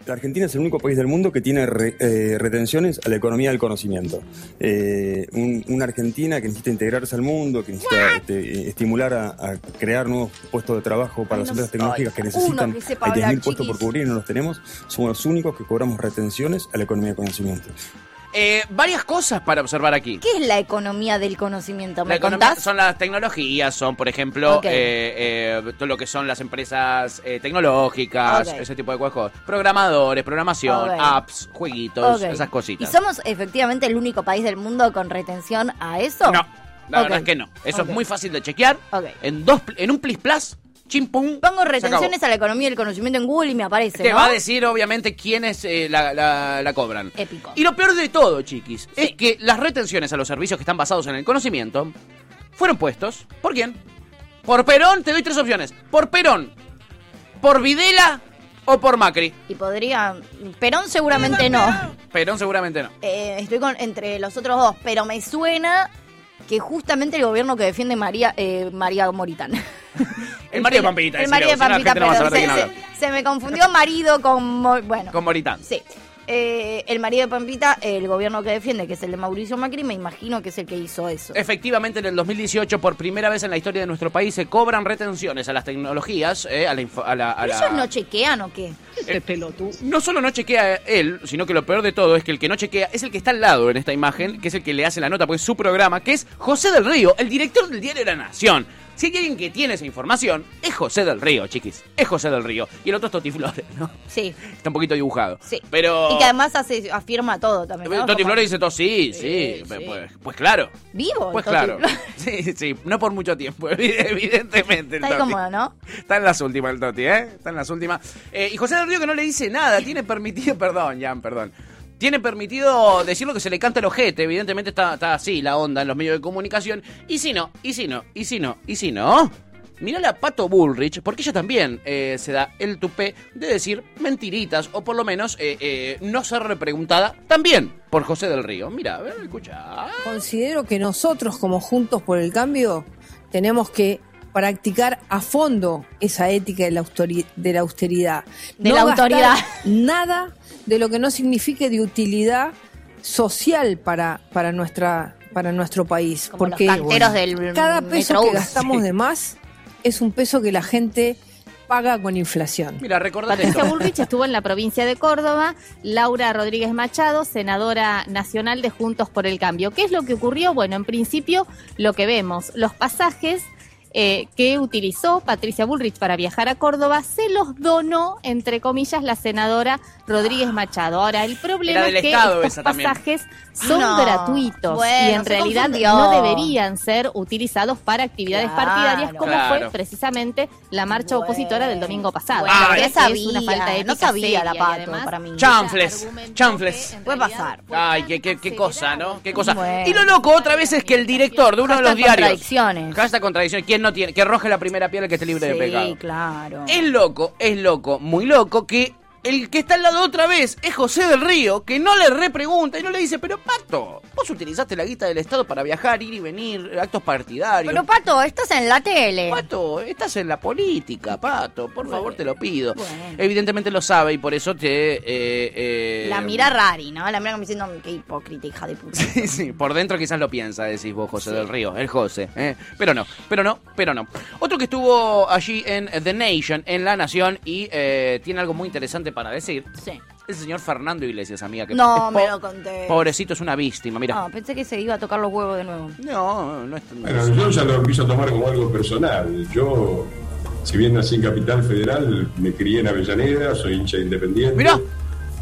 Speaker 8: La Argentina es el único país del mundo que tiene re- eh, retenciones a la economía del conocimiento. Eh, un- una Argentina que necesita integrarse al mundo, que necesita este, eh, estimular a, a crear nuevos puestos de trabajo
Speaker 2: Ay,
Speaker 8: para las
Speaker 2: no
Speaker 8: empresas
Speaker 2: sé.
Speaker 8: tecnológicas que
Speaker 2: Uno
Speaker 8: necesitan.
Speaker 2: que sepa
Speaker 8: Hay
Speaker 2: hablar,
Speaker 8: 10.000 puestos
Speaker 2: chiquis.
Speaker 8: por cubrir y no los tenemos. Somos los únicos que cobramos retenciones a la economía del conocimiento.
Speaker 1: Eh, varias cosas para observar aquí.
Speaker 2: ¿Qué es la economía del conocimiento? ¿Me
Speaker 1: La economía
Speaker 2: contás?
Speaker 1: son las tecnologías, son, por ejemplo,
Speaker 2: Ok.
Speaker 1: eh, eh, todo lo que son las empresas eh, tecnológicas,
Speaker 2: Ok.
Speaker 1: ese tipo de cosas. Programadores, programación,
Speaker 2: Ok.
Speaker 1: apps, jueguitos,
Speaker 2: Ok.
Speaker 1: esas cositas.
Speaker 2: ¿Y somos efectivamente el único país del mundo con retención a eso?
Speaker 1: No, la
Speaker 2: Ok.
Speaker 1: verdad es que no. Eso
Speaker 2: Ok.
Speaker 1: es muy fácil de chequear.
Speaker 2: Ok.
Speaker 1: En dos, pl- en un plis plas, chim pum.
Speaker 2: Pongo
Speaker 1: se
Speaker 2: retenciones
Speaker 1: acabó.
Speaker 2: a la economía del conocimiento en Google y me aparece.
Speaker 1: Te
Speaker 2: ¿no?
Speaker 1: va a decir, obviamente, quiénes eh, la, la- la cobran.
Speaker 2: Épico.
Speaker 1: Y lo peor de todo, chiquis, es que las retenciones a los servicios que están basados en el conocimiento fueron puestos. ¿Por quién? Por Perón, te doy tres opciones. Por Perón, por Videla o por Macri.
Speaker 2: Y podría. Perón seguramente no.
Speaker 1: Perón seguramente no.
Speaker 2: Eh, estoy con, entre los otros dos, pero me suena que justamente el gobierno que defiende María eh, María Moritán.
Speaker 1: El marido de Pampita,
Speaker 2: El
Speaker 1: decilo,
Speaker 2: marido de
Speaker 1: si no, la
Speaker 2: Pampita,
Speaker 1: gente no va a
Speaker 2: perdón.
Speaker 1: saber de
Speaker 2: Se,
Speaker 1: quién
Speaker 2: se- se me confundió marido con. Mo- bueno.
Speaker 1: Con Moritán.
Speaker 2: Sí. eh, el marido de Pampita, el gobierno que defiende, que es el de Mauricio Macri, me imagino que es el que hizo eso.
Speaker 1: Efectivamente, en el 2018, por primera vez en la historia de nuestro país, se cobran retenciones a las tecnologías, eh, a la... info- a la- a
Speaker 2: ¿Pero
Speaker 1: la-
Speaker 2: ellos no chequean o qué?
Speaker 1: Eh, No solo no chequea él, sino que lo peor de todo es que el que no chequea es el que está al lado en esta imagen, que es el que le hace la nota, porque es su programa, que es José del Río, el director del diario La Nación. Si hay alguien que tiene esa información, es José del Río, chiquis. Es José del Río. Y el otro es Toti Flores, ¿no?
Speaker 2: Sí,
Speaker 1: Está un poquito dibujado.
Speaker 2: sí.
Speaker 1: Pero. eh,
Speaker 2: Y que además hace, afirma todo también. ¿no?
Speaker 1: Toti
Speaker 2: Como-
Speaker 1: Flores dice todo, sí, sí. Pues, pues- pues claro.
Speaker 2: Vivo. el
Speaker 1: Pues
Speaker 2: Toti
Speaker 1: claro.
Speaker 2: Flores.
Speaker 1: Sí, sí. No por mucho tiempo, evidentemente. el
Speaker 2: Está ahí
Speaker 1: Toti.
Speaker 2: como, ¿no?
Speaker 1: Está en las últimas el Toti, ¿eh? Está en las últimas. Eh, y José del Río que no le dice nada, tiene permitido, perdón, Jan, perdón. Tiene permitido decir lo que se le canta el ojete, evidentemente está, está así la onda en los medios de comunicación. Y si no, y si no, y si no, y si no. Mirá la Pato Bullrich, porque ella también eh, se da el tupé de decir mentiritas, o por lo menos eh, eh, no ser repreguntada también por José del Río. Mira, a ver, escucha.
Speaker 10: Considero que nosotros, como Juntos por el Cambio, tenemos que practicar a fondo esa ética de la, austori- de la austeridad.
Speaker 2: De la
Speaker 10: gastar
Speaker 2: autoridad.
Speaker 10: Nada de lo que no signifique de utilidad social para, para, nuestra, para nuestro país.
Speaker 2: Como los canteros del
Speaker 10: cada peso que
Speaker 2: Metrobús.
Speaker 10: gastamos
Speaker 2: Sí.
Speaker 10: de más es un peso que la gente paga con inflación.
Speaker 1: Mira, recordate
Speaker 11: Patricia
Speaker 1: esto.
Speaker 11: Bullrich estuvo en la provincia de Córdoba, Laura Rodríguez Machado, senadora nacional de Juntos por el Cambio. ¿Qué es lo que ocurrió? Bueno, en principio lo que vemos, los pasajes eh, que utilizó Patricia Bullrich para viajar a Córdoba se los donó, entre comillas, la senadora Rodríguez Machado. Ahora, el problema
Speaker 1: Era del
Speaker 11: es que
Speaker 1: Estado esa
Speaker 11: estos
Speaker 1: también.
Speaker 11: pasajes son
Speaker 2: No,
Speaker 11: gratuitos
Speaker 2: bueno,
Speaker 11: y en
Speaker 2: se
Speaker 11: realidad
Speaker 2: confundió.
Speaker 11: no deberían ser utilizados para actividades
Speaker 2: Claro.
Speaker 11: partidarias como
Speaker 1: Claro.
Speaker 11: fue precisamente la marcha opositora del domingo pasado.
Speaker 2: Bueno,
Speaker 11: La
Speaker 2: ¿qué
Speaker 11: verdad que es una
Speaker 2: sabía?
Speaker 11: falta de
Speaker 2: No
Speaker 11: ética
Speaker 2: sabía la
Speaker 11: seria y
Speaker 2: Pato
Speaker 11: además-
Speaker 2: para mí.
Speaker 1: Chanfles, chanfles.
Speaker 2: Puede pasar.
Speaker 1: Ay, qué, qué, qué cosa, ¿no? Qué cosa.
Speaker 2: Bueno.
Speaker 1: Y lo loco otra vez es que el director de uno de los
Speaker 2: Hashtag
Speaker 1: diarios.
Speaker 2: contradicciones.
Speaker 1: Hashtag contradicción. ¿Quién no tiene? Que roje la primera piedra que esté libre de pecado.
Speaker 2: Sí, claro.
Speaker 1: Es loco, es loco, muy loco que el que está al lado otra vez es José del Río, que no le repregunta y no le dice, pero Pato, vos utilizaste la guita del Estado para viajar, ir y venir, actos partidarios.
Speaker 2: Pero Pato, estás en la tele.
Speaker 1: Pato, estás en la política, Pato, por favor te lo pido.
Speaker 2: Bueno.
Speaker 1: Evidentemente lo sabe y por eso te... eh, eh,
Speaker 2: La mira rari, ¿no? La mira como diciendo, qué hipócrita, hija de puta.
Speaker 1: Sí, sí, por dentro quizás lo piensa, decís vos, José del Río, el José. ¿eh? Pero no, pero no, pero no. Otro que estuvo allí en The Nation, en La Nación, y eh, tiene algo muy interesante para decir.
Speaker 2: Sí.
Speaker 1: El señor Fernando Iglesias, amiga. Que
Speaker 2: No,
Speaker 1: es
Speaker 2: me
Speaker 1: po-
Speaker 2: lo conté.
Speaker 1: Pobrecito, es una víctima, mira.
Speaker 2: No, pensé que se iba a tocar los huevos de nuevo.
Speaker 1: No, no es...
Speaker 12: Bueno, yo ya lo empiezo a tomar como algo personal. Yo, si bien nací en Capital Federal, me crié en Avellaneda, soy hincha de independiente.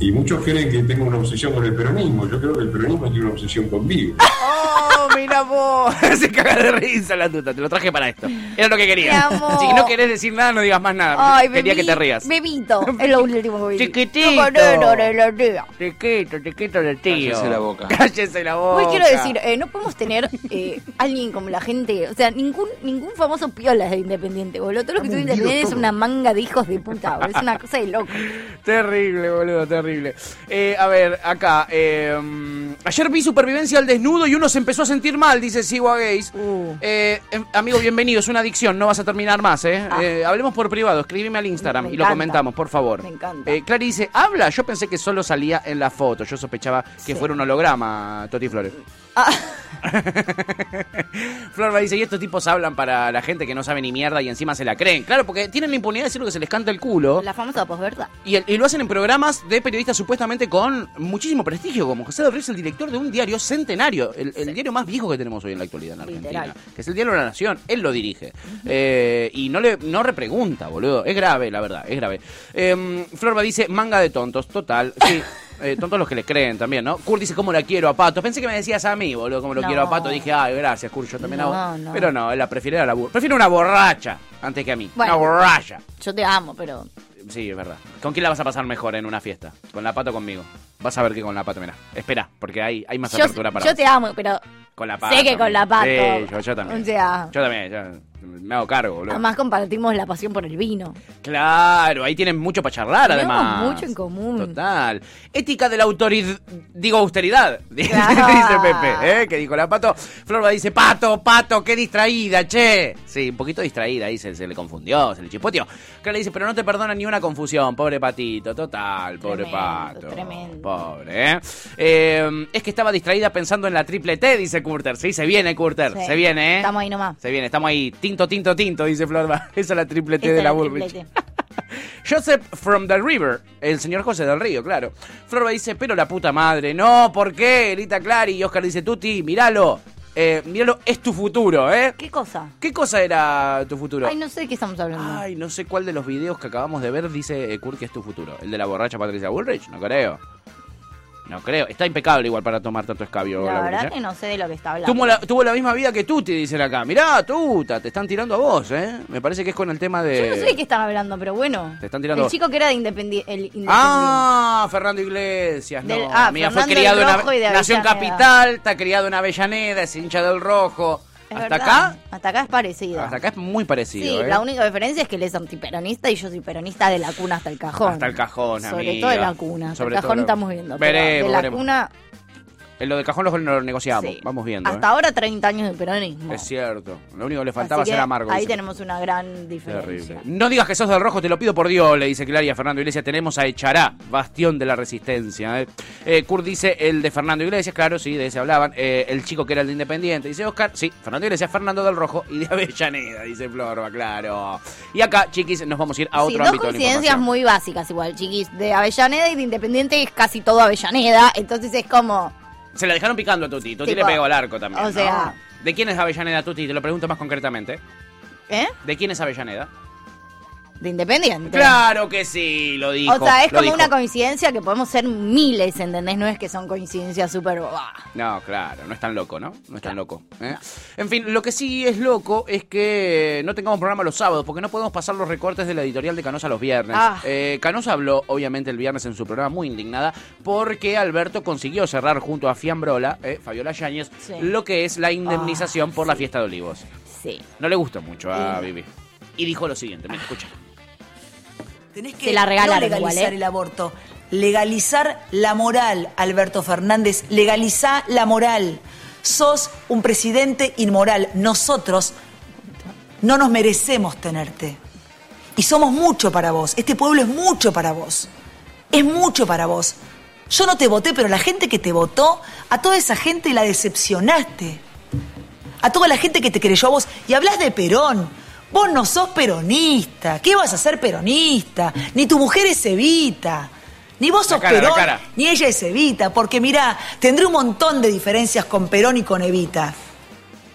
Speaker 12: Y muchos creen que tengo una obsesión con el peronismo. Yo creo que el peronismo tiene una obsesión conmigo.
Speaker 1: ¡Oh, mira vos! Se caga de risa la tuta, te lo traje para esto. Era lo que quería.
Speaker 2: Te amo.
Speaker 1: Si no querés decir nada, no digas más nada.
Speaker 2: Ay,
Speaker 1: Quería
Speaker 2: bebí-
Speaker 1: que te rías.
Speaker 2: Bebito, es lo último que vi.
Speaker 1: Chiquitito.
Speaker 2: No, no, no, no, no.
Speaker 1: Chiquito, chiquito de tío.
Speaker 13: Cállese la boca.
Speaker 1: Cállese la boca.
Speaker 2: Hoy quiero decir, eh, no podemos tener eh, alguien como la gente, o sea, ningún ningún famoso piola es de Independiente, boludo. Todo lo que tú Independiente es una manga de hijos de puta, boludo. Es una cosa de loco.
Speaker 1: Terrible, boludo, terrible. Eh, a ver, acá. eh, mm, ayer vi supervivencia al desnudo y uno se empezó a sentir mal, dice Siwa Gays.
Speaker 2: Uh.
Speaker 1: Eh, em, amigo, bienvenido, es una adicción, no vas a terminar más, ¿eh? Eh, hablemos por privado, escríbeme al Instagram
Speaker 2: Ah. Me
Speaker 1: y lo
Speaker 2: encanta.
Speaker 1: comentamos, por favor.
Speaker 2: Me encanta.
Speaker 1: Eh, Clary dice, habla, yo pensé que solo salía en la foto, yo sospechaba que
Speaker 2: Sí.
Speaker 1: fuera un holograma, Toti Flores.
Speaker 2: Ah.
Speaker 1: Florba dice, y estos tipos hablan para la gente que no sabe ni mierda y encima se la creen. Claro, porque tienen la impunidad de decir lo que se les canta el culo.
Speaker 2: La famosa posverdad.
Speaker 1: Y, el- y lo hacen en programas de periodistas supuestamente con muchísimo prestigio, como José del Río es el director de un diario centenario, el, el diario más viejo que tenemos hoy en la actualidad en Argentina,
Speaker 2: Literal.
Speaker 1: que es el diario de la Nación, él lo dirige. Eh, y no le no repregunta, boludo. Es grave, la verdad, es grave. Eh, Florba dice, manga de tontos, total, sí. eh, tontos los que le creen también, ¿no? Kurt dice, ¿cómo la quiero a Pato? Pensé que me decías a mí, boludo, cómo lo
Speaker 2: No.
Speaker 1: quiero a Pato. Dije, ay, gracias, Kurt, yo también
Speaker 2: No,
Speaker 1: a vos.
Speaker 2: no.
Speaker 1: Pero no, él la prefiere a la bu- Prefiere una borracha antes que a mí.
Speaker 2: Bueno.
Speaker 1: Una borracha.
Speaker 2: Yo te amo, pero
Speaker 1: Sí, es verdad. ¿Con quién la vas a pasar mejor en una fiesta? ¿Con la pata o conmigo? Vas a ver que con la pata, mira. Espera, porque hay, hay más
Speaker 2: yo,
Speaker 1: apertura para
Speaker 2: yo
Speaker 1: vos.
Speaker 2: te amo, pero
Speaker 1: Con la
Speaker 2: sé que con la Pato.
Speaker 1: Sí, yo, yo también.
Speaker 2: O sea.
Speaker 1: Yo también. yo- me hago cargo, boludo.
Speaker 2: Además compartimos la pasión por el vino.
Speaker 1: Claro, ahí tienen mucho para charlar,
Speaker 2: Tenemos
Speaker 1: además.
Speaker 2: mucho en común.
Speaker 1: Total. Ética de la autoridad, digo austeridad, dice Pepe, ¿eh? que dijo la Pato. Florba dice, Pato, Pato, qué distraída, che. Sí, un poquito distraída, ahí se, se le confundió, se le chispoteó. Que le dice, pero no te perdona ni una confusión, pobre Patito, total, pobre Pato. Tremendo. Pobre, ¿eh? Eh, Es que estaba distraída pensando en la triple T, dice Curter. Sí, se viene, Curter,
Speaker 2: Sí.
Speaker 1: se viene, ¿eh?
Speaker 2: Estamos ahí nomás.
Speaker 1: Se viene, estamos ahí. Tinto, tinto, tinto, dice Florba. Esa Este es la triple T de la Bullrich.
Speaker 2: triplete.
Speaker 1: Joseph from the River, el señor José del Río, claro. Florba dice, pero la puta madre, no, ¿por qué? Grita Clary y Oscar dice, Tuti, míralo, eh, míralo, es tu futuro, ¿eh?
Speaker 2: ¿Qué cosa?
Speaker 1: ¿Qué cosa era tu futuro?
Speaker 2: Ay, no sé de qué estamos hablando.
Speaker 1: Ay, no sé cuál de los videos que acabamos de ver dice eh, Kurt que es tu futuro. ¿El de la borracha Patricia Bullrich? No creo. No creo. Está impecable igual para tomar tanto escabio.
Speaker 2: la
Speaker 1: Bullrich,
Speaker 2: verdad
Speaker 1: ¿eh?
Speaker 2: que no sé de lo que está hablando.
Speaker 1: Tuvo la, tuvo la misma vida que Tuti, dicen acá. Mirá, Tuta, te están tirando a vos, ¿eh? Me parece que es con el tema de...
Speaker 2: Yo no sé de qué están hablando, pero bueno.
Speaker 1: Eh, Te están tirando a
Speaker 2: El
Speaker 1: vos.
Speaker 2: chico que era de independiente. El independiente.
Speaker 1: Ah, Fernando Iglesias, no.
Speaker 2: Del- ah,
Speaker 1: Mira, fue
Speaker 2: Fernando
Speaker 1: criado
Speaker 2: del
Speaker 1: en
Speaker 2: Rojo y
Speaker 1: Ave-
Speaker 2: de
Speaker 1: Nació en
Speaker 2: Avellaneda.
Speaker 1: Capital, está criado en Avellaneda, es hincha del Rojo.
Speaker 2: Es
Speaker 1: hasta
Speaker 2: verdad.
Speaker 1: acá,
Speaker 2: Hasta acá es parecido.
Speaker 1: hasta acá es muy
Speaker 2: sí,
Speaker 1: parecido, ¿eh?
Speaker 2: la única diferencia es que él es antiperonista y yo soy peronista de la cuna hasta el cajón.
Speaker 1: Hasta el cajón,
Speaker 2: Sobre
Speaker 1: amiga.
Speaker 2: todo de la cuna. Hasta
Speaker 1: Sobre
Speaker 2: el
Speaker 1: todo
Speaker 2: cajón
Speaker 1: la-
Speaker 2: estamos viendo. pero
Speaker 1: Veremos,
Speaker 2: de la
Speaker 1: veremos.
Speaker 2: cuna,
Speaker 1: En lo del cajón lo, lo negociamos,
Speaker 2: Sí.
Speaker 1: vamos viendo.
Speaker 2: hasta
Speaker 1: ¿eh?
Speaker 2: ahora 30 años de peronismo.
Speaker 1: Es cierto, lo único que le
Speaker 2: Así
Speaker 1: faltaba
Speaker 2: que
Speaker 1: ser amargo.
Speaker 2: Ahí
Speaker 1: dice.
Speaker 2: tenemos una gran diferencia.
Speaker 1: Terrible. No digas que sos del rojo, te lo pido por Dios, le dice Claria a Fernando Iglesias. Tenemos a Echará, bastión de la resistencia. ¿eh? Eh, Kurt dice el de Fernando Iglesias, claro, sí, de ese hablaban. Eh, el chico que era el de Independiente, dice Oscar, sí, Fernando Iglesias, Fernando del Rojo y de Avellaneda, dice Florba, claro. Y acá, chiquis, nos vamos a ir a Ah, otro
Speaker 2: Sí, dos
Speaker 1: ámbito de la
Speaker 2: coincidencias
Speaker 1: información.
Speaker 2: muy básicas igual, chiquis. De Avellaneda y de Independiente es casi todo Avellaneda. Entonces es como...
Speaker 1: Se la dejaron picando a Tuti, Tuti
Speaker 2: Tipo,
Speaker 1: le pegó al arco también.
Speaker 2: o
Speaker 1: ¿no?
Speaker 2: sea-
Speaker 1: ¿De quién es Avellaneda, Tuti? Te lo pregunto más concretamente.
Speaker 2: ¿Eh?
Speaker 1: ¿De quién es Avellaneda?
Speaker 2: De Independiente.
Speaker 1: Claro que sí, lo dijo.
Speaker 2: o sea, es
Speaker 1: lo
Speaker 2: como
Speaker 1: dijo.
Speaker 2: una coincidencia que podemos ser miles, ¿entendés? No es que son coincidencias súper... bobas.
Speaker 1: No, claro, no es tan loco, ¿no? No es tan loco. ¿eh? En fin, lo que sí es loco es que no tengamos programa los sábados, porque no podemos pasar los recortes de la editorial de Canosa los viernes.
Speaker 13: Ah.
Speaker 1: Eh, Canosa habló, obviamente, el viernes en su programa, muy indignada, porque Alberto consiguió cerrar junto a Fiambrola, eh, Fabiola Yáñez,
Speaker 13: Sí.
Speaker 1: lo que es la
Speaker 2: Ah,
Speaker 1: indemnización por la fiesta de olivos.
Speaker 2: Sí.
Speaker 1: No le gustó mucho a
Speaker 13: Y-
Speaker 1: Vivi. Y dijo lo siguiente, mira, escucha.
Speaker 14: Tenés que
Speaker 2: Se la regalaron
Speaker 14: no legalizar
Speaker 2: igual, ¿eh?
Speaker 14: el aborto, legalizar la moral, Alberto Fernández, legaliza la moral. Sos un presidente inmoral. Nosotros no nos merecemos tenerte. Y somos mucho para vos. Este pueblo es mucho para vos. Es mucho para vos. Yo no te voté, pero la gente que te votó, a toda esa gente la decepcionaste. A toda la gente que te creyó a vos. Y hablas de Perón. Vos no sos peronista. ¿Qué vas a ser peronista? Ni tu mujer es Evita. Ni vos sos
Speaker 1: cara, la
Speaker 14: Perón,
Speaker 1: cara.
Speaker 14: ni ella es Evita. Porque mirá, tendré un montón de diferencias con Perón y con Evita.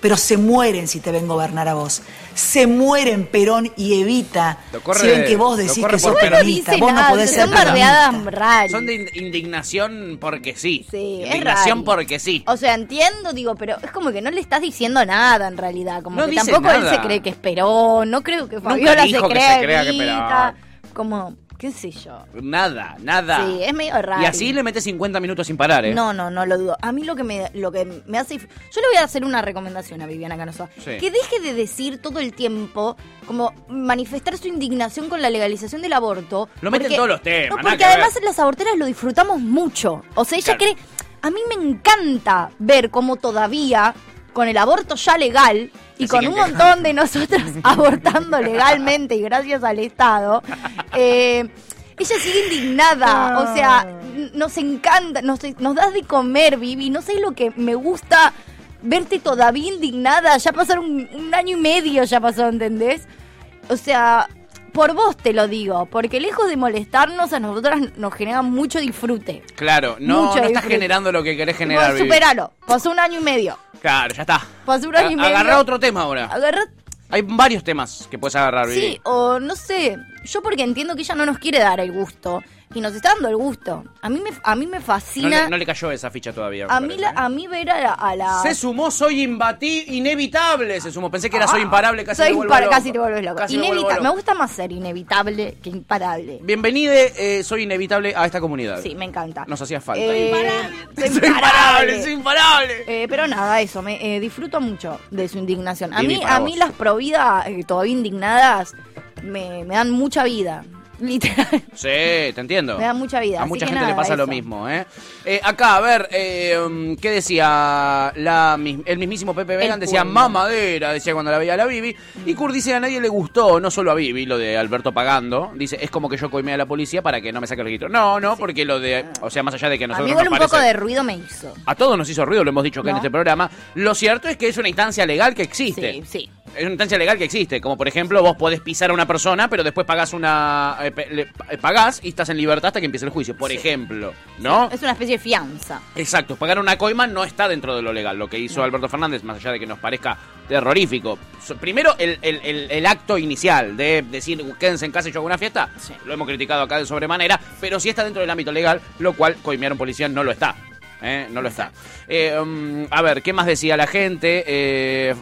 Speaker 14: Pero se mueren si te ven gobernar a vos. Se mueren Perón y Evita.
Speaker 1: Lo corre-
Speaker 14: si ven que vos
Speaker 1: lo
Speaker 14: decís
Speaker 1: corre
Speaker 14: que sos
Speaker 1: por Perón.
Speaker 14: peronista,
Speaker 1: No dice
Speaker 14: vos
Speaker 1: nada,
Speaker 14: no podés
Speaker 1: se
Speaker 14: ser
Speaker 1: son
Speaker 14: peronista.
Speaker 2: Bardeadas raras.
Speaker 1: Son de in- indignación porque sí.
Speaker 2: Sí, es
Speaker 1: indignación
Speaker 2: rari.
Speaker 1: porque sí.
Speaker 2: O sea, entiendo, digo, pero es como que no le estás diciendo nada en realidad. Como
Speaker 1: No
Speaker 2: que
Speaker 1: dice
Speaker 2: tampoco él
Speaker 1: nada.
Speaker 2: se cree que es Perón, no creo que
Speaker 1: Nunca
Speaker 2: Fabiola
Speaker 1: dijo
Speaker 2: se
Speaker 1: que
Speaker 2: crea,
Speaker 1: se crea que es
Speaker 2: Evita. Como, qué sé yo.
Speaker 1: Nada, nada.
Speaker 2: Sí, es medio raro.
Speaker 1: Y así le metes 50 minutos sin parar, ¿eh?
Speaker 2: No, no, no lo dudo. A mí lo que me, lo que me hace. Yo le voy a hacer una recomendación a Viviana Canosa.
Speaker 1: Sí.
Speaker 2: Que deje de decir todo el tiempo, como manifestar su indignación con la legalización del aborto.
Speaker 1: Lo mete en
Speaker 2: porque-
Speaker 1: todos los temas,
Speaker 2: No,
Speaker 1: nada
Speaker 2: porque
Speaker 1: que ver.
Speaker 2: además las aborteras lo disfrutamos mucho. O sea, ella
Speaker 1: Claro.
Speaker 2: cree. A mí me encanta ver cómo todavía, con el aborto ya legal. Y
Speaker 15: Así
Speaker 2: con
Speaker 15: que
Speaker 2: un
Speaker 15: que-
Speaker 2: montón de nosotros abortando legalmente y gracias al Estado, eh, ella sigue indignada. O sea, n- nos encanta, nos, nos das de comer, Vivi. No sé lo que me gusta verte todavía indignada. Ya pasaron un, un año y medio, ya pasó, ¿entendés? O sea, por vos te lo digo, porque lejos de molestarnos, a nosotras nos genera mucho disfrute.
Speaker 1: Claro, no,
Speaker 2: Mucho
Speaker 1: no estás
Speaker 2: disfrute.
Speaker 1: generando lo que querés generar.
Speaker 2: Vos
Speaker 1: Vivi.
Speaker 2: superalo. Pasó un año y medio.
Speaker 1: Claro, ya está.
Speaker 2: Pasó un año y
Speaker 1: A-
Speaker 2: medio.
Speaker 1: Agarrá otro tema ahora.
Speaker 2: Agarrá
Speaker 1: Hay varios temas que puedes agarrar, Vivi.
Speaker 2: Sí, o no sé, yo porque entiendo que ella no nos quiere dar el gusto. y nos está dando el gusto. A mí me, a mí
Speaker 1: No
Speaker 2: me
Speaker 1: le,
Speaker 2: fascina.
Speaker 1: no le ¿eh? cayó esa ficha todavía.
Speaker 2: a, mí la- Ah. a mí ver a la. a la-
Speaker 1: Se sumó Soy Imbati Inevitable. Se sumó. Pensé que era Soy Imparable, casi
Speaker 2: Ah. Soy
Speaker 1: me vuelvo
Speaker 2: impar-
Speaker 1: loco.
Speaker 2: casi te vuelves loco.
Speaker 1: Casi me
Speaker 2: Inevita-
Speaker 1: vuelvo
Speaker 2: me,
Speaker 1: loco.
Speaker 2: gusta más ser inevitable que imparable.
Speaker 1: Bienvenida, eh, Soy Inevitable a esta comunidad.
Speaker 2: Sí, me encanta.
Speaker 1: Nos hacía falta.
Speaker 2: Eh, soy
Speaker 1: imparable, soy
Speaker 2: Eh, pero nada, eso, me eh, disfruto mucho de su indignación. A
Speaker 1: Bien, y
Speaker 2: mí,
Speaker 1: para
Speaker 2: a
Speaker 1: vos.
Speaker 2: mí las providas eh, todavía indignadas me, me dan mucha vida. Literal,
Speaker 1: Sí, te entiendo.
Speaker 2: me dan mucha vida.
Speaker 1: A
Speaker 2: así
Speaker 1: mucha
Speaker 2: que
Speaker 1: gente le
Speaker 2: nada,
Speaker 1: pasa lo
Speaker 2: eso.
Speaker 1: mismo, ¿eh? Eh, Acá, a ver, eh, um, ¿qué decía la, mis- el mismísimo Pepe Vegan? Decía
Speaker 13: pueblo.
Speaker 1: mamadera, decía cuando la veía a la Bibi. Y Kurt dice, a nadie le gustó, no solo a Bibi, lo de Alberto pagando. Dice, es como que yo coimé a la policía para que no me saque el registro. No, no, porque lo de, o sea, más allá de que a
Speaker 2: Ah. A
Speaker 1: nosotros
Speaker 2: mí igual
Speaker 1: nos
Speaker 2: un poco
Speaker 1: parece-
Speaker 2: de ruido me hizo.
Speaker 1: A todos nos hizo ruido, lo hemos dicho acá en
Speaker 2: ¿No?
Speaker 1: este programa. Lo cierto es que es una instancia legal que existe.
Speaker 2: Sí, sí.
Speaker 1: Es una instancia legal que existe. Como por ejemplo, vos podés pisar a una persona, pero después pagás una. eh, pe- le- eh, pagás y estás en libertad hasta que empiece el juicio. Por ejemplo. ¿No?
Speaker 2: Es una especie de fianza.
Speaker 1: Exacto, pagar una coima no está dentro de lo legal, lo que hizo Alberto Fernández, más allá de que nos parezca terrorífico. So- Primero, el, el- el- el acto inicial de decir quédense en casa y yo hago una fiesta, lo hemos criticado acá de sobremanera, pero sí está dentro del ámbito legal, lo cual coimear a un policía no lo está. ¿eh? No lo está. Eh, um, a ver, ¿qué más decía la gente? Eh,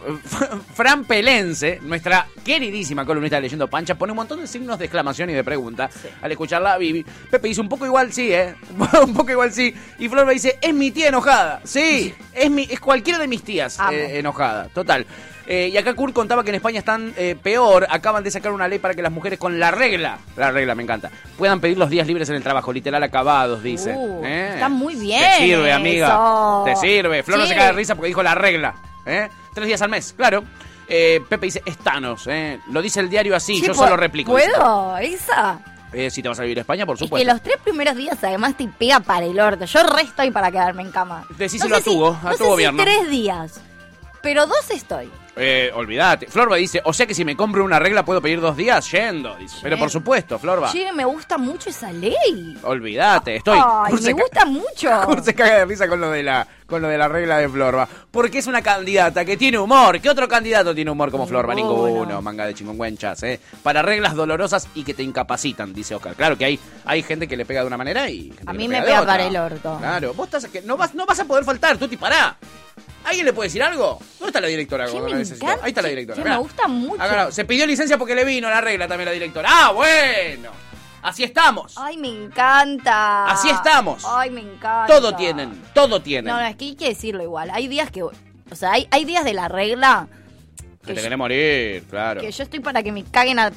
Speaker 1: Fran Pelense, nuestra queridísima columnista de Leyendo Pancha, pone un montón de signos de exclamación y de pregunta al escucharla a Vivi. Pepe dice, un poco igual sí, ¿eh? un poco igual sí. Y Flor me dice, es mi tía enojada. Sí, es, mi, es cualquiera de mis tías eh, enojada. Total. Eh, y acá Kurt contaba que en España están eh, peor. Acaban de sacar una ley para que las mujeres con la regla, la regla me encanta, puedan pedir los días libres en el trabajo. Literal acabados, dice.
Speaker 2: Uh,
Speaker 1: ¿Eh?
Speaker 2: Está muy bien.
Speaker 1: Te sirve, amiga.
Speaker 2: eso.
Speaker 1: Te sirve. Flor no se
Speaker 2: Sí.
Speaker 1: cae de risa porque dijo la regla. ¿eh? Tres días al mes, claro. Eh, Pepe dice, estanos. ¿eh? Lo dice el diario así,
Speaker 2: Sí,
Speaker 1: yo
Speaker 2: po-
Speaker 1: solo replico.
Speaker 2: ¿Puedo? ¿Esa?
Speaker 1: dice. Eh, si te vas a vivir a España, por
Speaker 2: Es que
Speaker 1: supuesto.
Speaker 2: los tres primeros días además te pega para el orto. Yo re estoy para quedarme en cama.
Speaker 1: Decíselo
Speaker 2: No sé
Speaker 1: a tu,
Speaker 2: si-
Speaker 1: a
Speaker 2: no
Speaker 1: tu
Speaker 2: sé
Speaker 1: gobierno.
Speaker 2: Si tres días. Pero dos estoy.
Speaker 1: Eh, olvídate. Florba dice, o sea que si me compro una regla puedo pedir dos días yendo. dice. Pero por supuesto, Florba.
Speaker 2: Che, me gusta mucho esa ley.
Speaker 1: Olvídate, estoy.
Speaker 2: Ay,
Speaker 1: Kurt
Speaker 2: me
Speaker 1: se ca-
Speaker 2: gusta mucho.
Speaker 1: Kurt se caga de risa con lo de la con lo de la regla de Florba. Porque es una candidata que tiene humor. ¿Qué otro candidato tiene humor como Florba?
Speaker 13: Ninguno.
Speaker 1: Ninguno, manga de chingüengüenchas, eh. Para reglas dolorosas y que te incapacitan, dice Oscar. Claro que hay, hay gente que le pega de una manera y. gente
Speaker 2: A
Speaker 1: que
Speaker 2: mí
Speaker 1: le
Speaker 2: me
Speaker 1: de
Speaker 2: pega
Speaker 1: otra.
Speaker 2: para el orto.
Speaker 1: Claro, vos estás que no vas, no vas a poder faltar, Tuti, pará. ¿Alguien le puede decir algo? ¿Dónde está la directora? cuando la necesito? Ahí está la directora.
Speaker 2: Che,
Speaker 1: mirá.
Speaker 2: me gusta mucho.
Speaker 1: Ah, claro, Se pidió licencia porque le vino la regla también la directora. ¡Ah, bueno! Así estamos.
Speaker 2: Ay, me encanta.
Speaker 1: Así estamos.
Speaker 2: Ay, me encanta.
Speaker 1: Todo tienen, todo tienen.
Speaker 2: No, no, es que hay que decirlo igual. Hay días que. O sea, hay, hay días de la regla
Speaker 1: que te querés morir, claro.
Speaker 2: que yo estoy para que me caguen a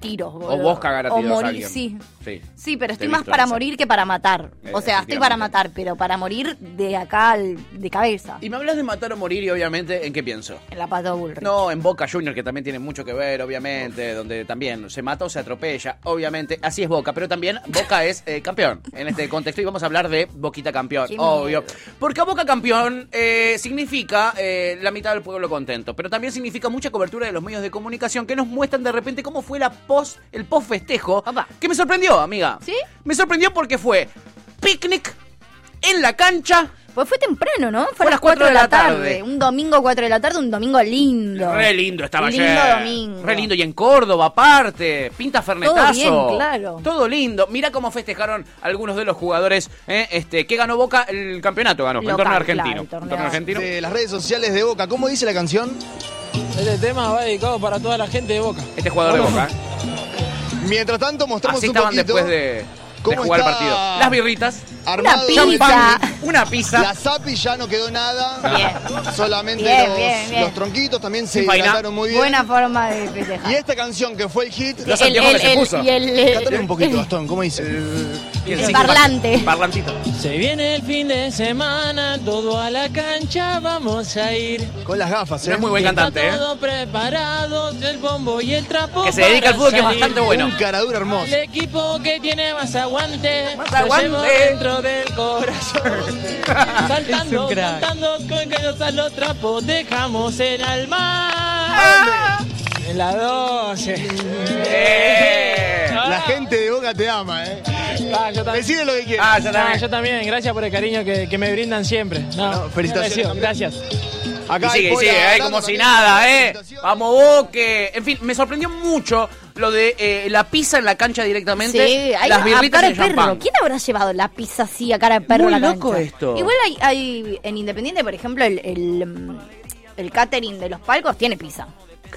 Speaker 2: tiros, boludo.
Speaker 1: o vos cagar a
Speaker 2: O
Speaker 1: tiros a
Speaker 2: morir,
Speaker 1: alguien.
Speaker 2: sí.
Speaker 1: Sí.
Speaker 2: Sí,
Speaker 1: Te
Speaker 2: pero
Speaker 1: he
Speaker 2: estoy más
Speaker 1: visto
Speaker 2: para
Speaker 1: esa.
Speaker 2: morir que para matar. O
Speaker 1: Eh,
Speaker 2: sea, estoy
Speaker 1: efectivamente.
Speaker 2: para matar, pero para morir de acá al- de cabeza.
Speaker 1: Y me hablas de matar o morir y obviamente, ¿en qué pienso?
Speaker 2: En la Pato Bullrich.
Speaker 1: No, en Boca Junior, que también tiene mucho que ver, obviamente, donde también se mata o se atropella, obviamente. Así es Boca, pero también Boca es eh, campeón en este contexto y vamos a hablar de Boquita Campeón,
Speaker 13: Qué
Speaker 1: obvio. Porque a Boca Campeón eh, significa eh, la mitad del pueblo contento, pero también significa mucha cobertura de los medios de comunicación que nos muestran de repente cómo fue la post, el post-festejo, que me sorprendió, amiga. ¿Sí? Me sorprendió porque fue picnic en la cancha.
Speaker 2: Pues fue temprano, ¿no?
Speaker 1: Fue
Speaker 2: Fue a
Speaker 1: a las
Speaker 2: las 4 de la tarde.
Speaker 1: tarde.
Speaker 2: Un domingo 4 de la tarde, un domingo lindo.
Speaker 1: Re lindo estaba
Speaker 2: Lindo
Speaker 1: ayer.
Speaker 2: domingo.
Speaker 1: Re lindo. Y en Córdoba, aparte. Pinta
Speaker 2: Todo
Speaker 1: Fernetazo.
Speaker 2: bien, claro.
Speaker 1: Todo lindo. Mira cómo festejaron algunos de los jugadores eh, este, que ganó Boca el campeonato. Ganó el
Speaker 15: Local,
Speaker 1: torneo
Speaker 15: claro,
Speaker 1: argentino.
Speaker 15: el torneo.
Speaker 1: Un torneo argentino.
Speaker 15: De las redes sociales de Boca, ¿cómo dice la canción? Este tema va dedicado para toda la gente de Boca.
Speaker 1: Este jugador de Boca.
Speaker 15: Mientras tanto, mostramos
Speaker 1: Así
Speaker 15: un
Speaker 1: estaban
Speaker 15: poquito
Speaker 1: después de, de
Speaker 15: cómo
Speaker 1: jugar el
Speaker 15: está
Speaker 1: partido. Las birritas. Una
Speaker 15: armado
Speaker 1: pizza. Champán, Una pizza.
Speaker 15: La zapi ya no quedó nada. Solamente
Speaker 2: Bien,
Speaker 15: los,
Speaker 2: bien, bien.
Speaker 15: los tronquitos también se
Speaker 2: Sin vaina.
Speaker 15: hidrataron muy bien.
Speaker 2: Buena forma de festejar.
Speaker 15: Y esta canción que fue el hit.
Speaker 2: Los El- anteojos que el- se el- puso. y el- el-
Speaker 15: Cántale un poquito, Gastón, ¿cómo dice?
Speaker 2: el El parlante.
Speaker 1: Parlantito.
Speaker 15: Se viene el fin de semana, todo a la cancha vamos a ir. Con las gafas, ¿eh?
Speaker 1: Es muy buen cantante, ¿eh?
Speaker 15: todo preparado, el bombo y el trapo.
Speaker 1: Que se dedica al fútbol, que es bastante bueno.
Speaker 15: Un caradura hermoso.
Speaker 1: El
Speaker 15: equipo que tiene más aguante, más
Speaker 1: aguante. llevo
Speaker 15: dentro del corazón.
Speaker 16: Saltando,
Speaker 15: saltando, con que nos a los trapos, dejamos el alma.
Speaker 1: Ah.
Speaker 15: En la 12.
Speaker 1: Eh.
Speaker 15: La gente de Boca te ama, ¿eh? Decide lo que quieras.
Speaker 16: Ah, yo también. yo también. Gracias por el cariño que, que me brindan siempre. No,
Speaker 15: felicitaciones
Speaker 16: agradecido. Gracias.
Speaker 1: y sigue, y sigue, eh, como si nada, ¿eh? Vamos, Boque. En fin, me sorprendió mucho lo de eh, la pizza en la cancha directamente.
Speaker 2: Sí, hay
Speaker 1: las
Speaker 2: a
Speaker 1: birritas
Speaker 2: cara
Speaker 1: en
Speaker 2: de perro.
Speaker 1: champán.
Speaker 2: ¿Quién habrá llevado la pizza así a cara de perro
Speaker 1: Muy
Speaker 2: a la
Speaker 1: loco
Speaker 2: cancha?
Speaker 1: esto.
Speaker 2: Igual hay, hay- en Independiente, por ejemplo, el, el, mm, el catering de los palcos tiene pizza.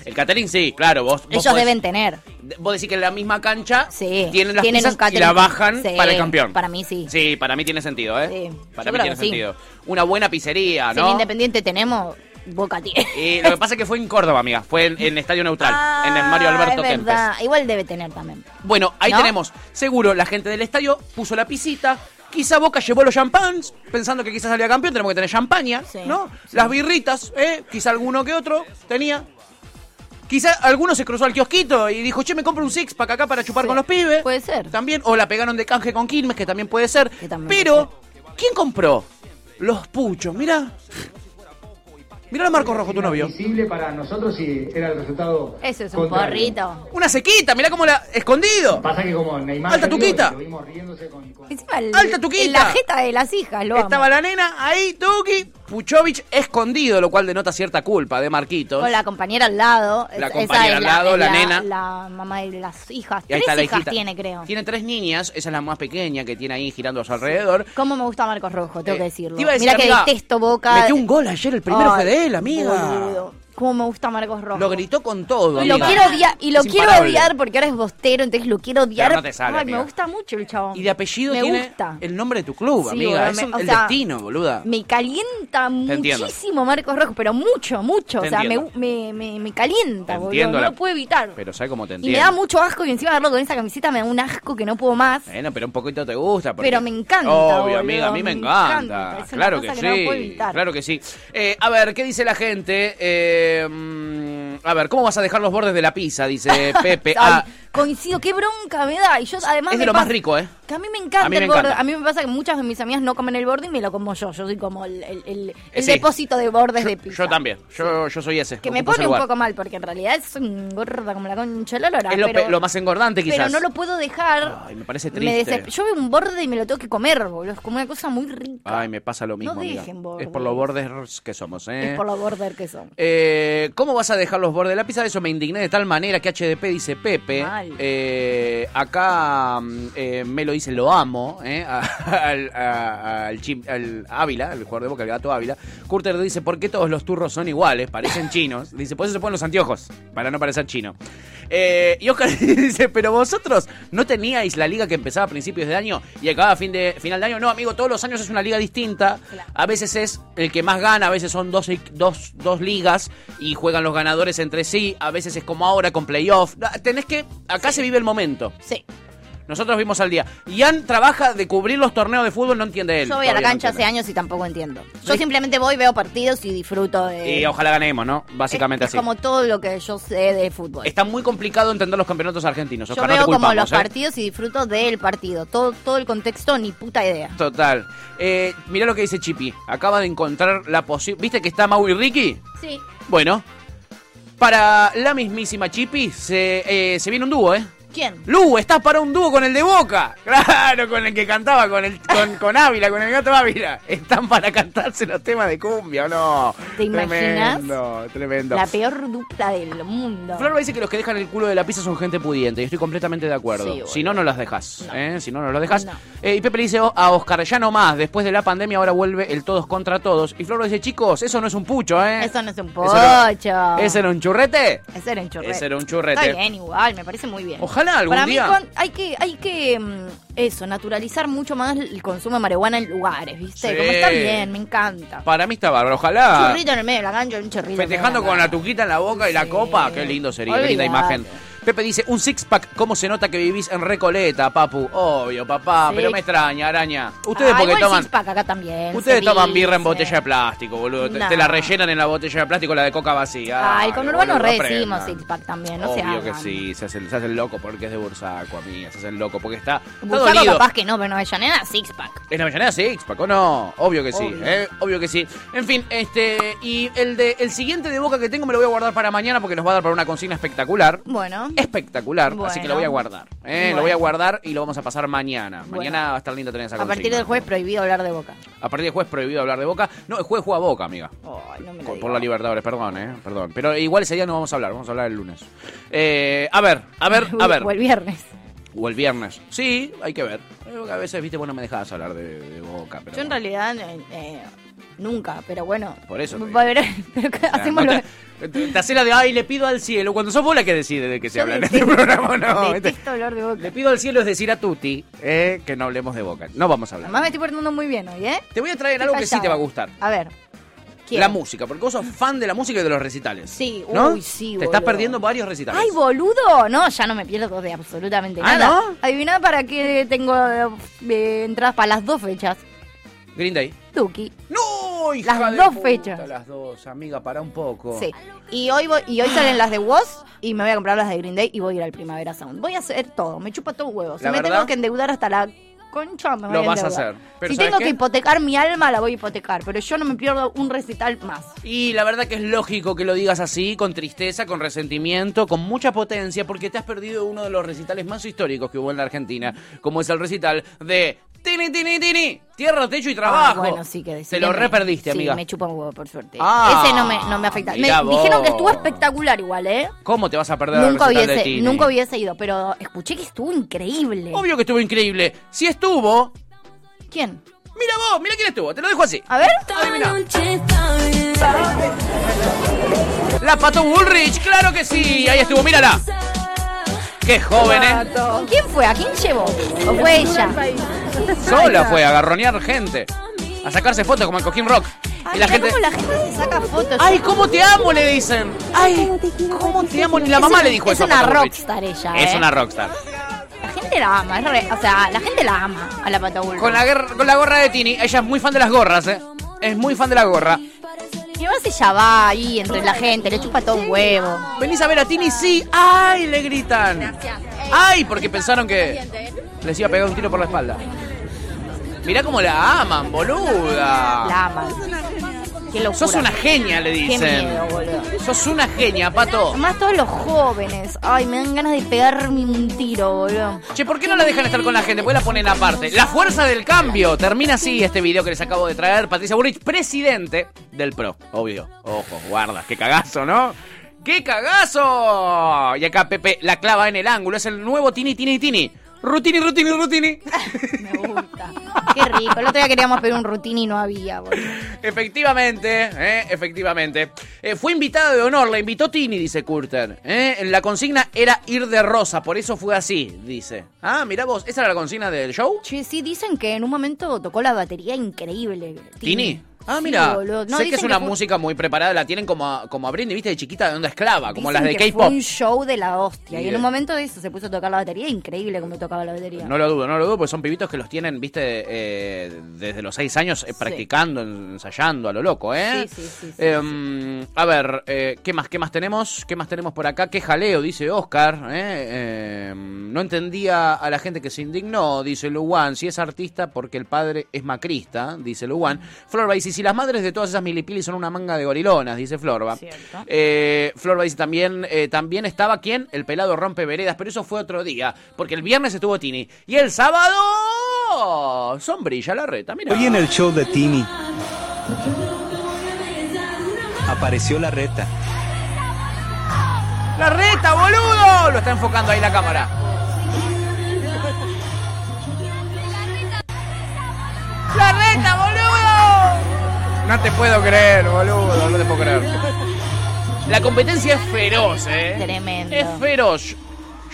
Speaker 1: El catering sí, claro, vos, vos
Speaker 2: Ellos
Speaker 1: podés-
Speaker 2: deben tener.
Speaker 1: Vos decís que en la misma cancha tienen las
Speaker 2: tienen
Speaker 1: pizzas
Speaker 2: un catering.
Speaker 1: y la bajan
Speaker 2: Sí,
Speaker 1: para el campeón.
Speaker 2: para mí sí.
Speaker 1: Sí, para mí tiene sentido, ¿eh?
Speaker 2: Sí,
Speaker 1: Para
Speaker 2: yo
Speaker 1: mí
Speaker 2: creo
Speaker 1: tiene
Speaker 2: que sí.
Speaker 1: sentido. Una buena pizzería,
Speaker 2: Si en
Speaker 1: ¿no?
Speaker 2: Independiente tenemos, Boca tiene.
Speaker 1: Eh, lo que pasa es que fue en Córdoba, amiga. Fue en, en Estadio Neutral, en el Mario
Speaker 2: Ah, es
Speaker 1: Alberto Kempes.
Speaker 2: verdad. Igual debe tener también.
Speaker 1: Bueno, ahí
Speaker 2: ¿No?
Speaker 1: tenemos. Seguro, la gente del estadio puso la pisita. Quizá Boca llevó los champáns, pensando que quizás salía campeón, tenemos que tener champaña, ¿no? Las birritas, ¿eh? Quizá alguno que otro tenía. Quizá alguno se cruzó al kiosquito y dijo, che, me compro un six pack acá para chupar con los pibes. Puede ser. También, o la pegaron de canje con Quilmes, que también puede ser. Pero, ¿quién compró? Los puchos, mirá. Mirá a Marco Rojo, tu novio.
Speaker 13: visible para nosotros si era el resultado.
Speaker 2: Eso es un
Speaker 13: contrario.
Speaker 2: porrito.
Speaker 1: Una sequita, mirá cómo la... Escondido.
Speaker 13: Pasa que como Neymar.
Speaker 1: Alta
Speaker 13: yo
Speaker 1: tuquita.
Speaker 13: digo, lo vimos riéndose con-
Speaker 2: Encima el-
Speaker 1: Alta tuquita.
Speaker 2: en la jeta de las hijas, lo amo.
Speaker 1: Estaba la nena, ahí Tuki, Puchovich escondido, lo cual denota cierta culpa de Marquitos.
Speaker 2: Con la compañera al lado.
Speaker 1: La
Speaker 2: Esa
Speaker 1: compañera
Speaker 2: es
Speaker 1: al lado, la nena.
Speaker 2: La mamá de las hijas.
Speaker 1: Y ahí
Speaker 2: Tres
Speaker 1: está la
Speaker 2: hijas
Speaker 1: hijita.
Speaker 2: tiene, creo.
Speaker 1: Tiene tres niñas, esa es la más pequeña que tiene ahí girando a su alrededor.
Speaker 2: ¿Cómo me gusta Marcos Rojo? Tengo
Speaker 1: Eh,
Speaker 2: que decirlo.
Speaker 1: te iba a decir,
Speaker 2: Mira que
Speaker 1: amiga,
Speaker 2: detesto Boca.
Speaker 1: Metió un gol ayer, el primero
Speaker 2: Ay,
Speaker 1: fue de él, amiga.
Speaker 2: boludo. ¿Cómo me gusta Marcos Rojo?
Speaker 1: Lo gritó con todo.
Speaker 2: Y lo
Speaker 1: amiga.
Speaker 2: quiero odiar, y lo
Speaker 1: Es
Speaker 2: quiero
Speaker 1: imparable.
Speaker 2: odiar porque ahora es bostero, entonces lo quiero odiar.
Speaker 1: Pero no te sale,
Speaker 2: Ay,
Speaker 1: amiga.
Speaker 2: me gusta mucho el chabón.
Speaker 1: Y de apellido
Speaker 2: me
Speaker 1: tiene
Speaker 2: gusta.
Speaker 1: el nombre de tu club,
Speaker 2: Sí,
Speaker 1: amiga.
Speaker 2: boludo,
Speaker 1: Es
Speaker 2: me-
Speaker 1: un-
Speaker 2: o
Speaker 1: el
Speaker 2: sea,
Speaker 1: destino, boluda.
Speaker 2: Me calienta
Speaker 1: Te entiendo.
Speaker 2: muchísimo Marcos Rojo, pero mucho, mucho.
Speaker 1: Te
Speaker 2: o sea, me,
Speaker 1: entiendo.
Speaker 2: me, me, me
Speaker 1: Te
Speaker 2: calienta, boludo.
Speaker 1: entiendo
Speaker 2: No
Speaker 1: la-
Speaker 2: lo puedo evitar.
Speaker 1: Pero sabe cómo te
Speaker 2: Y me
Speaker 1: entiendo.
Speaker 2: da mucho asco y encima verlo con esa camiseta me da un asco que no puedo más.
Speaker 1: Bueno, pero un poquito te gusta. porque-
Speaker 2: Pero me encanta,
Speaker 1: Obvio,
Speaker 2: boludo,
Speaker 1: amiga, a mí me,
Speaker 2: me
Speaker 1: encanta.
Speaker 2: encanta. Es una
Speaker 1: Claro
Speaker 2: cosa
Speaker 1: que,
Speaker 2: que no puedo
Speaker 1: sí.
Speaker 2: evitar.
Speaker 1: claro que sí. Eh, a ver, ¿qué dice la gente? Eh, mm, a ver, ¿cómo vas a dejar los bordes de la pizza? Dice Pepe. Ah,
Speaker 2: Ay, coincido, qué bronca me da. Y yo además
Speaker 1: es
Speaker 2: me
Speaker 1: de lo
Speaker 2: pasa-
Speaker 1: más rico, ¿eh?
Speaker 2: Que a mí me encanta
Speaker 1: A mí me
Speaker 2: el borde.
Speaker 1: encanta.
Speaker 2: A mí me pasa que muchas de mis amigas no comen el borde y me lo como yo. Yo soy como el, el- el- el
Speaker 1: Eh, sí.
Speaker 2: depósito de bordes de pizza.
Speaker 1: Yo también. Yo, yo soy ese.
Speaker 2: Que me
Speaker 1: Ocupo ese
Speaker 2: pone un
Speaker 1: lugar.
Speaker 2: poco mal, porque en realidad es un gorda como la concha de la lora.
Speaker 1: Es lo,
Speaker 2: pero,
Speaker 1: pe- lo más engordante, quizás.
Speaker 2: pero no lo puedo dejar.
Speaker 1: Ay, me parece
Speaker 2: Me
Speaker 1: triste.
Speaker 2: desesper- yo veo un borde y me lo tengo que comer, boludo. Es como una cosa muy rica.
Speaker 1: Ay, me pasa lo mismo,
Speaker 2: No
Speaker 1: amiga.
Speaker 2: dejen
Speaker 1: Es por los
Speaker 2: bordes.
Speaker 1: bordes que somos, ¿eh?
Speaker 2: Es por los border que son.
Speaker 1: Eh, ¿Cómo vas a dejar los bordes de la pizza? Eso me indigné de tal manera que HDP dice Pepe.
Speaker 2: Mal.
Speaker 1: Eh, acá mm, eh, me lo dice lo amo eh, a- al, a- al chim- al Ávila, el jugador de boca, el gato Ávila. Curter dice: ¿Por qué todos los turros son iguales? Parecen chinos. Dice: Por eso se ponen los anteojos, para no parecer chino. Eh, y Oscar dice: ¿Pero vosotros no teníais la liga que empezaba a principios de año y acababa a fin de, final de año? No, amigo, todos los años es una liga distinta. A veces es el que más gana, a veces son dos, dos, dos ligas y juegan los ganadores entre sí. A veces es como ahora con playoff. No, Tenés que. Acá se vive el momento.
Speaker 2: Sí.
Speaker 1: Nosotros vimos al día. Ian trabaja de cubrir los torneos de fútbol, no entiende él.
Speaker 2: Yo voy a la
Speaker 1: todavía no
Speaker 2: cancha hace
Speaker 1: entiende.
Speaker 2: años y tampoco entiendo. Yo simplemente voy, veo partidos y disfruto de.
Speaker 1: Y ojalá ganemos, ¿no? Básicamente
Speaker 2: es
Speaker 1: así.
Speaker 2: como todo lo que yo sé de fútbol.
Speaker 1: Está muy complicado entender los campeonatos argentinos.
Speaker 2: Yo
Speaker 1: Oscar, no
Speaker 2: veo
Speaker 1: te
Speaker 2: como
Speaker 1: culpamos,
Speaker 2: los
Speaker 1: ¿eh?
Speaker 2: partidos y disfruto del partido. Todo, todo el contexto, ni puta idea.
Speaker 1: Total. Eh, mirá lo que dice Chipi. Acaba de encontrar la posibilidad. ¿Viste que está Mau y Ricky?
Speaker 2: Sí.
Speaker 1: Bueno. Para la mismísima Chipi se, eh, se viene un dúo, ¿eh?
Speaker 2: ¿Quién?
Speaker 1: Lu, estás para un dúo con el de Boca. Claro, con el que cantaba, con el con, con Ávila, con el gato Ávila. Están para cantarse los temas de cumbia, ¿o no?
Speaker 2: ¿Te imaginas?
Speaker 1: Tremendo, tremendo.
Speaker 2: La peor dupla del mundo.
Speaker 1: Flor dice que los que dejan el culo de la pizza son gente pudiente y estoy completamente de
Speaker 2: Sí,
Speaker 1: acuerdo.
Speaker 2: boludo.
Speaker 1: si no, no las dejas. ¿eh? Si no, no las dejas. Eh, y Pepe le dice oh, a Oscar, ya no más, después de la pandemia ahora vuelve el todos contra todos. Y Flor dice, chicos, eso no es un pucho, ¿eh?
Speaker 2: Eso no es un
Speaker 1: Eso era-
Speaker 2: pocho.
Speaker 1: ¿Ese era un churrete?
Speaker 2: Ese era un churrete.
Speaker 1: Ese era un churrete.
Speaker 2: Está bien, igual, me parece muy bien.
Speaker 1: Ojalá algún
Speaker 2: Para
Speaker 1: día.
Speaker 2: mí con- hay que, hay que mm, eso, naturalizar mucho más el consumo de marihuana en lugares, ¿viste?
Speaker 1: Sí.
Speaker 2: Como está bien, me encanta.
Speaker 1: Para mí está bárbaro, ojalá.
Speaker 2: Churrito en el medio de la cancha, un churrito. en el medio de
Speaker 1: Ah. Festejando con la tuquita en la boca y la copa, qué lindo sería, qué linda
Speaker 2: Olvidate.
Speaker 1: imagen. Pepe dice, un six-pack, ¿cómo se nota que vivís en Recoleta, papu? Obvio, papá,
Speaker 2: Sí.
Speaker 1: pero me extraña, araña.
Speaker 2: la-
Speaker 1: Ustedes
Speaker 2: Ah,
Speaker 1: porque
Speaker 2: igual
Speaker 1: toman...
Speaker 2: six pack acá también.
Speaker 1: Ustedes
Speaker 2: se
Speaker 1: toman
Speaker 2: dice.
Speaker 1: birra en botella de plástico, boludo. Te-
Speaker 2: No.
Speaker 1: Te la rellenan en la botella de plástico, la de coca vacía.
Speaker 2: Ay, con Urbano
Speaker 1: boludo,
Speaker 2: re
Speaker 1: aprendan.
Speaker 2: decimos six pack también, no se
Speaker 1: Obvio que
Speaker 2: hagan.
Speaker 1: sí, se hacen, se hacen loco porque es de Bursaco, amiga. Se hacen loco porque está. está
Speaker 2: Busaco
Speaker 1: dolido.
Speaker 2: capaz que no, pero en Avellaneda six pack.
Speaker 1: ¿En Avellaneda sí, Paco? No, obvio que sí,
Speaker 2: Obvio.
Speaker 1: ¿eh? obvio que sí. En fin, este y el de el siguiente de Boca que tengo me lo voy a guardar para mañana porque nos va a dar para una consigna espectacular.
Speaker 2: Bueno.
Speaker 1: espectacular, así que lo voy a
Speaker 2: Bueno.
Speaker 1: guardar. ¿eh? Lo voy a guardar y lo vamos a pasar mañana. Mañana va a estar lindo tener esa
Speaker 2: A
Speaker 1: consigna.
Speaker 2: partir del jueves prohibido hablar de boca.
Speaker 1: A partir del jueves prohibido hablar de Boca. No, el jueves juega Boca, amiga.
Speaker 2: no me
Speaker 1: Por- Por la Libertadores, perdón, eh, perdón. Pero igual ese día no vamos a hablar, vamos a hablar el lunes. Eh, a ver, a ver, a ver.
Speaker 2: O el viernes.
Speaker 1: O el viernes. Sí, hay que ver. Eh, porque A veces, viste, vos no me dejabas hablar de, de Boca. Pero
Speaker 2: Yo en
Speaker 1: bueno,
Speaker 2: realidad eh, eh, nunca, pero bueno.
Speaker 1: Por eso. te digo.
Speaker 2: Pero- pero que hacemos
Speaker 1: Ah, no
Speaker 2: lo-
Speaker 1: Te- Te haces la de, ay, le pido al cielo. Cuando sos vos la que decide de qué se
Speaker 2: Yo
Speaker 1: habla en este
Speaker 2: detesto-
Speaker 1: programa, no. Este,
Speaker 2: detesto hablar de boca.
Speaker 1: Le pido al cielo es decir a Tuti eh, que no hablemos de Boca. No vamos a hablar.
Speaker 2: Además me estoy portando muy bien hoy, ¿eh?
Speaker 1: Te voy a traer algo que sí te va a gustar.
Speaker 2: A ver. ¿Quién?
Speaker 1: La música, porque vos sos fan de la música y de los recitales.
Speaker 2: Sí,
Speaker 1: ¿no?
Speaker 2: uy, sí,
Speaker 1: Te estás
Speaker 2: boludo.
Speaker 1: perdiendo varios recitales.
Speaker 2: Ay, boludo. No, ya no me pierdo de absolutamente
Speaker 1: ¿Ah,
Speaker 2: nada.
Speaker 1: no?
Speaker 2: Adiviná para qué tengo eh, entradas para las dos fechas.
Speaker 1: Green Day.
Speaker 2: Tuki.
Speaker 1: No,
Speaker 2: Las
Speaker 1: de
Speaker 2: dos
Speaker 1: puta,
Speaker 2: fechas.
Speaker 1: Las dos, amiga, para un poco.
Speaker 2: Sí. Y hoy voy- y hoy salen las de Woz y me voy a comprar las de Green Day y voy a ir al Primavera Sound. Voy a hacer todo, me chupa todo huevo. Si
Speaker 1: La
Speaker 2: me
Speaker 1: verdad-
Speaker 2: tengo que endeudar hasta la concha, me voy
Speaker 1: Lo
Speaker 2: a
Speaker 1: vas a
Speaker 2: endeudar.
Speaker 1: hacer. Pero
Speaker 2: si
Speaker 1: ¿sabes
Speaker 2: tengo
Speaker 1: qué?
Speaker 2: que hipotecar mi alma, la voy a hipotecar, pero yo no me pierdo un recital más.
Speaker 1: Y la verdad que es lógico que lo digas así, con tristeza, con resentimiento, con mucha potencia, porque te has perdido uno de los recitales más históricos que hubo en la Argentina, como es el recital de Tini Tini Tini, Tierra, Techo y Trabajo.
Speaker 2: Ah, bueno, sí
Speaker 1: Te
Speaker 2: que
Speaker 1: lo
Speaker 2: decirme.
Speaker 1: reperdiste,
Speaker 2: Sí,
Speaker 1: amiga.
Speaker 2: me chupa un huevo, por suerte.
Speaker 1: Ah,
Speaker 2: Ese no me, no me afecta. Me
Speaker 1: mirá vos.
Speaker 2: dijeron que estuvo espectacular igual, ¿eh?
Speaker 1: ¿Cómo te vas a perder
Speaker 2: Nunca
Speaker 1: el recital de
Speaker 2: hubiese,
Speaker 1: Tini?
Speaker 2: nunca hubiese ido, pero escuché que estuvo increíble.
Speaker 1: Obvio que estuvo increíble. Si estuvo,
Speaker 2: ¿Quién?
Speaker 1: mira vos, mira quién estuvo, te lo dejo así.
Speaker 2: A ver. Ah,
Speaker 1: La Pato Bullrich, claro que sí, ahí estuvo, mírala. Qué joven, ¿eh?
Speaker 2: ¿Con quién fue? ¿A quién llevó? ¿O fue ella?
Speaker 1: Sola fue a garronear gente, a sacarse fotos como el Coquín Rock.
Speaker 2: Ay,
Speaker 1: y la
Speaker 2: mirá
Speaker 1: gente...
Speaker 2: cómo la gente se saca fotos.
Speaker 1: Ay, ¿cómo te amo? Le dicen. Ay, ¿cómo te amo? Ni la
Speaker 2: Es
Speaker 1: mamá
Speaker 2: un-
Speaker 1: le dijo
Speaker 2: es
Speaker 1: eso. a
Speaker 2: una
Speaker 1: Pato Bullrich.
Speaker 2: rockstar ella,
Speaker 1: Es
Speaker 2: eh.
Speaker 1: una rockstar.
Speaker 2: La gente la ama, es re- o sea, la gente la ama a la Pato Bullrich.
Speaker 1: Con la, guerra- con la gorra de Tini, ella es muy fan de las gorras, ¿eh? Es muy fan de la gorra.
Speaker 2: Y además ella va ahí entre la gente, le chupa todo un huevo.
Speaker 1: ¿Venís a ver a Tini? Sí. ¡Ay! Le gritan. ¡Ay! Porque pensaron que les iba a pegar un tiro por la espalda. Mirá cómo la aman, boluda.
Speaker 2: La aman. Qué locura.
Speaker 1: Sos una genia, le
Speaker 2: Qué
Speaker 1: dicen.
Speaker 2: miedo, boludo.
Speaker 1: Sos una genia, pato.
Speaker 2: Además todos los jóvenes. Ay, me dan ganas de pegarme un tiro, boludo.
Speaker 1: Che, ¿por qué no la dejan estar con la gente? Porque la ponen aparte. La fuerza del cambio. Termina así este video que les acabo de traer. Patricia Burrich, presidente del PRO. Obvio. Ojo, guarda. Qué cagazo, ¿no? ¡Qué cagazo! Y acá Pepe la clava en el ángulo. Es el nuevo Tini Tini Tini. Rutini, rutini, rutini.
Speaker 2: Qué rico. El otro día queríamos pedir un rutini y no había, boludo.
Speaker 1: Efectivamente, ¿eh? efectivamente. Eh, fue invitada de honor, la invitó Tini, dice Curter. ¿eh? La consigna era ir de rosa, por eso fue así, dice. Ah, mirá vos, ¿esa era la consigna del show?
Speaker 2: Che, sí, dicen que en un momento tocó la batería increíble.
Speaker 1: Tini. Ah,
Speaker 2: Sí,
Speaker 1: mira.
Speaker 2: boludo. No,
Speaker 1: sé que
Speaker 2: dicen
Speaker 1: es una
Speaker 2: fue-
Speaker 1: música muy preparada, la tienen como a, como a Britney, viste, de chiquita de onda esclava, como
Speaker 2: dicen
Speaker 1: las de
Speaker 2: que Fue
Speaker 1: K-pop.
Speaker 2: un show de la hostia. Y en
Speaker 1: Bien.
Speaker 2: un momento de eso se puso a tocar la batería. Increíble como tocaba la batería.
Speaker 1: No lo dudo, no lo dudo, porque son pibitos que los tienen, viste, eh, desde los seis años eh,
Speaker 2: Sí.
Speaker 1: practicando, ensayando a lo loco, ¿eh?
Speaker 2: Sí, sí, sí, sí,
Speaker 1: Em, A ver, eh, ¿qué más, qué más tenemos? ¿Qué más tenemos por acá? ¿Qué jaleo? Dice Oscar. ¿eh? Em, no entendía a la gente que se indignó, dice Luwan. Si es artista porque el padre es macrista, dice Luwan. Florba dice, si las madres de todas esas milipilis son una manga de gorilonas, dice Florba. Eh, Florba dice también, eh, también estaba quién? El pelado rompe veredas, pero eso fue otro día, porque el viernes estuvo Tini. Y el sábado... Sombrilla la reta, mira.
Speaker 17: Hoy en el show de Tini apareció la reta.
Speaker 1: ¡La reta, boludo! Lo está enfocando ahí la cámara. ¡La reta, boludo! No te puedo creer, boludo, no te puedo creer. La competencia es feroz, ¿eh?
Speaker 2: Tremendo.
Speaker 1: Es feroz.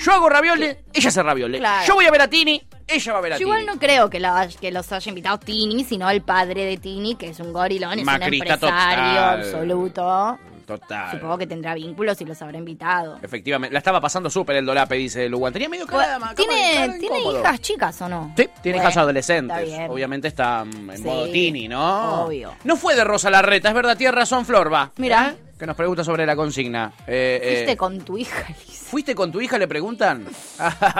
Speaker 1: Yo hago raviole, ella hace raviole.
Speaker 2: Claro.
Speaker 1: Yo voy a ver a Tini, ella va a ver a
Speaker 2: Yo
Speaker 1: Tini.
Speaker 2: igual no creo que, la- que los haya invitado Tini, sino el padre de Tini, que es un gorilón, es
Speaker 1: Macrista
Speaker 2: un empresario
Speaker 1: total.
Speaker 2: absoluto.
Speaker 1: Total.
Speaker 2: Supongo que tendrá vínculos y los habrá invitado.
Speaker 1: Efectivamente, la estaba pasando súper el Dolape, dice Lugan. Tenía medio cara de-
Speaker 2: ¿Tiene,
Speaker 1: de
Speaker 2: ¿tiene
Speaker 1: incómodo.
Speaker 2: hijas chicas o no?
Speaker 1: Sí, tiene
Speaker 2: Bueno,
Speaker 1: hijas adolescentes.
Speaker 2: está bien.
Speaker 1: Obviamente está mm, en
Speaker 2: Sí,
Speaker 1: modo tini, ¿no?
Speaker 2: obvio.
Speaker 1: No fue de Rosa la reta, es verdad, tiene razón Florba.
Speaker 2: Mira.
Speaker 1: Que nos pregunta sobre la consigna. Eh, eh,
Speaker 2: Fuiste con tu hija.
Speaker 1: ¿Fuiste con tu hija? Le preguntan.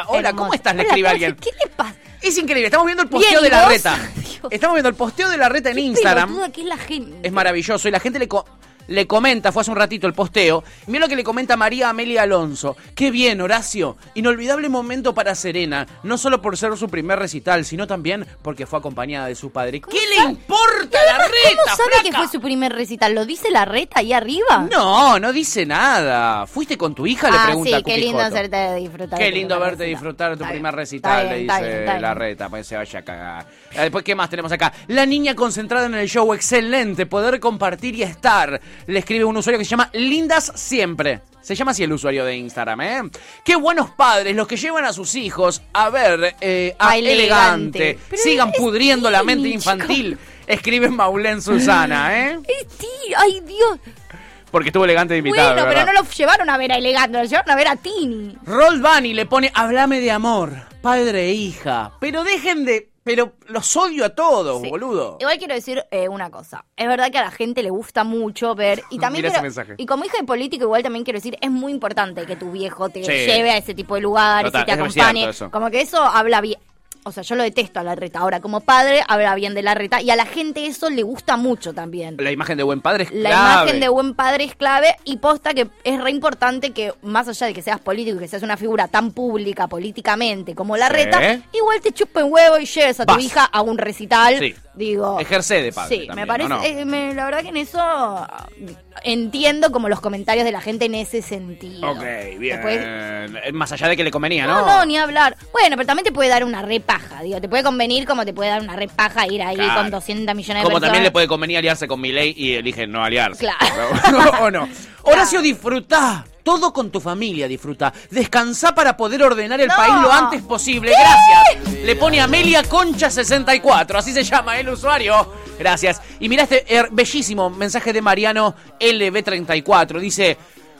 Speaker 1: Hola, ¿cómo
Speaker 2: Hermoso.
Speaker 1: estás? Le
Speaker 2: Hola,
Speaker 1: escribe
Speaker 2: ¿cómo
Speaker 1: alguien.
Speaker 2: haces? ¿Qué le pasa?
Speaker 1: Es increíble, estamos viendo el posteo
Speaker 2: Bien,
Speaker 1: de
Speaker 2: ¿y
Speaker 1: la
Speaker 2: vos?
Speaker 1: reta. Estamos viendo el posteo de la reta en Instagram.
Speaker 2: Pelotuda que es la gente.
Speaker 1: Es maravilloso y la gente le... co- le comenta, fue hace un ratito el posteo, mira lo que le comenta María Amelia Alonso. Qué bien, Horacio. Inolvidable momento para Serena, no solo por ser su primer recital, sino también porque fue acompañada de su padre. ¿Qué le importa la
Speaker 2: Además,
Speaker 1: reta?
Speaker 2: ¿Cómo sabe que fue su primer recital? ¿Lo dice la reta ahí arriba?
Speaker 1: No, no dice nada. ¿Fuiste con tu hija? Le
Speaker 2: ah,
Speaker 1: pregunta
Speaker 2: sí, qué
Speaker 1: Cupicoto.
Speaker 2: lindo hacerte disfrutar.
Speaker 1: Qué
Speaker 2: de tu
Speaker 1: lindo
Speaker 2: primer
Speaker 1: verte
Speaker 2: recital.
Speaker 1: disfrutar tu
Speaker 2: Está
Speaker 1: primer
Speaker 2: bien,
Speaker 1: recital,
Speaker 2: está bien,
Speaker 1: le
Speaker 2: está
Speaker 1: dice
Speaker 2: bien, está bien.
Speaker 1: la reta, pues se vaya a cagar. Eh, Después, ¿qué más tenemos acá? La niña concentrada en el show, excelente, poder compartir y estar. Le escribe un usuario que se llama Lindas Siempre. Se llama así el usuario de Instagram, ¿eh? Qué buenos padres los que llevan a sus hijos a ver eh, a
Speaker 2: A
Speaker 1: elegante.
Speaker 2: Elegante.
Speaker 1: Sigan pudriendo la mente infantil. Escribe Maulén Susana, ¿eh?
Speaker 2: Es ti- Ay, Dios.
Speaker 1: Porque estuvo elegante de invitado.
Speaker 2: bueno,
Speaker 1: ¿verdad?
Speaker 2: pero no lo llevaron a ver a Elegante, lo llevaron a ver a Tini.
Speaker 1: Roll Bunny le pone, háblame de amor, padre e hija. Pero dejen de... Pero los odio a todos, boludo.
Speaker 2: Igual quiero decir eh, una cosa. Es verdad que a la gente le gusta mucho ver. Y también
Speaker 1: Mirá ese
Speaker 2: quiero-
Speaker 1: mensaje.
Speaker 2: Y como hija de político, igual también quiero decir, es muy importante que tu viejo te
Speaker 1: Sí.
Speaker 2: lleve a ese tipo de lugares
Speaker 1: Total,
Speaker 2: y te
Speaker 1: es muy
Speaker 2: acompañe.
Speaker 1: cierto eso.
Speaker 2: Como que eso habla bien. O sea, yo lo detesto a la reta. Ahora, como padre, habla bien de la reta. Y a la gente eso le gusta mucho también.
Speaker 1: La imagen de buen padre es
Speaker 2: La
Speaker 1: clave.
Speaker 2: imagen de buen padre es clave y posta que es re importante que, más allá de que seas político y que seas una figura tan pública políticamente como la
Speaker 1: Sí.
Speaker 2: reta, igual te chupa un huevo y lleves a tu
Speaker 1: Vas.
Speaker 2: hija a un recital.
Speaker 1: Sí.
Speaker 2: Digo.
Speaker 1: Ejerce de padre
Speaker 2: Sí,
Speaker 1: también,
Speaker 2: me parece.
Speaker 1: ¿o no?
Speaker 2: eh, me- la verdad que en eso ah, entiendo como los comentarios de la gente en ese sentido.
Speaker 1: Ok, bien.
Speaker 2: Después-
Speaker 1: Eh, Más allá de que le convenía, ¿no?
Speaker 2: No, no, ni hablar. Bueno, pero también te puede dar una repaja, digo. Te puede convenir como te puede dar una repaja ir ahí
Speaker 1: Claro.
Speaker 2: con 200 millones de
Speaker 1: Como
Speaker 2: personas.
Speaker 1: también le puede convenir aliarse con Milei y elige no aliarse.
Speaker 2: Claro.
Speaker 1: ¿No? ¿O no? Horacio, disfrutá. Todo con tu familia, disfruta. Descansá para poder ordenar el
Speaker 2: No.
Speaker 1: país lo antes posible. Gracias. Le pone Amelia Concha 64, así se llama el usuario. Gracias. Y mirá este er, bellísimo mensaje de Mariano LB34. Dice,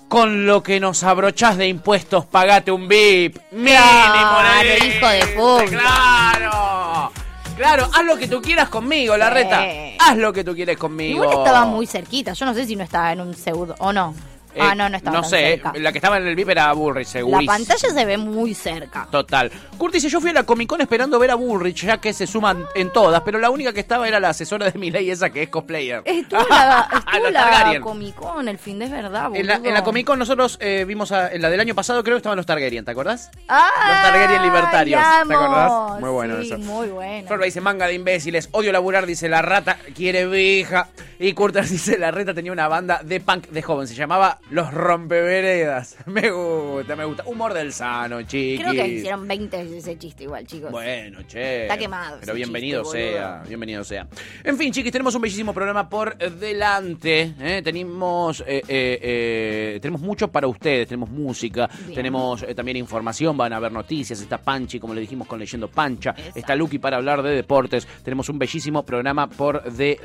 Speaker 1: con lo que nos abrochás de impuestos, pagate un VIP. Mínimo,
Speaker 2: Claro,
Speaker 1: Nelly.
Speaker 2: hijo de puta.
Speaker 1: Claro. Claro, haz lo que tú quieras conmigo, la reta.
Speaker 2: Sí.
Speaker 1: Haz lo que tú quieres conmigo.
Speaker 2: Igual estaba muy cerquita. Yo no sé si no estaba en un pseudo o no.
Speaker 1: Eh,
Speaker 2: ah, no, no estaba
Speaker 1: No
Speaker 2: tan
Speaker 1: sé,
Speaker 2: cerca.
Speaker 1: la que estaba en el VIP era Bullrich,
Speaker 2: La
Speaker 1: segurísimo.
Speaker 2: pantalla se ve muy cerca.
Speaker 1: Total. Kurt dice, yo fui a la Comic Con esperando ver a Bullrich, ya que se suman en todas, pero la única que estaba era la asesora de Miley, esa que es cosplayer.
Speaker 2: Estuvo la, estuvo
Speaker 1: Los
Speaker 2: la
Speaker 1: Ah, Targaryen.
Speaker 2: Comic Con el fin de es verdad, boludo.
Speaker 1: En la, en la Comic Con nosotros eh, vimos, a- en la del año pasado creo que estaban los Targaryen, ¿te acordás?
Speaker 2: Ah,
Speaker 1: los Targaryen libertarios, ¿te
Speaker 2: amo.
Speaker 1: acordás? Muy bueno
Speaker 2: Sí,
Speaker 1: eso.
Speaker 2: muy bueno.
Speaker 1: Florba dice manga de imbéciles, odio laburar, dice la rata, quiere vieja. Y Curtas dice la reta tenía una banda de punk de joven, se llamaba Los Rompeveredas. Me gusta, me gusta. Humor del sano, chiquis.
Speaker 2: Creo que hicieron 20 veces ese chiste igual, chicos.
Speaker 1: Bueno, che.
Speaker 2: Está quemado
Speaker 1: Pero
Speaker 2: ese
Speaker 1: bienvenido
Speaker 2: chiste, boludo.
Speaker 1: sea, bienvenido sea. En fin, chiquis, tenemos un bellísimo programa por eh, delante. ¿eh? Tenemos, eh, eh, eh, tenemos mucho para ustedes. Tenemos música,
Speaker 17: Bien.
Speaker 1: tenemos eh, también información, van a haber noticias. Está Panchi, como le dijimos, con Leyendo Pancha. Está Lucky para hablar de deportes. Tenemos un bellísimo programa por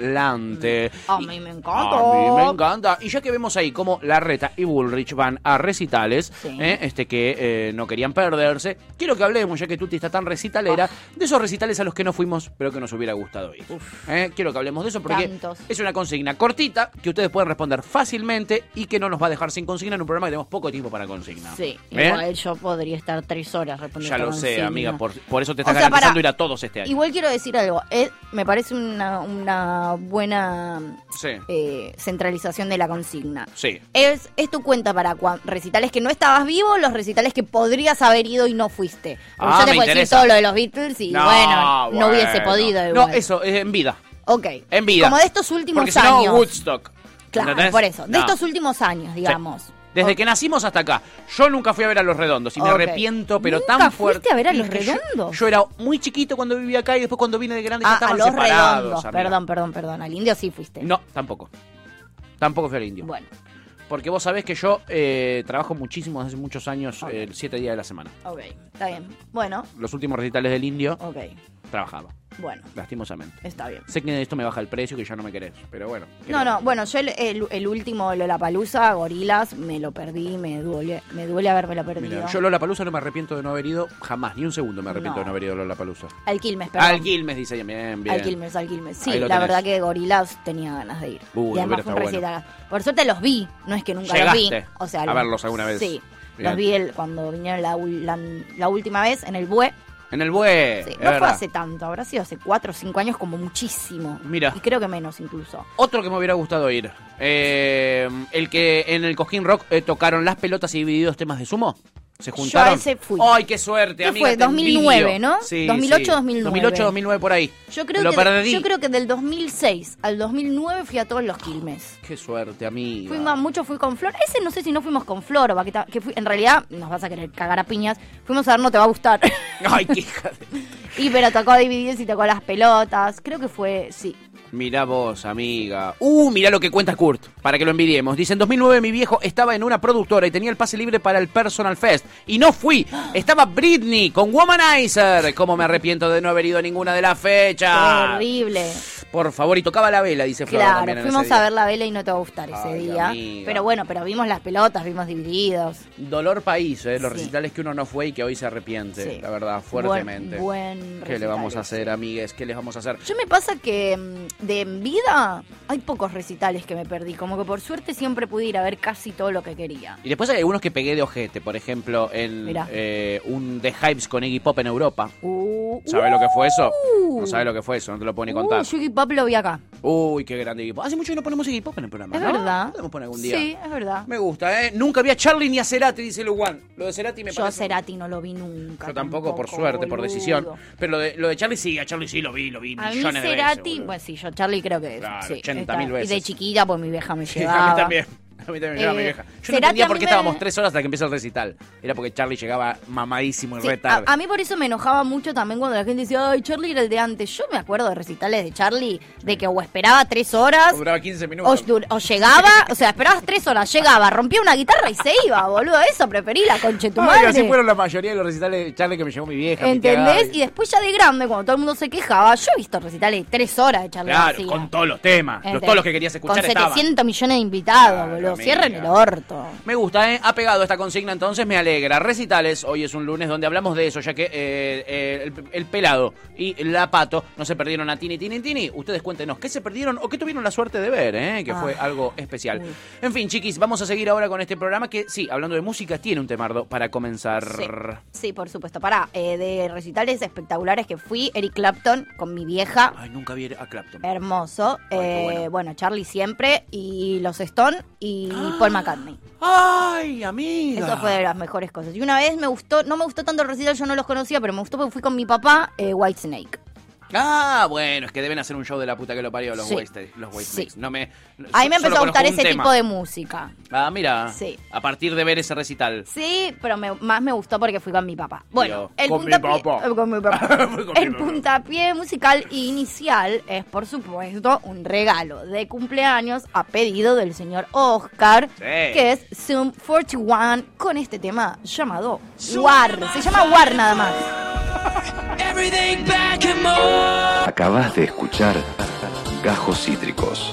Speaker 1: delante.
Speaker 2: A mí Mm. Oh, me encanta.
Speaker 1: A mí me encanta. Y ya que vemos ahí cómo Larreta y Bullrich van a recitales,
Speaker 2: Sí.
Speaker 1: eh, este que eh, no querían perderse, quiero que hablemos, ya que Tuti está tan
Speaker 2: Ah.
Speaker 1: recitalera, de esos recitales a los que no fuimos, pero que nos hubiera gustado ir. Eh, quiero que hablemos de eso porque
Speaker 2: Tantos.
Speaker 1: es una consigna cortita que ustedes pueden responder fácilmente y que no nos va a dejar sin consigna en un programa que tenemos poco tiempo para consigna.
Speaker 2: Sí,
Speaker 1: ¿Eh?
Speaker 2: igual yo podría estar tres horas respondiendo.
Speaker 1: Ya lo sé,
Speaker 2: consigna.
Speaker 1: amiga, por, por eso te
Speaker 2: O
Speaker 1: estás
Speaker 2: sea,
Speaker 1: garantizando
Speaker 2: pará.
Speaker 1: ir a todos este año.
Speaker 2: Igual quiero decir algo. eh, me parece una, una buena
Speaker 1: Sí.
Speaker 2: eh, centralización de la consigna.
Speaker 1: Sí.
Speaker 2: Es, es tu cuenta para cua- recitales que no estabas vivo, los recitales que podrías haber ido y no fuiste. Porque
Speaker 1: Ah,
Speaker 2: yo te
Speaker 1: me
Speaker 2: puedo
Speaker 1: interesa.
Speaker 2: decir todo lo de los Beatles y bueno, no hubiese
Speaker 1: bueno.
Speaker 2: podido.
Speaker 1: No,
Speaker 2: Igual.
Speaker 1: eso, es en vida.
Speaker 2: ok.
Speaker 1: En vida.
Speaker 2: Como de estos últimos
Speaker 1: Porque si no,
Speaker 2: años.
Speaker 1: Woodstock.
Speaker 2: claro,
Speaker 1: ¿Entendés?
Speaker 2: por eso. De
Speaker 1: No.
Speaker 2: estos últimos años, digamos.
Speaker 1: Desde que nacimos hasta acá. Yo nunca fui a ver a Los Redondos y me
Speaker 2: Ok.
Speaker 1: arrepiento, pero
Speaker 2: ¿Nunca
Speaker 1: tan fuerte.
Speaker 2: fuiste a ver a
Speaker 1: Y
Speaker 2: Los
Speaker 1: que yo-
Speaker 2: Redondos?
Speaker 1: Yo, era muy chiquito cuando vivía acá y después cuando vine de grande ya
Speaker 2: Ah, a
Speaker 1: estaban
Speaker 2: los
Speaker 1: separados.
Speaker 2: redondos.
Speaker 1: amiga.
Speaker 2: Perdón, perdón, perdón. Al indio sí fuiste.
Speaker 1: No, tampoco. Tampoco fui al indio.
Speaker 2: Bueno.
Speaker 1: Porque vos sabés que yo eh, trabajo muchísimo desde hace muchos años, eh, siete días de la semana.
Speaker 2: Ok, está bien. Bueno,
Speaker 1: Los últimos recitales del indio
Speaker 2: ok.
Speaker 1: trabajaba,
Speaker 2: Bueno,
Speaker 1: lastimosamente.
Speaker 2: está bien.
Speaker 1: Sé que de esto me baja el precio, que ya no me querés, pero bueno.
Speaker 2: No, no, bueno, yo el, el, el último Lollapalooza, Gorilas, me lo perdí, me duele, me duele haberme lo perdido.
Speaker 1: Mira, yo Lola Palusa no me arrepiento de no haber ido jamás, ni un segundo me arrepiento
Speaker 2: No.
Speaker 1: de no haber ido a Lola Palusa.
Speaker 2: Al Quilmes, perdón.
Speaker 1: Al Quilmes dice bien, bien.
Speaker 2: Al Quilmes, al Quilmes. Sí,
Speaker 1: Ahí lo
Speaker 2: la
Speaker 1: tenés. Uh,
Speaker 2: verdad que Gorilas tenía ganas de ir.
Speaker 1: Uy,
Speaker 2: y
Speaker 1: hubiera
Speaker 2: además fue
Speaker 1: estado
Speaker 2: un recital. Por suerte los vi, no es que nunca los
Speaker 1: Llegaste
Speaker 2: vi. O sea,
Speaker 1: a
Speaker 2: los-
Speaker 1: verlos alguna vez.
Speaker 2: Sí,
Speaker 1: Bien.
Speaker 2: los vi el- cuando vinieron la, ul- la, la última vez en el Bue.
Speaker 1: En el buey.
Speaker 2: Sí,
Speaker 1: es
Speaker 2: no fue
Speaker 1: verdad.
Speaker 2: hace tanto, habrá sido hace 4 o 5 años como muchísimo.
Speaker 1: Mira.
Speaker 2: Y creo que menos incluso.
Speaker 1: Otro que me hubiera gustado ir. Eh, el que en el Cojín Rock eh, tocaron las pelotas y divididos temas de sumo. Se juntaron.
Speaker 2: Yo a ese fui.
Speaker 1: ¡Ay, qué suerte!
Speaker 2: ¿Qué
Speaker 1: amiga,
Speaker 2: fue?
Speaker 1: te envidio.
Speaker 2: 2009, ¿no?
Speaker 1: Sí,
Speaker 2: 2008,
Speaker 1: sí.
Speaker 2: 2009.
Speaker 1: 2008, 2009, por ahí.
Speaker 2: Yo creo,
Speaker 1: Lo
Speaker 2: que,
Speaker 1: perdí.
Speaker 2: yo creo que del 2006 al 2009 fui a todos los Quilmes.
Speaker 1: ¡Qué suerte, amiga!
Speaker 2: Fui ma- mucho, fui con Flor. Ese no sé si no fuimos con Flor o Vaqueta, que fui- en realidad nos vas a querer cagar a piñas. Fuimos a ver, no te va a gustar.
Speaker 1: ¡Ay, qué hija de-
Speaker 2: y pero tocó dividir y tocó las pelotas. Creo que fue, sí.
Speaker 1: Mirá vos, amiga. Uh, mirá lo que cuenta Kurt, para que lo envidiemos. Dice, en 2009 mi viejo estaba en una productora y tenía el pase libre para el Personal Fest. Y no fui. Estaba Britney con Womanizer. ¿Cómo me arrepiento de no haber ido a ninguna de las fechas?
Speaker 2: Horrible.
Speaker 1: Por favor, y tocaba la vela, dice Flor.
Speaker 2: Claro,
Speaker 1: Ah. también en
Speaker 2: fuimos
Speaker 1: ese
Speaker 2: a
Speaker 1: día.
Speaker 2: ver la vela y no te va a gustar ese
Speaker 1: Ay,
Speaker 2: día.
Speaker 1: amiga.
Speaker 2: Pero bueno, pero vimos las pelotas, vimos divididos.
Speaker 1: Dolor país, eh, los
Speaker 2: Sí.
Speaker 1: recitales que uno no fue y que hoy se arrepiente,
Speaker 2: Sí.
Speaker 1: la verdad, fuertemente.
Speaker 2: Buen- buen
Speaker 1: ¿Qué le vamos
Speaker 2: recitales,
Speaker 1: a hacer, amigues? ¿Qué les vamos a hacer?
Speaker 2: Yo me pasa que mm, de vida hay pocos recitales que me perdí. Como que por suerte siempre pude ir a ver casi todo lo que quería.
Speaker 1: Y después hay algunos que pegué de ojete, por ejemplo, en
Speaker 2: Mirá.
Speaker 1: eh, un The Hypes con Iggy Pop en Europa.
Speaker 2: Uh,
Speaker 1: ¿Sabe lo que fue eso?
Speaker 2: Uh.
Speaker 1: No sabe lo que fue eso, no te lo puedo ni
Speaker 2: uh,
Speaker 1: contar.
Speaker 2: yo Iggy Pop lo vi acá.
Speaker 1: Uy, qué grande Iggy Pop. Hace mucho que no ponemos Iggy Pop en el programa.
Speaker 2: Es
Speaker 1: ¿no?
Speaker 2: verdad.
Speaker 1: Podemos poner algún día.
Speaker 2: Sí, es verdad.
Speaker 1: Me gusta, ¿eh? Nunca vi a Charlie ni a Cerati, dice Luwan. Lo de Cerati me
Speaker 2: Yo a
Speaker 1: parece.
Speaker 2: Cerati no lo vi nunca.
Speaker 1: Yo tampoco, por suerte, por
Speaker 2: boludo.
Speaker 1: decisión. Pero lo de, lo de Charlie sí, a Charlie sí lo vi, lo vi
Speaker 2: A mí
Speaker 1: millones de veces.
Speaker 2: Cerati,
Speaker 1: boludo.
Speaker 2: bueno, sí, yo Charlie creo que
Speaker 1: Claro,
Speaker 2: sí,
Speaker 1: 80.000
Speaker 2: está.
Speaker 1: veces.
Speaker 2: Y de chiquilla, pues mi vieja me
Speaker 1: Sí,
Speaker 2: llevaba.
Speaker 1: A mí también. A mí también me llevaba mi
Speaker 2: Eh,
Speaker 1: vieja. Yo no
Speaker 2: Cerati
Speaker 1: entendía
Speaker 2: a
Speaker 1: por
Speaker 2: mí
Speaker 1: qué
Speaker 2: me-
Speaker 1: estábamos tres horas hasta que empieza el recital. Era porque Charlie llegaba mamadísimo y
Speaker 2: Sí,
Speaker 1: re
Speaker 2: a,
Speaker 1: tarde.
Speaker 2: a mí por eso me enojaba mucho también cuando la gente decía, ay, Charlie era el de antes. Yo me acuerdo de recitales de Charlie, de que o esperaba tres horas,
Speaker 1: O duraba 15
Speaker 2: o,
Speaker 1: minutos.
Speaker 2: dur- o llegaba, o sea, esperabas tres horas, llegaba, rompía una guitarra y se iba, boludo. Eso preferí la concha de tu
Speaker 1: Ay,
Speaker 2: madre.
Speaker 1: así fueron la mayoría de los recitales de Charlie que me llevó mi vieja. mi tía
Speaker 2: ¿Entendés?
Speaker 1: Gaby.
Speaker 2: Y después ya de grande, cuando todo el mundo se quejaba, yo he visto recitales de tres horas de Charlie
Speaker 1: Claro,
Speaker 2: García.
Speaker 1: con todos los temas. Los,
Speaker 2: ¿Entendés?
Speaker 1: todos los que querías
Speaker 2: Este, Con
Speaker 1: escuchar estaban.
Speaker 2: 700 millones de invitados, boludo.
Speaker 1: amiga.
Speaker 2: Cierren el orto.
Speaker 1: Me gusta, ¿eh? Ha pegado esta consigna, entonces me alegra. Recitales, hoy es un lunes donde hablamos de eso, ya que eh, eh, el, el pelado y la pato no se perdieron a Tini, Tini, Tini. Ustedes cuéntenos qué se perdieron o qué tuvieron la suerte de ver, ¿eh? Que fue
Speaker 17: Ah.
Speaker 1: algo especial. En fin, chiquis, vamos a seguir ahora con este programa que, sí, hablando de música, tiene un temardo para comenzar.
Speaker 2: Sí, sí, por supuesto. Pará, eh, de recitales espectaculares que fui, Eric Clapton con mi vieja,
Speaker 1: Ay, nunca vi a Clapton.
Speaker 2: hermoso. Eh, bueno. Charlie siempre, y los Stone, y
Speaker 1: Ah,
Speaker 2: Paul McCartney.
Speaker 1: ¡Ay, amiga!
Speaker 2: Eso fue de las mejores cosas. Y una vez me gustó, no me gustó tanto el recital, yo no los conocía, pero me gustó porque fui con mi papá, eh, White Snake.
Speaker 1: Ah, bueno, es que deben hacer un show de la puta que lo parió los
Speaker 2: Sí.
Speaker 1: Wasted- los White
Speaker 2: Sí.
Speaker 1: No me.
Speaker 2: Ahí me empezó
Speaker 1: solo
Speaker 2: a gustar
Speaker 1: conozco
Speaker 2: ese
Speaker 1: un tema.
Speaker 2: tipo de música.
Speaker 1: Ah, mira.
Speaker 2: Sí.
Speaker 1: A partir de ver ese recital.
Speaker 2: Sí, pero me- más me gustó porque fui con mi papá. Bueno,
Speaker 1: Yo,
Speaker 2: el
Speaker 1: con mi
Speaker 2: puntapié-
Speaker 1: papá.
Speaker 2: eh, con mi papá. el puntapié musical inicial es, por supuesto, un regalo de cumpleaños a pedido del señor Oscar,
Speaker 3: Sí.
Speaker 2: que es Zoom 41, con este tema llamado War. Se llama War nada más.
Speaker 3: Everything back and more.
Speaker 18: Acabas de escuchar Gajos Cítricos.